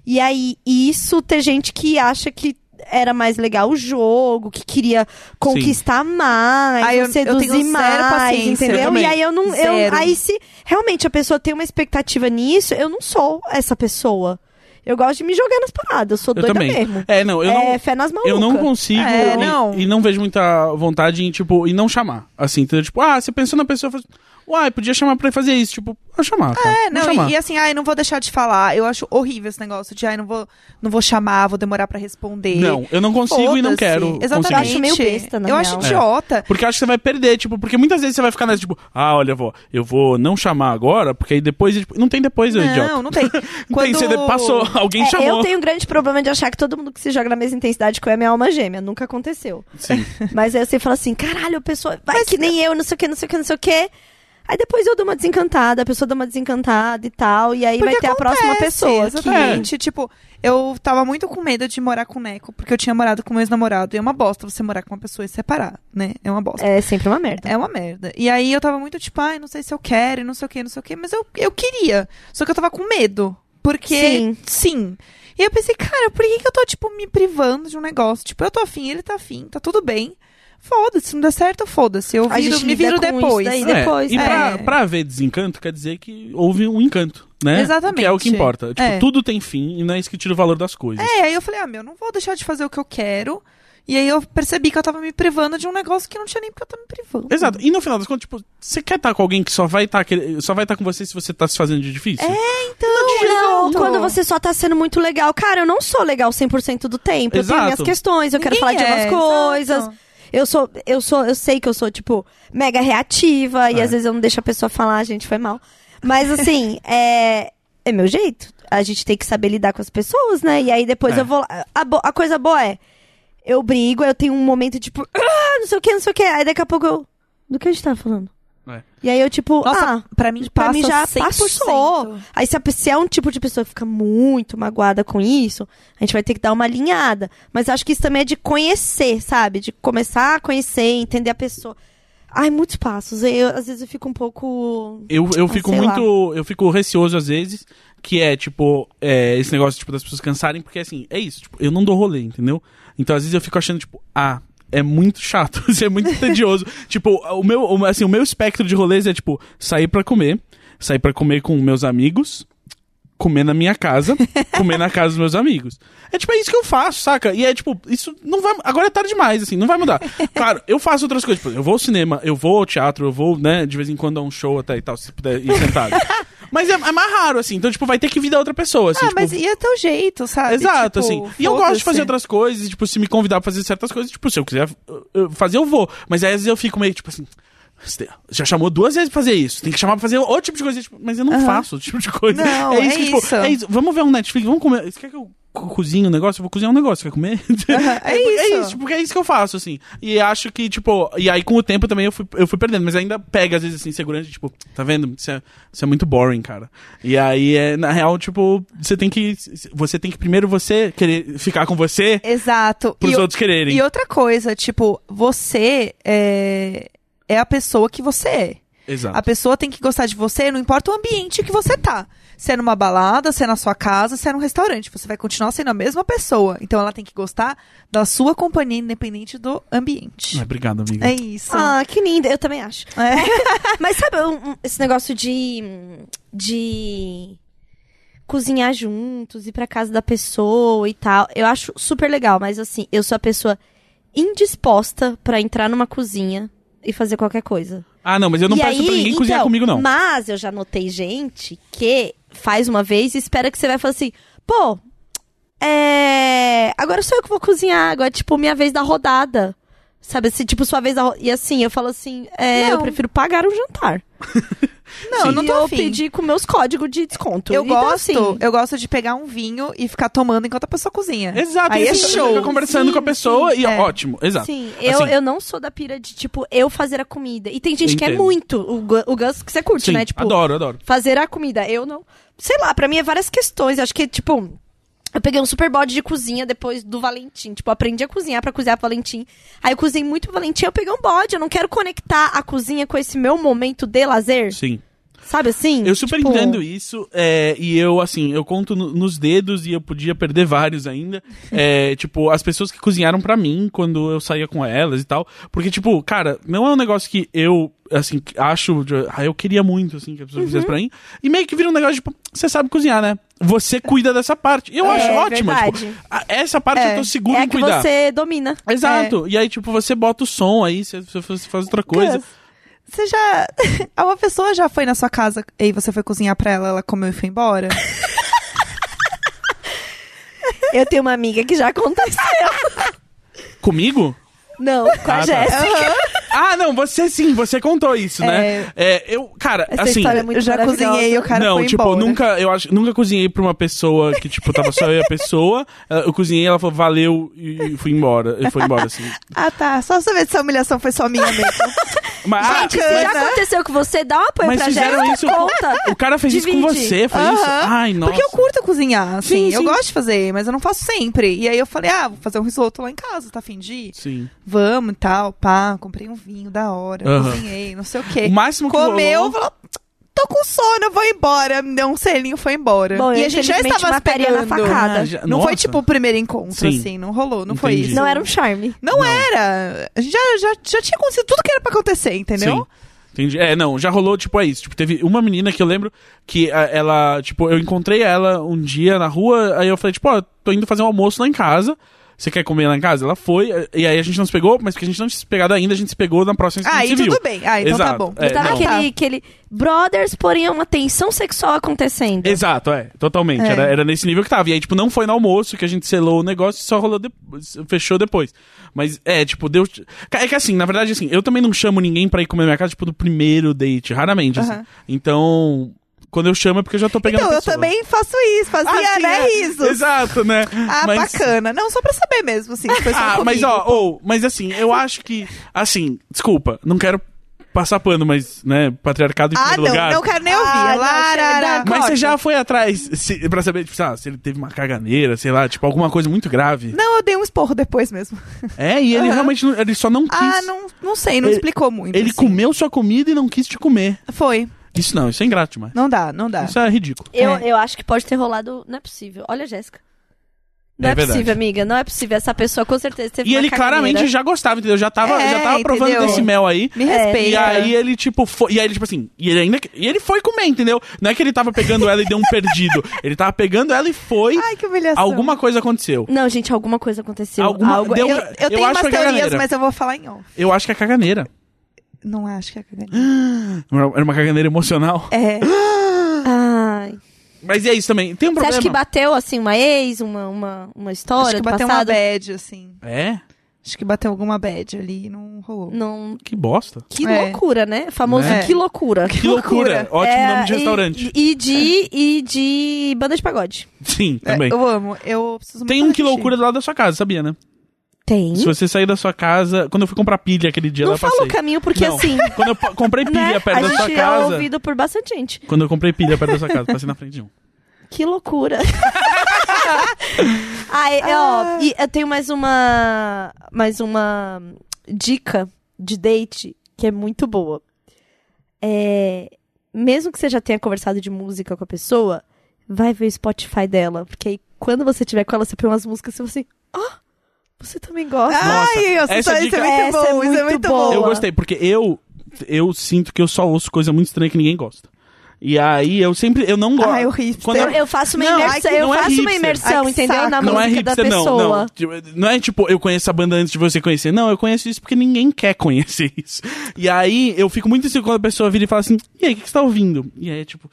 C: E aí, isso ter gente que acha que era mais legal o jogo, que queria conquistar mais,
A: Ah, eu- eu
C: seduzir
A: tenho zero
C: mais,
A: paciência, eu
C: entendeu?
A: também.
C: E aí eu não, eu,
A: Zero.
C: aí se realmente a pessoa tem uma expectativa nisso, eu não sou essa pessoa. Eu gosto de me jogar nas paradas, eu sou
B: Eu
C: doida
B: também.
C: mesmo.
B: É, não, eu
C: é
B: não...
C: fé nas malucas.
B: Eu não consigo
A: É,
B: e-
A: não.
B: E, não vejo muita vontade em, tipo, e não chamar. Assim, entendeu? Tipo, ah, você pensou na pessoa, faz... uai, podia chamar pra fazer isso. Tipo, eu chamar. cara.
A: É,
B: Vou chamar.
A: não, e, e assim, ai, não vou deixar de falar. Eu acho horrível esse negócio de, ai, não vou, não vou chamar, vou demorar pra responder.
B: Não, eu não consigo É. e não
A: Foda-se.
B: quero
A: Exatamente.
B: conseguir.
C: Eu acho meio besta, na
A: Eu acho
C: real.
A: idiota.
B: Porque acho que você vai perder, tipo, porque muitas vezes você vai ficar nessa, tipo, ah, olha, vó, eu vou não chamar agora, porque aí depois. tipo, não tem depois, eu idiota.
A: Não, não tem.
B: (laughs) Não
A: Quando...
B: tem, você
A: (laughs)
B: passou, alguém
C: É,
B: chamou.
C: eu tenho um grande problema de achar que todo mundo que se joga na mesma intensidade que eu é minha alma gêmea. Nunca aconteceu.
B: Sim.
C: (laughs) Mas aí você fala assim, caralho, a pessoa vai que nem eu, não sei o que, não sei o que, não sei o que. Aí depois eu dou uma desencantada, a pessoa dá uma desencantada e tal, e aí vai ter a próxima
A: acontece,
C: pessoa. que-
A: Exatamente. Tipo, eu tava muito com medo de morar com o Neco, porque eu tinha morado com meu ex-namorado. E é uma bosta você morar com uma pessoa e separar, né? É uma bosta.
C: É sempre uma merda.
A: É uma merda. E aí eu tava muito tipo, ai, não sei se eu quero, e não sei o que, não sei o que, mas eu, eu queria. Só que eu tava com medo. Porque.
C: Sim.
A: Sim. E eu pensei, cara, por que, que eu tô, tipo, me privando de um negócio? Tipo, eu tô afim, ele tá afim, tá tudo bem. Foda-se, não der certo, fodasse. Eu
C: A
A: viro-
C: gente
A: me
C: lida
A: viro
C: com isso
A: depois.
C: daí,
B: É,
C: depois,
B: E
A: né?
B: pra,
A: É.
B: pra haver desencanto, quer dizer que houve um encanto, né?
A: Exatamente.
B: Que é o que importa. Tipo,
A: É.
B: tudo tem fim e não é isso que tira o valor das coisas.
A: É, aí eu falei, ah, meu, não vou deixar de fazer o que eu quero. E aí eu percebi que eu tava me privando de um negócio que não tinha nem porque eu tava me privando.
B: Exato. E no final das contas, tipo, você quer estar com alguém que só vai estar só vai estar com você se você tá se fazendo de difícil? É,
C: Então, Não,
A: Exato.
C: quando você só tá sendo muito legal. Cara, eu não sou legal 100% do tempo. Eu tenho
B: Exato.
C: minhas questões, eu quero
A: Ninguém
C: falar de
A: é,
C: algumas
A: exato.
C: coisas. Eu sou, eu sou, eu sei que eu sou, tipo, mega reativa e
B: É.
C: às vezes eu não deixo a pessoa falar, gente, foi mal. Mas assim, é, é meu jeito. a gente tem que saber lidar com as pessoas, né? E aí depois
B: É.
C: eu vou. lá- A, bo- a coisa boa é. Eu brigo, eu tenho um momento tipo. Ah, não sei o que, não sei o que. Aí daqui a pouco eu. Do que a gente tava falando?
B: É.
C: E aí eu tipo.
A: Nossa,
C: ah,
A: pra mim
C: pra
A: passa
C: mim já
A: 100%.
C: passou. Aí se, a, pe- se é um tipo de pessoa que fica muito magoada com isso, a gente vai ter que dar uma alinhada. Mas acho que isso também é de conhecer, sabe? De começar a conhecer, entender a pessoa. Ai, muitos passos. Eu, às vezes eu fico um pouco.
B: Eu, eu fico
C: sei
B: muito. Eu fico receoso às vezes, que é, tipo, é, esse negócio tipo, das pessoas cansarem, porque assim, é isso, tipo, eu não dou rolê, entendeu? Então, às vezes, eu fico achando, tipo, ah. É muito chato, (laughs) isso é muito tedioso. tipo, o meu, o- assim, o meu espectro de rolês é, tipo, sair pra comer, sair pra comer com meus amigos, comer na minha casa, (laughs) comer na casa dos meus amigos. É tipo, é isso que eu faço, saca? E é tipo, isso não vai. Agora é tarde demais, assim, não vai
A: (laughs)
B: mudar. Claro, eu faço outras coisas. Tipo, eu vou ao cinema, eu vou ao teatro, eu vou, né, de vez em quando a um show até e tal, se puder
A: (laughs)
B: ir sentado. Mas é, é mais raro, assim, então, tipo, vai ter que vir da outra pessoa, assim.
A: Ah,
B: tipo,
A: mas e é teu jeito, sabe?
B: Exato,
A: Tipo,
B: assim. E eu gosto de fazer
A: foda-se.
B: outras coisas, e, tipo, se me convidar pra fazer certas coisas, tipo, se eu quiser eu- eu fazer, eu vou. Mas aí às vezes eu fico meio, tipo assim. "Você Já chamou duas vezes pra fazer isso. Tem que chamar pra fazer outro tipo de coisa. Tipo, mas eu não faço outro tipo de coisa.
A: Não, é
B: que, tipo,
A: isso.
B: (laughs) é isso. Vamos ver um Netflix, vamos comer. Você quer que eu co- cozinhe um negócio? Eu vou cozinhar um negócio.
A: (laughs)
B: Quer comer?
C: (laughs)
A: é
B: É
A: isso.
B: isso, porque é isso que eu faço, assim. E acho que, tipo. E aí com o tempo também eu fui, eu fui perdendo. Mas ainda pega, às vezes, assim, segurança, tipo, tá vendo? Isso é, isso é muito boring, cara. E aí, é, na real, tipo, você tem que. Você tem que primeiro você querer ficar com você
A: Exato.
B: pros
A: E o-
B: outros quererem.
A: E outra coisa, tipo, você é, é a pessoa que você é.
B: Exato.
A: A pessoa tem que gostar de você, não importa o ambiente que você tá. Se é numa balada, se é na sua casa, se é num restaurante. Você vai continuar sendo a mesma pessoa. Então ela tem que gostar da sua companhia, independente do ambiente.
B: Ah, Obrigado, amiga.
A: É isso.
C: Ah, que linda, eu também acho.
A: É.
C: (laughs) Mas sabe um- um- esse negócio de. de. cozinhar juntos, ir pra casa da pessoa e tal. Eu acho super legal, mas assim, eu sou a pessoa indisposta pra entrar numa cozinha e fazer qualquer coisa.
B: Ah, não, mas eu não
C: E
B: peço
C: aí,
B: pra ninguém cozinhar
C: então,
B: comigo, não.
C: Mas eu já notei gente que faz uma vez e espera que você vai falar assim, pô, é. Agora sou eu que vou cozinhar, agora é tipo minha vez da rodada. Sabe assim, tipo sua vez da ro- E assim, eu falo assim, é, eu
A: Não.
C: prefiro pagar o jantar.
A: (laughs) Não, eu não
C: E
A: tô
C: eu
A: afim.
C: pedir com meus códigos de desconto.
A: Eu
C: Então,
A: gosto,
C: assim,
A: eu gosto de pegar um vinho e ficar tomando enquanto a pessoa cozinha.
B: Exato,
A: Aí
B: e
A: é
B: assim, você
A: show.
B: fica conversando
C: Sim,
B: com a pessoa
C: sim,
B: e
A: é.
B: ótimo, exato.
C: Sim, eu,
B: Assim.
C: eu não sou da pira de, tipo, eu fazer a comida. E tem gente que é
B: Entendo.
C: muito o, Gu- o Gus que você curte,
B: Sim,
C: né? Tipo,
B: adoro, adoro.
C: fazer a comida. Eu não. Sei lá, pra mim é várias questões. Acho que, tipo. Eu peguei um super bode de cozinha depois do Valentim. Tipo, eu aprendi a cozinhar pra cozinhar pro Valentim. Aí eu cozinhei muito pro Valentim, eu peguei um bode. Eu não quero conectar a cozinha com esse meu momento de lazer.
B: Sim.
C: Sabe assim?
B: Eu super
C: Tipo,
B: entendo isso. é, e eu, assim, eu conto no- nos dedos e eu podia perder vários
C: (laughs)
B: ainda. É, tipo, as pessoas que cozinharam pra mim quando eu saía com elas e tal. Porque, tipo, cara, não é um negócio que eu, assim, que acho. de- ah, eu queria muito, assim, que a pessoa
C: Uhum.
B: fizesse pra mim. E meio que vira um negócio, tipo, você sabe cozinhar, né? Você cuida dessa parte. E eu
C: É,
B: acho ótimo.
C: verdade.
B: Tipo, a- essa parte
A: É,
B: eu tô seguro
C: é a
B: em
C: que
B: cuidar.
C: você é. domina.
B: Exato. E aí, tipo, você bota o som aí, você, você faz outra coisa.
A: Você já. (laughs) Uma pessoa já foi na sua casa e você foi cozinhar pra ela, ela comeu e foi embora?
C: (laughs) Eu tenho uma amiga que já aconteceu.
B: Comigo?
C: Não, com
B: Ah,
C: a
B: tá.
C: Jéssica.
B: Ah, não, você sim, você contou isso, né? É, eu, cara,
C: Essa
B: assim.
C: história é (laughs) muito
A: eu já
C: maravilhosa.
A: cozinhei e o cara
B: não,
A: foi
B: tipo,
A: embora.
B: eu nunca, eu acho, nunca cozinhei pra uma pessoa que, tipo, tava só eu e a pessoa. Ela- Eu cozinhei, ela falou, valeu, e e fui embora. E foi embora, assim.
A: Ah, tá. Só saber se a humilhação foi só minha mesmo.
B: Mas, ah,
C: Gente, se já aconteceu com você, dá um apoio
B: mas
C: pra
B: fizeram
C: Jéssica.
B: isso.
C: Conta.
B: o cara fez isso com
C: Divide.
B: você, foi (laughs) isso?
A: Aham.
B: Ai, nossa.
A: Porque eu curto cozinhar, assim.
B: Sim,
A: Eu
B: sim.
A: gosto de fazer, mas eu não faço sempre. E aí eu falei, ah, vou fazer um risoto lá em casa, tá afim de ir?
B: Sim.
A: Vamos e tal, pá. Comprei um vinho da hora,
B: Aham.
A: cozinhei, não sei o quê.
B: O máximo que
A: Comeu,
B: rolou-
A: falou, tô com sono, eu vou embora. Me deu um selinho, foi embora.
C: Bom,
A: e
C: eu,
A: a gente já
C: infelizmente,
A: estava se
C: mataria na
A: pegando. né,
C: facada.
B: Ah, já-
A: Não foi
B: nossa.
A: tipo o primeiro encontro,
B: Sim.
A: assim, não rolou, não foi
B: Entendi.
A: isso.
C: Não era um charme.
A: Não, era. A gente Já, já, já tinha acontecido tudo que era pra acontecer, entendeu?
B: Sim. Entendi. É, não, já rolou, tipo, é isso. Tipo, teve uma menina que eu lembro que a- ela, tipo, eu encontrei ela um dia na rua, aí eu falei, tipo, ó, tô indo fazer um almoço lá em casa. Você quer comer lá em casa? Ela foi, e aí a gente não se pegou, mas porque a gente não tinha se pegado ainda, a gente se pegou na próxima vez que a gente
A: Aí
B: se viu.
A: tudo bem. Ah, então tá
B: Exato.
A: bom.
B: É,
C: Não tava
B: não.
C: aquele, aquele brothers, porém é uma tensão sexual acontecendo.
B: Exato, é, totalmente.
A: É.
B: Era, era nesse nível que tava. E aí, tipo, não foi no almoço que a gente selou o negócio e só rolou depois, fechou depois. Mas é, tipo, deu. É que assim, na verdade, assim, eu também não chamo ninguém pra ir comer na minha casa, tipo, no primeiro date, raramente. assim.
A: Aham.
B: Então. co- quando eu chamo é porque eu já tô pegando
A: Então,
B: a
A: eu
B: pessoa.
A: também faço isso, fazia,
B: Ah, sim,
A: né,
B: é.
A: risos.
B: Exato, né?
A: Ah,
B: Mas-
A: bacana. Não, só pra saber mesmo, assim. se foi só
B: Ah, mas
A: comigo.
B: ó, ou, mas assim, eu acho que, assim, desculpa, não quero passar pano, mas, né, patriarcado em
A: Ah,
B: primeiro
A: não,
B: lugar.
A: não quero nem ouvir.
C: Ah, não,
A: Larará.
C: chega,
B: Mas você já foi atrás se, pra saber, tipo, ah, se ele teve uma caganeira, sei lá, tipo, alguma coisa muito
A: (laughs)
B: grave.
A: Não, eu dei um esporro depois mesmo.
B: É, e ele realmente, não- ele só não quis.
A: Ah, não, não sei, não
B: Ele-
A: explicou muito.
B: Ele
A: assim.
B: comeu sua comida e não quis te comer.
A: Foi.
B: Isso não, isso é ingrato demais.
A: Não dá, não dá.
B: Isso é ridículo.
C: Eu,
A: É.
C: eu acho que pode ter rolado. Não é possível. Olha, a Jéssica. Não
B: É
C: é,
B: verdade.
C: possível, amiga. Não é possível. Essa pessoa com certeza teve
B: E
C: uma
B: ele
C: caganeira.
B: claramente já gostava, entendeu? Já tava,
A: É,
B: já tava provando
A: entendeu?
B: desse mel aí.
A: Me
C: É,
A: respeita.
B: E aí ele, tipo, foi. E aí ele, tipo assim, e ele ainda. E ele foi comer, entendeu? Não é que ele tava pegando ela e deu um
A: (laughs)
B: perdido. Ele tava pegando ela e foi.
A: Ai, que humilhação.
B: alguma coisa aconteceu.
C: Não, gente, alguma coisa aconteceu.
B: Alguma-
C: Algo...
B: deu-
A: Eu,
B: Eu
A: eu tenho
B: acho
A: umas
B: que é
A: teorias,
B: caganeira.
A: mas eu vou falar em off.
B: Eu acho que é caganeira.
A: Não acho que é caganeira.
B: Era uma caganeira emocional.
A: É.
C: Ai.
B: Mas é isso também. Tem um
C: Você
B: problema.
C: acha que bateu, assim, uma ex, uma, uma, uma história
A: Acho que
C: do
A: bateu uma
C: passado?
A: bad, assim.
B: É?
A: Acho que bateu alguma bad ali e não rolou.
B: Hum.
C: Não...
B: Que bosta.
C: Que
A: É.
C: loucura, né? Famoso
A: Né?
C: que loucura.
B: Que loucura.
A: loucura.
B: Ótimo
C: É,
B: nome de restaurante.
C: E, e de, e de banda de pagode.
B: Sim,
A: É,
B: também.
A: eu amo. Eu preciso
B: Tem
A: muito
B: um que
A: repetir.
B: loucura do lado da sua casa, sabia, né?
C: Tem.
B: Se você sair da sua casa. Quando eu fui comprar pilha aquele dia, lá
C: Hum? Não
B: eu
C: fala
B: passei.
C: o caminho, porque
B: Não. (laughs)
C: assim...
B: Quando eu p- comprei pilha
C: (laughs) né?
B: perto
C: a
B: da sua
C: gente é
B: casa.
C: ouvido por bastante gente.
B: Quando eu comprei pilha perto da sua casa, passei na frente de um.
C: Que loucura. (laughs) Ai, é, ó, e eu tenho mais uma mais uma dica de date que é muito boa. É, mesmo que você já tenha conversado de música com a pessoa, vai ver o Spotify dela, porque aí quando você tiver com ela, você põe umas músicas e você, assim, ah, você também gosta.
B: Nossa,
A: Ai, eu-
B: essa
A: isso,
B: dica-
A: é muito
C: Essa é
A: bom, isso é
C: muito
A: muito
C: boa.
A: bom.
B: Eu gostei, porque eu, eu sinto que eu só ouço coisa muito estranha que ninguém gosta. E aí eu sempre. Eu não gosto.
A: Ai, o hipster.
B: Quando
C: Ah, Eu,
B: eu-
C: eu faço uma
B: Não, ai,
C: imersão,
B: que
C: eu
B: não é
C: faço uma
B: hipster.
C: imersão,
A: Ai, que
C: entendeu? Na
A: saco.
B: não é
C: música da
B: hipster, não,
C: pessoa.
B: não. Tipo, Não é tipo, eu conheço a banda antes de você conhecer. Não, eu conheço isso porque ninguém quer conhecer (laughs) isso. E aí eu fico muito assim quando a pessoa vira e fala assim: e aí, o que, que você tá ouvindo? E aí, tipo.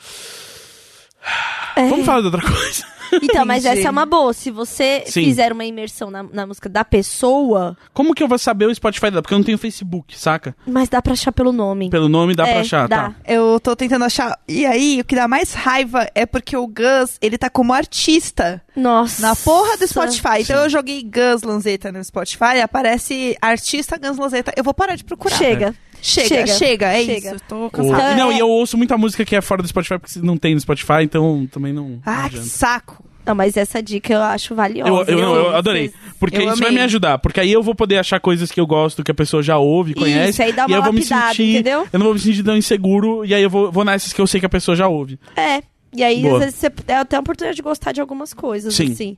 C: É.
B: Vamos falar de outra (laughs) coisa.
C: Então, mas
A: Entendi.
C: essa é uma boa. Se você
B: Sim.
C: fizer uma imersão na, na música da pessoa,
B: Como que eu vou saber o Spotify dela? Porque eu não tenho Facebook, saca?
C: mas dá pra achar pelo nome.
B: Pelo nome dá
C: É,
B: pra achar,
C: dá.
B: tá?
A: Eu tô tentando achar. E aí, o que dá mais raiva é porque o Gus, ele tá como artista
C: Nossa.
A: na porra do Spotify. Então eu joguei Gus Lanzetta no Spotify, aparece artista Gus Lanzetta. Eu vou parar de procurar.
C: Chega.
A: chega,
C: Chega.
A: chega, é
C: Chega.
A: isso. Tô
B: O-
A: cansada.
C: Então,
B: não,
C: é-
B: e eu ouço muita música que é fora do Spotify porque não tem no Spotify, então também não. não
A: Ah, que
B: adianta.
A: sação.
C: Não, mas essa dica eu acho valiosa.
B: Eu, eu, não, eu
C: Vocês-
B: adorei. Porque
A: Eu
B: isso vai
A: amei.
B: me ajudar. Porque aí eu vou poder achar coisas que eu gosto, que a pessoa já ouve, conhece.
C: Isso, aí dá
B: e
C: uma
B: eu vou me
C: lapidada,
B: sentir,
C: entendeu?
B: Eu não vou me sentir tão inseguro. E aí eu vou, vou nessas que eu sei que a pessoa já ouve.
C: É. E aí,
B: Boa.
C: às vezes, você é até a oportunidade de gostar de algumas coisas,
B: Sim.
C: assim.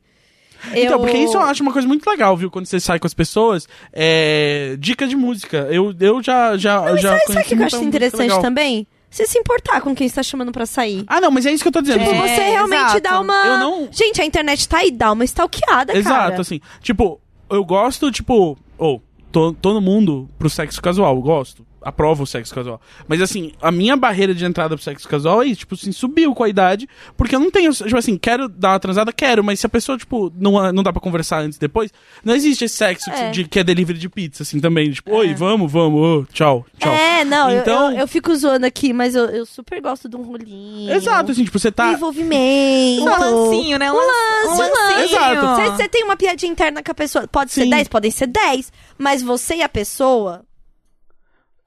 B: Então,
C: Eu-
B: porque
A: é
B: isso eu acho uma coisa muito legal, viu? Quando você sai com as pessoas. É... Dica de música. Eu, eu já. já, já
C: Sabe o que eu acho interessante
B: também?
C: também? Você se importar com quem está chamando pra sair.
B: Ah, não, mas é isso que eu tô dizendo.
C: Tipo, você
A: É,
C: realmente
A: exato.
C: dá uma.
B: Eu não-
C: Gente, a internet tá aí, dá uma stalkeada, cara.
B: Exato, assim. Tipo, eu gosto, tipo, ou to- todo mundo pro sexo casual, eu gosto. Aprovo o sexo casual. Mas assim, a minha barreira de entrada pro sexo casual é isso, tipo, assim, subiu com a idade, porque eu não tenho, tipo assim, quero dar uma transada, quero, mas se a pessoa, tipo, não, não dá pra conversar antes e depois, não existe esse sexo
C: É.
B: de, que é delivery de pizza, assim, também. Tipo, oi, vamos, vamos, ô, tchau, tchau.
C: É, não, eu-
B: Então-
C: eu, eu fico zoando aqui, mas eu, eu super gosto de um rolinho.
B: Exato, assim, tipo, você tá. assim,
C: Envolvimento.
A: Um lancinho, né? Um lance, um
C: lance,
A: lancinho.
B: Exato.
C: Você você tem uma piadinha interna com a pessoa. Pode ser
B: Sim.
C: 10, podem ser 10. Mas você e a pessoa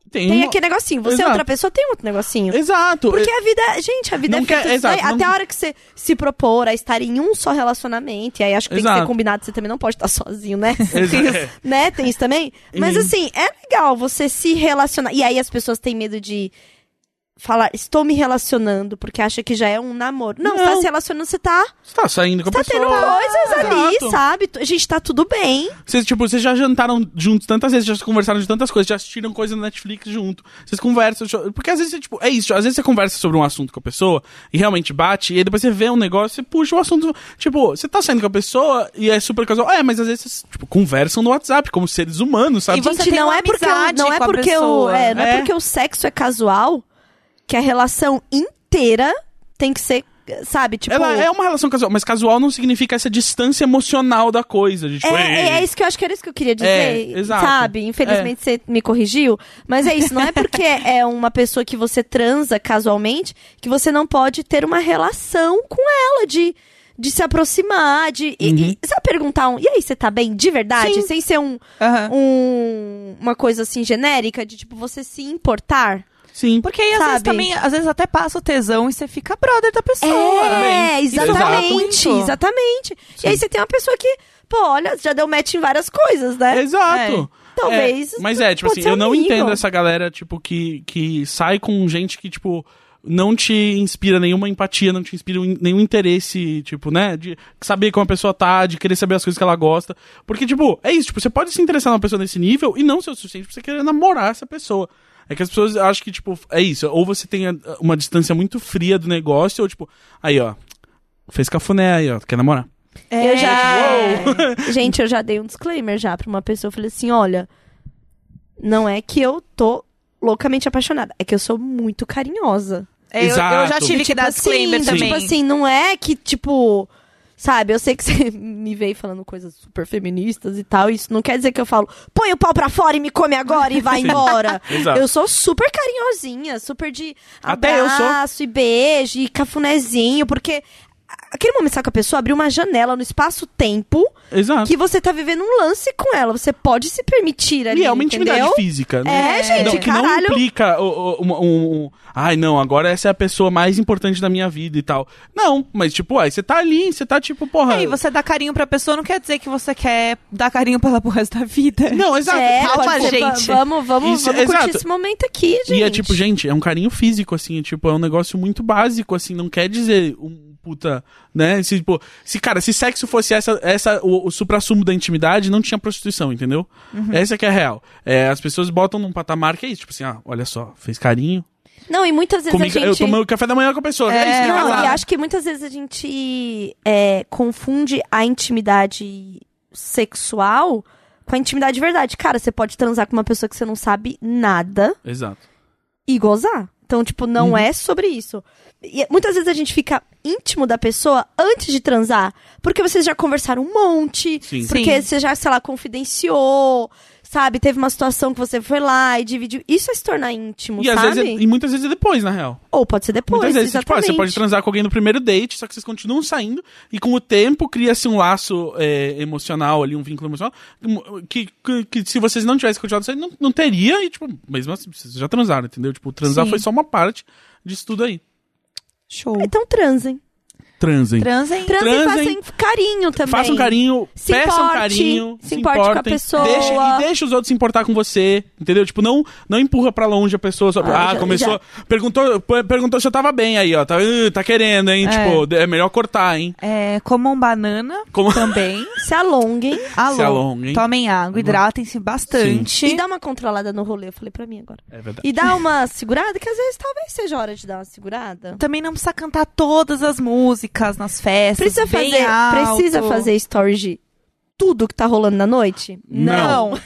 B: Tem,
C: tem
B: uma-
C: aquele negocinho. Você e
B: Exato.
C: outra pessoa tem outro negocinho.
B: Exato. é,
C: Porque a vida. Gente, a vida
B: Não
C: é
B: quer-
C: feita. disso daí.
B: exato, não-
C: Até a hora que você se propor a estar em um só relacionamento. E aí acho que tem que
B: Exato.
C: ser combinado, você também não pode estar sozinho, né?
B: (laughs) Exato.
C: né? Tem isso também. Mas
B: Uhum.
C: assim, é legal você se relacionar. E aí as pessoas têm medo de falar, estou me relacionando, porque acha que já é um namoro. Não,
B: Não.
C: você tá se relacionando, você tá,
B: Você tá saindo com a
C: tá
B: pessoa.
C: tendo coisas ali,
B: Exato.
C: sabe? Tu- Gente, tá tudo bem.
B: Vocês, tipo, vocês já jantaram juntos tantas vezes, já conversaram de tantas coisas, já assistiram coisa no Netflix junto. Vocês conversam. cho- Porque às vezes você, tipo, é isso. Às vezes você conversa sobre um assunto com a pessoa e realmente bate, e aí depois você vê um negócio, você puxa o assunto. Tipo, você tá saindo com a pessoa e é super casual. É, mas às vezes vocês, tipo, conversam no WhatsApp, como seres humanos, sabe?
A: E você
C: Gente,
A: tem
C: não
A: uma
C: é porque o,
A: amizade
C: não é
A: com a
C: porque o,
A: pessoa.
C: é, não é
B: É.
C: porque o sexo é casual que a relação inteira tem que ser sabe? Tipo,
B: Ela é uma relação casual, mas casual não significa essa distância emocional da coisa. De, tipo,
C: É,
B: "Ei".
C: é isso que eu acho que era isso que eu queria dizer,
B: É, exato.
C: sabe? Infelizmente você me corrigiu, mas é isso, não é porque é uma pessoa que você transa casualmente que você não pode ter uma relação com ela de, de se aproximar, de e, e- sabe, perguntar um, e aí, você tá bem de verdade, sem ser um,
A: Aham.
C: um- uma coisa assim genérica de tipo você se importar.
B: Sim.
A: um, Porque aí, às vezes,
C: Sabe?
A: também, às vezes até passa o tesão e você fica brother da pessoa.
C: É, exatamente,
A: Exato.
C: exatamente. E aí você tem uma pessoa que, pô, olha, já deu match em várias coisas, né?
B: Exato.
C: Talvez.
B: É, mas é, tipo
C: pode
B: assim,
C: ser
B: eu não
C: amigo.
B: entendo essa galera, tipo, que, que sai com gente que, tipo, não te inspira nenhuma empatia, não te inspira in- nenhum interesse, tipo, né? De saber como a pessoa tá, de querer saber as coisas que ela gosta. Porque, tipo, é isso, tipo, você pode se interessar numa pessoa nesse nível e não ser o suficiente pra você querer namorar essa pessoa. É que as pessoas acham que, tipo, é isso, ou você tem ah, uma distância muito fria do negócio, ou tipo, aí, ó, fez cafuné aí, ó, quer namorar.
A: É.
C: Eu já. Gente, eu já dei um disclaimer já pra uma pessoa. Eu falei assim: olha, não é que eu tô loucamente apaixonada, é que eu sou muito carinhosa.
A: É, eu, eu já
B: Exato.
A: tive que dar disclaimer
C: assim,
A: também.
C: Tipo assim, não é que, tipo. Sabe, eu sei que (laughs) você me veio falando coisas super feministas e tal. Isso não quer dizer que eu falo, põe o pau pra fora e me come agora e vai
B: Sim.
C: embora.
B: Exato.
C: Eu sou super carinhosinha, super de
B: Até eu sou.
C: abraço e beijo e cafunézinho, porque aquele momento sabe, que a pessoa abriu uma janela no espaço-tempo
B: Exato.
C: que você tá vivendo um lance com ela. Você pode se permitir ali,
B: E é uma intimidade
C: entendeu?
B: física, né?
C: É, gente,
B: Não, que não
C: caralho.
B: implica o- o- um, um- um- Ai, não, agora essa é a pessoa mais importante da minha vida e tal. Não, mas tipo, aí você tá ali, você tá tipo, porra.
C: É,
A: Aí você dá carinho pra pessoa, não quer dizer que você quer dar carinho pra ela pro resto da vida.
B: Não, exato.
C: É,
A: Calma,
C: pode ser,
A: gente.
C: va- Vamos, vamos,
B: Isso,
C: vamos curtir
B: exato.
C: esse momento aqui, gente.
B: E é tipo, gente, é um carinho físico, assim, é, tipo, é um negócio muito básico, assim, não quer dizer um puta, né? Se, tipo, se, cara, se sexo fosse essa, essa o, o suprassumo da intimidade, não tinha prostituição, entendeu?
C: Uhum.
B: Essa que é a real. É, as pessoas botam num patamar que é isso, tipo assim, ah, olha só, fez carinho.
C: Não, e muitas vezes
B: Comigo,
C: a gente...
B: Eu tomei o café da manhã com a pessoa. É, isso,
C: Não,
B: casado.
C: e acho que muitas vezes a gente é, confunde a intimidade sexual com a intimidade de verdade. Cara, você pode transar com uma pessoa que você não sabe nada
B: Exato.
C: e gozar. Então, tipo, não
B: Uhum.
C: é sobre isso. E muitas vezes a gente fica íntimo da pessoa antes de transar, porque vocês já conversaram um monte,
B: Sim.
A: Sim.
C: porque você já, sei lá, confidenciou, sabe? Teve uma situação que você foi lá e dividiu. Isso é se tornar íntimo,
B: E, às
C: sabe?
B: vezes é- e muitas vezes é depois, na real.
C: Ou pode ser depois,
B: muitas vezes, tipo, ah,
C: exatamente.
B: você pode transar com alguém no primeiro date, só que vocês continuam saindo, e com o tempo cria-se um laço é, emocional ali, um vínculo emocional, um, que, que, que se vocês não tivessem continuado saindo, não, não teria, e, tipo, mesmo assim, vocês já transaram, entendeu? Tipo, transar
A: Sim.
B: foi só uma parte disso tudo aí.
A: Show.
C: Então transem.
B: Transem.
A: Transem.
C: Transem,
B: Transem.
C: e façam carinho também.
B: Façam um carinho,
C: Se
B: peçam
C: importe,
B: carinho,
C: se importe com a pessoa.
B: deixe- e deixa os outros se importar com você, entendeu? Tipo, não, não empurra pra longe a pessoa. Só,
C: Ah,
B: ah,
C: já-
B: começou.
C: já.
B: Perguntou, per- perguntou se eu tava bem aí, ó. Tá, "Ih, tá querendo, hein?
A: É.
B: Tipo, é melhor cortar, hein?
A: É, comam banana
B: Como- (laughs)
A: também.
C: Se alonguem.
A: Alô,
B: alonguem.
A: Tomem água, hidratem-se bastante.
C: E dá uma controlada no rolê, eu falei pra mim
E: Tá.
C: agora.
B: É verdade.
C: E dá uma segurada, que às vezes talvez seja hora de dar uma segurada.
A: Também não precisa cantar todas as músicas nas festas.
C: Precisa
A: bem
C: fazer,
A: alto.
C: precisa fazer stories de tudo que tá rolando na noite?
A: Não.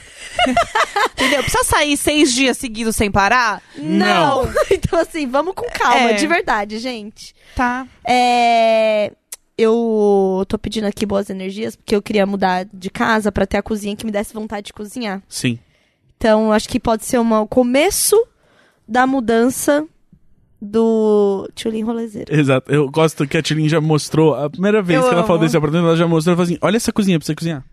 A: Entendeu? Precisa sair seis dias seguidos sem parar?
B: Não.
C: (laughs) então assim, vamos com calma,
A: É.
C: de verdade, gente.
A: Tá.
C: É, eu tô pedindo aqui boas energias porque eu queria mudar de casa pra ter a cozinha que me desse vontade de cozinhar.
B: Sim.
C: Então, acho que pode ser uma- o começo da mudança do Tchulin Rolezeiro.
B: Exato. Eu gosto que a Tilin já mostrou, a primeira vez
A: Eu
B: que ela falou
A: amo.
B: desse apartamento, ela já mostrou e falou assim: olha essa cozinha pra você cozinhar.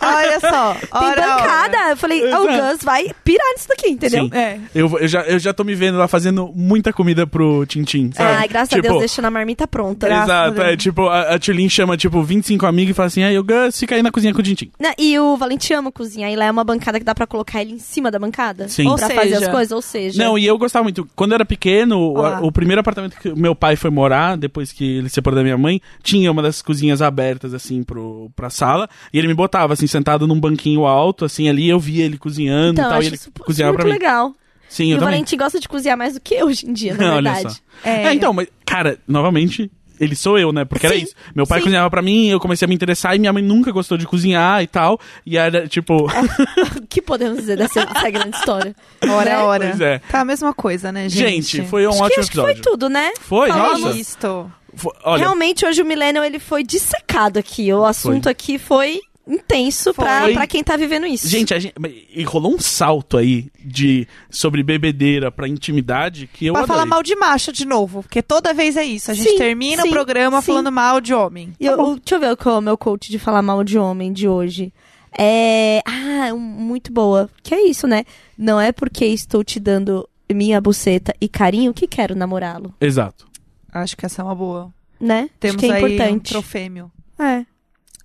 A: Ah, (laughs) olha só.
C: Tem
A: Ora, ora.
C: bancada! Eu falei, "Ah, o
B: Exato.
C: Gus vai pirar nisso daqui, entendeu?
B: Sim.
A: É.
B: Eu, vou- eu, já, eu já tô me vendo lá fazendo muita comida pro Tintin. sabe?
C: Ah, graças
B: Tipo,
C: a Deus, deixando a marmita pronta.
A: Graças a
B: Exato,
A: Deus.
B: é tipo, a, a Tilin chama, tipo, 25 amigos e fala assim: aí o Gus fica aí na cozinha com o Tintin.
C: Não, Né, e o Valentim ama cozinhar, e lá é uma bancada que dá pra colocar ele em cima da bancada?
B: Sim.
A: Ou
C: Pra fazer as
A: seja-
C: coisas, ou seja...
B: Não, e eu gostava muito. Quando eu era pequeno, o,
A: Olá.
B: o primeiro apartamento que o meu pai foi morar, depois que ele se separou da minha mãe, tinha uma das cozinhas abertas, assim, pro, pra sala. E ele me botava, assim, sentado num banquinho alto, assim, ali eu via ele cozinhando
C: então,
B: e
C: eu
B: tal. E
C: acho
B: ele
C: isso pu-
B: cozinhava
C: muito
B: pra mim.
C: legal.
B: Sim,
C: E
B: eu
C: o
B: também. (laughs)
C: Valentim gosta de cozinhar mais do que eu hoje em dia, na
B: Olha
C: verdade.
B: só. É, então, mas, cara, novamente, ele sou eu, né? Porque era
C: Sim,
B: isso. Meu pai
C: sim.
B: cozinhava pra mim, eu comecei a me interessar e minha mãe nunca gostou de cozinhar e tal. E era tipo.
C: O (laughs) que podemos dizer dessa, dessa grande história? Né?
A: Hora é hora.
B: Pois é.
A: Tá a mesma coisa, né, gente?
B: (laughs) gente, foi um
C: Acho que,
B: ótimo
C: acho que foi
B: episódio.
C: tudo, né?
B: Foi,
C: Falamos.
B: nossa.
A: Isto.
B: Foi- olha,
C: Realmente, hoje o Millennial, ele foi dissecado aqui. O assunto aqui foi intenso pra,
B: Foi.
C: pra quem tá vivendo isso.
B: Gente, a gente, e rolou um salto aí de sobre bebedeira pra intimidade que eu
A: Pra falar
B: adorei.
A: mal de macho de novo, porque toda vez é isso. A gente
C: Sim,
A: termina
C: sim,
A: o programa
C: sim.
A: falando mal de homem.
C: E
B: tá
C: eu- deixa eu ver qual é o meu coach de falar mal de homem de hoje. É. Ah, um- muito boa. Que é isso, né? Não é porque estou te dando minha buceta e carinho que quero namorá-lo,
B: Exato.
A: Acho que essa é uma boa.
C: né?
A: Temos
C: Acho que é
A: aí um
C: importante.
A: trofêmio.
C: É.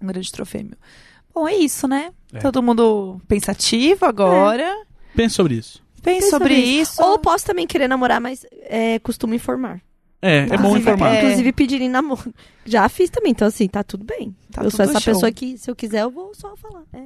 A: Um grande trofêmio. Bom, é isso, né?
B: É.
A: Todo mundo pensativo agora.
B: Pense sobre isso.
A: Pense sobre isso.
C: Ou posso também querer namorar, mas é, costumo informar.
B: É, é bom
A: Inclusive,
B: informar.
A: é-
C: Inclusive pedir em namoro. Já fiz também, então assim, tá tudo bem.
A: Tá
C: eu sou
A: tudo
C: essa
A: show.
C: pessoa que, se eu quiser, eu vou só falar. É.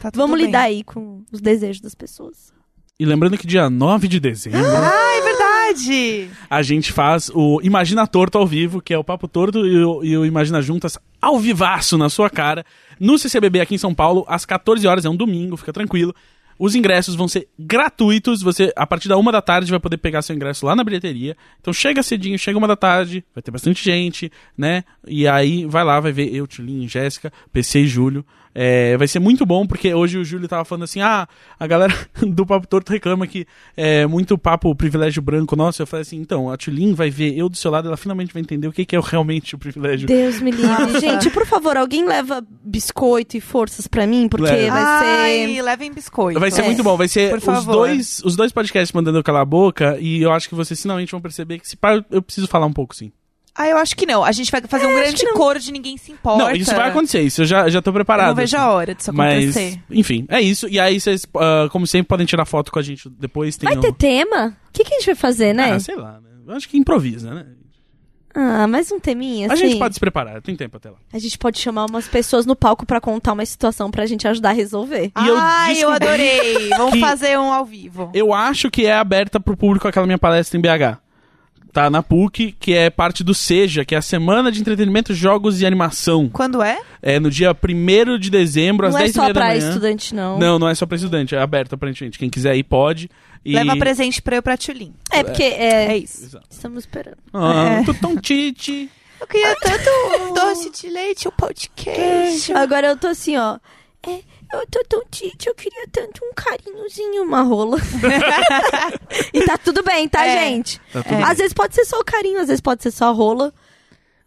A: Tá tudo
C: Vamos
A: bem.
C: lidar aí com os desejos das pessoas.
B: E lembrando que dia 9 de dezembro
A: Ah, é verdade!
B: a gente faz o Imagina Torto ao vivo, que é o Papo Torto e o, e o Imagina Juntas ao vivaço na sua cara, no CCBB aqui em São Paulo, às 14 horas, é um domingo, fica tranquilo. Os ingressos vão ser gratuitos, você a partir da uma da tarde vai poder pegar seu ingresso lá na bilheteria. Então chega cedinho, chega uma da tarde, vai ter bastante gente, né? E aí vai lá, vai ver eu, Tulin, Jéssica, PC e Júlio. É, vai ser muito bom, porque hoje o Júlio tava falando assim: ah, a galera (laughs) do Papo Torto reclama que é muito papo privilégio branco nosso. Eu falei assim: então, a Tulin vai ver eu do seu lado, ela finalmente vai entender o que, que é realmente o privilégio.
C: Deus me livre. (laughs) Gente, por favor, alguém leva biscoito e forças pra mim, porque
B: Leva.
C: Ah, vai
A: Ai,
C: ser.
A: levem biscoito.
B: Vai ser
C: É.
B: muito bom, vai ser
A: Por
B: os
A: favor.
B: dois, os dois podcasts mandando eu calar a boca e eu acho que vocês finalmente vão perceber que se pá, eu preciso falar um pouco sim.
A: Ah, eu acho que não. A gente vai fazer
C: É,
A: um grande coro de ninguém se importa.
B: Não, isso vai acontecer, isso eu já, já tô
A: Eu
B: preparado.
A: não vejo a hora disso
B: Mas,
A: acontecer.
B: enfim, é isso. E aí vocês, ah, como sempre, podem tirar foto com a gente depois. Tem
C: Vai
B: o-
C: ter tema? O que, que a gente vai fazer, né?
B: Ah, sei lá, né? Eu acho que improvisa, né?
C: Ah, mais um teminha,
B: A
C: assim.
B: gente pode se preparar, tem tempo até lá.
C: A gente pode chamar umas pessoas no palco pra contar uma situação pra gente ajudar a resolver.
B: E eu
A: Ai, eu
B: descobri (laughs)
A: adorei.
B: que-
A: Vamos fazer um ao vivo.
B: Eu acho que é aberta pro público aquela minha palestra em BH. Tá na PUC, que é parte do SEJA, que é a Semana de Entretenimento, Jogos e Animação.
A: Quando é?
B: É no dia 1 de dezembro, às
C: não é
B: 10
C: só
B: da
C: pra
B: manhã.
C: estudante, não.
B: Não, não é só pra estudante, é aberto aparentemente. Quem quiser ir pode. E...
A: Leva presente pra eu e pra Tulin.
C: É porque. É...
A: É isso.
B: Exato.
C: Estamos esperando. Ah,
B: Ah,
A: É.
B: tô tão tite.
A: Eu queria tanto
C: (laughs)
A: doce de leite, o um podcast.
C: Agora eu tô assim, ó. É, eu tô tão tite, eu queria tanto um carinhozinho,
A: (laughs)
C: uma rola. e tá tudo bem, tá,
A: É.
C: gente?
B: Tá tudo bem.
C: Às vezes pode ser só o carinho, às vezes pode ser só a rola.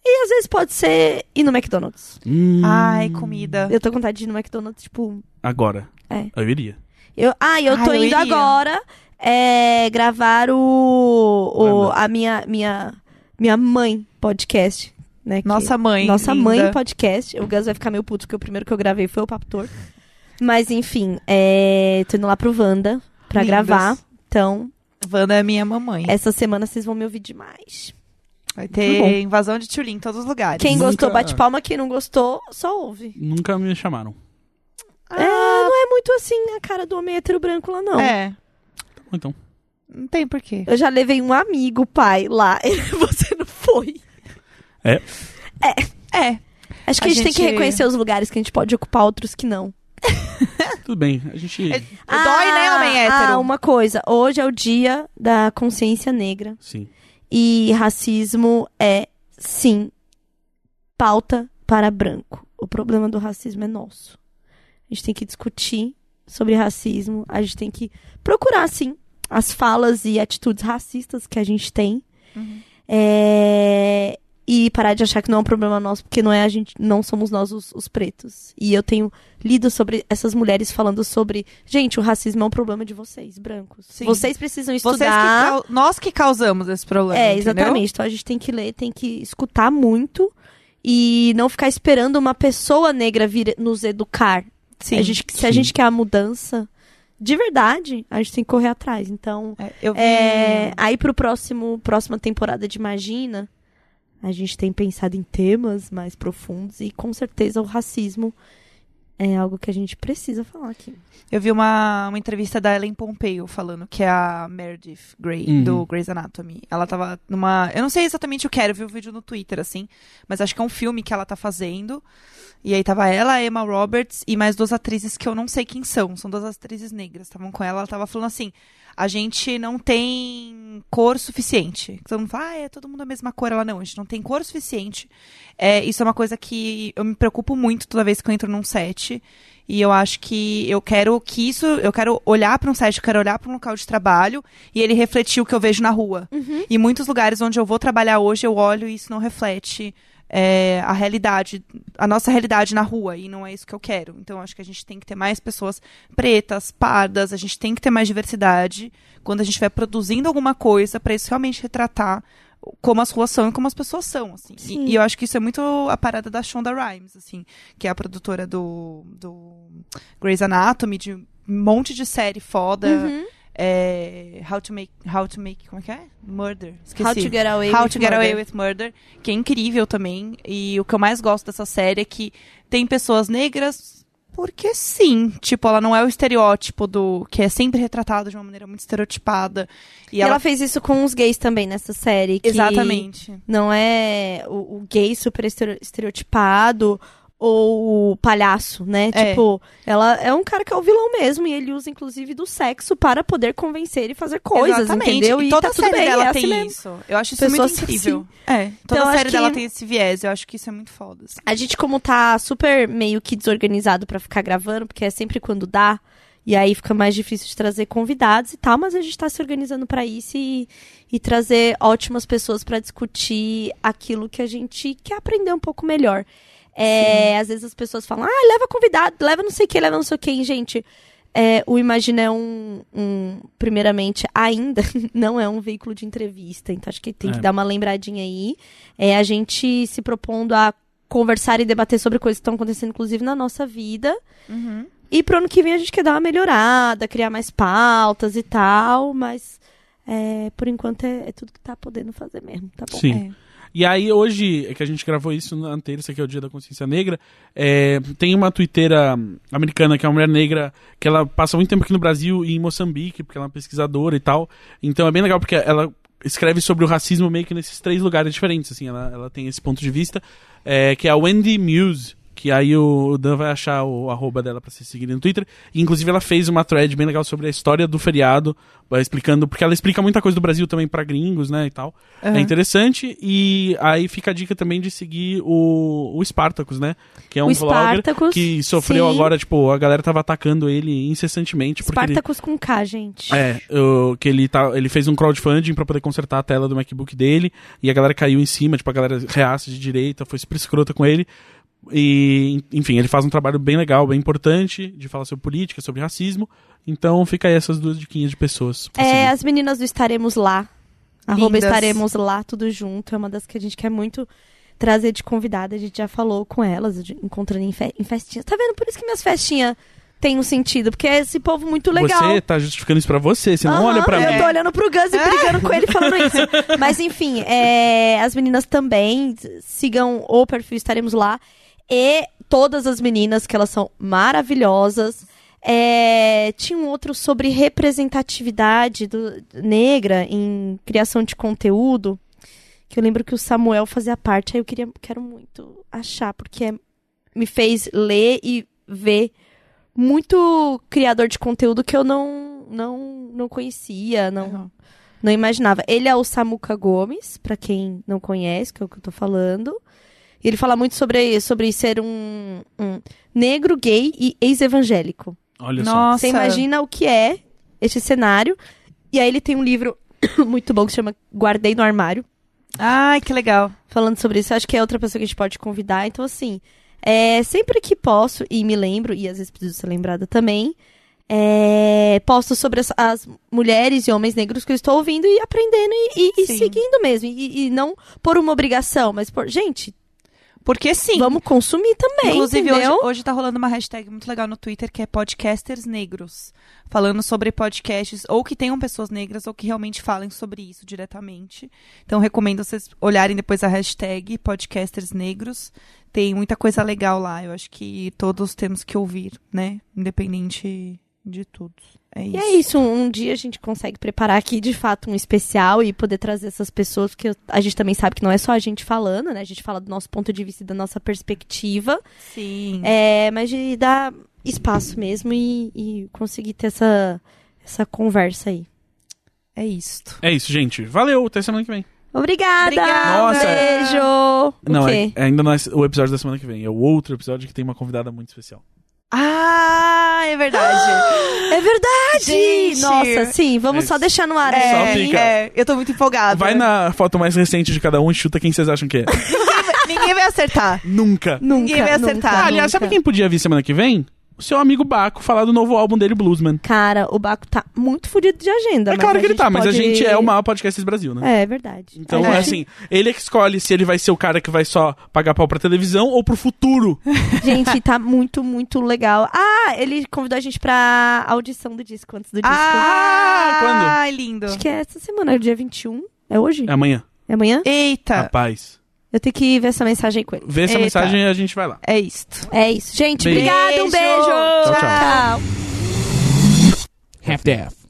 C: E às vezes pode ser ir no McDonald's.
B: Hum,
C: Ah.
A: Ai, comida.
C: Eu tô com vontade de ir no McDonald's, tipo.
B: Agora.
C: É.
B: Eu iria.
C: Eu, ah, eu
A: Ah,
C: tô
A: eu
C: indo
A: iria.
C: agora é, gravar o, o- a minha, minha, minha mãe podcast. Né, que-
A: Nossa mãe.
C: Nossa
A: linda.
C: mãe podcast. O Gus vai ficar meio puto, porque o primeiro que eu gravei foi o Papo Torto. Mas, enfim, é... tô indo lá pro Wanda pra
A: Lindas.
C: gravar. Então,
A: Wanda é minha mamãe.
C: essa semana vocês vão me ouvir demais.
A: Vai
B: Muito bom.
A: ter invasão de Tulin em todos os lugares.
C: Quem
B: Nunca-
C: gostou, bate palma. Quem não gostou, só ouve.
B: Nunca me chamaram.
A: Ah,
C: É, não é muito assim a cara do homem hétero branco lá, não.
A: É.
B: Tá bom, Então.
A: Não tem porquê.
C: Eu já levei um amigo, pai, lá. (laughs) Você não foi.
A: É.
C: Acho que a,
A: A
C: gente, tem que
A: gente-
C: reconhecer os lugares que a gente pode ocupar, outros que não.
B: Tudo bem. A gente.
C: É.
A: Dói, né, homem hétero?
C: Ah, uma coisa. Hoje é o dia da consciência negra.
B: Sim.
C: E racismo é, sim, pauta para branco. O problema do racismo é nosso. A gente tem que discutir sobre racismo, a gente tem que procurar, sim, as falas e atitudes racistas que a gente tem.
A: Uhum.
C: É, E parar de achar que não é um problema nosso, porque não é a gente, não somos nós os, os pretos. E eu tenho lido sobre essas mulheres falando sobre, gente, o racismo é um problema de vocês, brancos.
A: Sim.
C: Vocês precisam estudar.
A: Vocês que cau- Nós que causamos esse problema.
C: É,
A: né, entendeu?
C: exatamente. Então a gente tem que ler, tem que escutar muito e não ficar esperando uma pessoa negra vir nos educar.
A: Sim.
C: A gente- se a
B: Sim.
C: gente quer a mudança de verdade, a gente tem que correr atrás. Então,
A: É, eu vi.
C: é, aí pro próximo próxima temporada de Imagina, a gente tem pensado em temas mais profundos e com certeza o racismo É algo que a gente precisa falar aqui.
A: Eu vi uma, uma entrevista da Ellen Pompeo falando que é a Meredith Grey,
B: Uhum.
A: do Grey's Anatomy. Ela tava numa. Eu não sei exatamente o que era, eu vi o vídeo no Twitter, assim. Mas acho que é um filme que ela tá fazendo. E aí tava ela, a Emma Roberts e mais duas atrizes que eu não sei quem são. São duas atrizes negras. Estavam com ela, ela tava falando assim: a gente não tem cor suficiente. Todo mundo fala, ah, é todo mundo a mesma cor. Ela não, a gente não tem cor suficiente. É, isso é uma coisa que eu me preocupo muito toda vez que eu entro num set. E eu acho que eu quero que isso, eu quero olhar para um site, eu quero olhar para um local de trabalho e ele refletir o que eu vejo na rua. E muitos lugares onde eu vou trabalhar hoje, eu olho e isso não reflete é, a realidade, a nossa realidade na rua, e não é isso que eu quero. Então, eu acho que a gente tem que ter mais pessoas pretas, pardas, a gente tem que ter mais diversidade quando a gente estiver produzindo alguma coisa para isso realmente retratar como as ruas são e como as pessoas são, assim. E-
C: Sim.
A: E, eu acho que isso é muito a parada da Shonda Rhimes, assim, que é a produtora do, do Grey's Anatomy, de um monte de série foda.
C: Uhum.
A: É, how to make, how to make, como é que é? Murder. Esqueci.
C: How to get away
A: How
C: with
A: to Get Away
C: Murder.
A: with Murder, que é incrível também. E o que eu mais gosto dessa série é que tem pessoas negras porque sim. Tipo, ela não é o estereótipo do que é sempre retratado de uma maneira muito estereotipada. E,
C: E ela...
A: ela,
C: fez isso com os gays também nessa série. que
A: exatamente.
C: Não é o, o gay super estere- estereotipado ou o palhaço, né?
A: É.
C: Tipo, ela é um cara que é o vilão mesmo e ele usa inclusive do sexo para poder convencer e fazer coisas,
A: Exatamente.
C: entendeu?
A: E toda
C: tá
A: a série
C: tudo bem,
A: dela
C: é assim
A: tem
C: mesmo.
A: isso. Eu acho isso
C: Pessoas
A: muito
C: são
A: incrível. É, toda
C: então eu
A: a
C: acho
A: série dela
C: que-
A: tem esse viés. Eu acho que isso é muito foda. assim.
C: A gente, como tá super meio que desorganizado pra ficar gravando, porque é sempre quando dá, e aí fica mais difícil de trazer convidados e tal, mas a gente tá se organizando pra isso e, e trazer ótimas pessoas pra discutir aquilo que a gente quer aprender um pouco melhor. É, às vezes as pessoas falam, ah, leva convidado, leva não sei o que, leva não sei o que, gente. é, o Imagina é um, um, primeiramente, ainda (laughs) não é um veículo de entrevista, então acho que tem que
B: É.
C: dar uma lembradinha aí. É, a gente se propondo a conversar e debater sobre coisas que estão acontecendo, inclusive, na nossa vida. E pro ano que vem a gente quer dar uma melhorada, criar mais pautas e tal, mas é, por enquanto é, é tudo que tá podendo fazer mesmo, tá bom?
B: Sim.
A: É.
B: E aí, hoje, é que a gente gravou isso na anterior, isso aqui é o Dia da Consciência Negra, é, tem uma twitteira hum, americana, que é uma mulher negra, que ela passa muito tempo aqui no Brasil e em Moçambique, porque ela é uma pesquisadora e tal. Então é bem legal, porque ela escreve sobre o racismo meio que nesses três lugares diferentes, assim, ela, ela tem esse ponto de vista, é, que é a Wendy Muse, que aí o o Dan vai achar o arroba dela pra se seguir no Twitter. E, inclusive, ela fez uma thread bem legal sobre a história do feriado, vai explicando, porque ela explica muita coisa do Brasil também pra gringos, né, e tal. É interessante. E aí fica a dica também de seguir o, o Spartacus, né? Que é um
C: O
B: vlogger
C: Spartacus,
B: que sofreu
C: sim.
B: agora, tipo, a galera tava atacando ele incessantemente. Porque ele-
C: Spartacus com K, gente.
B: é, o- que ele, tá, ele fez um crowdfunding pra poder consertar a tela do MacBook dele e a galera caiu em cima, tipo, a galera reaça de direita, foi super escrota com ele. E, enfim, ele faz um trabalho bem legal, bem importante, de falar sobre política, sobre racismo. Então fica aí essas duas diquinhas de pessoas. pra
C: É,
B: seguir.
C: as meninas do Estaremos Lá. Arroba
A: Lindas.
C: Estaremos Lá, tudo junto. É uma das que a gente quer muito trazer de convidada. A gente já falou com elas, a gente- encontrando em, fe- em festinhas. Tá vendo? Por isso que minhas festinhas têm um sentido. Porque é esse povo muito legal.
B: Você tá justificando isso pra você, você não
C: Aham, É.
B: olha pra
C: eu
B: mim.
C: tô olhando pro Gus e brigando com ele falando isso. Mas enfim, é, as meninas também sigam o perfil, estaremos lá. E todas as meninas, que elas são maravilhosas. É, tinha um outro sobre representatividade do- negra em criação de conteúdo. Que eu lembro que o Samuel fazia parte. Aí eu queria, quero muito achar, porque é- me fez ler e ver muito criador de conteúdo que eu não não não conhecia, não
A: Legal.
C: não imaginava. Ele é o Samuca Gomes, pra quem não conhece, que é o que eu tô falando. E Ele fala muito sobre sobre ser um, um negro, gay e ex-evangélico.
B: Olha só.
A: Nossa.
C: Você imagina o que é este cenário? E aí ele tem um livro (coughs) muito bom que chama Guardei no Armário
A: Ai, que legal.
C: falando sobre isso. eu Acho que é outra pessoa que a gente pode convidar. Então, assim, é, sempre que posso, e me lembro, e às vezes preciso ser lembrada também, é, posto sobre as, as mulheres e homens negros que eu estou ouvindo e aprendendo e, e- e
A: Sim.
C: seguindo mesmo. E, e não por uma obrigação, mas por. Gente,
A: Porque sim.
C: vamos consumir também.
A: Inclusive, hoje,
C: entendeu?
A: hoje tá rolando uma hashtag muito legal no Twitter que é podcasters negros. Falando sobre podcasts ou que tenham pessoas negras ou que realmente falem sobre isso diretamente. Então, recomendo vocês olharem depois a hashtag podcasters negros. Tem muita coisa legal lá. Eu acho que todos temos que ouvir, né? Independente de tudo. É isso.
C: E é isso, um um dia a gente consegue preparar aqui de fato um especial e poder trazer essas pessoas, porque eu- a gente também sabe que não é só a gente falando, né? A gente fala do nosso ponto de vista e da nossa perspectiva,
A: Sim.
C: é, mas de dar espaço mesmo e, e conseguir ter essa, essa conversa aí.
A: É, isto.
B: É isso, gente. Valeu, até semana que vem.
C: Obrigada!
A: Obrigada!
B: Nossa!
C: Beijo! O
B: não, é-
C: quê?
B: ainda não é o episódio da semana que vem. É o outro episódio que tem uma convidada muito especial.
A: Ah, é verdade.
C: É verdade!
A: Gente!
C: Nossa, sim, vamos
B: É
C: só
B: isso.
C: deixar no ar
A: (gasps)
B: Só
A: É,
C: aí.
B: fica.
A: é, eu tô muito
C: Ah,
A: empolgada.
B: Vai na foto mais recente de cada um e chuta quem vocês
C: (laughs)
B: acham que é.
A: Ninguém vai acertar.
B: Nunca.
C: Nunca,
A: Ninguém vai
C: nunca,
A: acertar.
B: Ah, aliás,
C: nunca.
B: sabe quem podia vir semana que vem? O seu amigo Baco falar do novo álbum dele, Bluesman.
C: Cara, o Baco tá muito fodido de agenda.
B: É
C: mas
B: claro
C: a
B: que ele
C: gente
B: tá, mas a
C: pode-
B: gente é o maior podcast do Brasil, né?
C: É, é verdade.
B: Então,
A: É.
B: assim, ele é que escolhe se ele vai ser o cara que vai só pagar pau pra televisão ou pro
C: (laughs)
B: futuro.
C: Gente, tá muito, muito legal. Ah, ele convidou a gente pra audição do disco, antes do disco.
A: Ah,
B: quando?
A: Ai, lindo.
C: Acho que é essa semana, é o dia 21. É hoje?
B: É amanhã.
C: É amanhã?
A: Eita,
B: Rapaz.
C: Eu tenho que ver essa mensagem com ele.
B: Vê essa
A: Eita.
B: mensagem e a gente vai lá.
A: é isto.
C: É isso. Gente,
B: Beijo.
C: obrigada. Um beijo.
A: Beijo.
B: Tchau, tchau.
C: tchau.
E: Half-Death.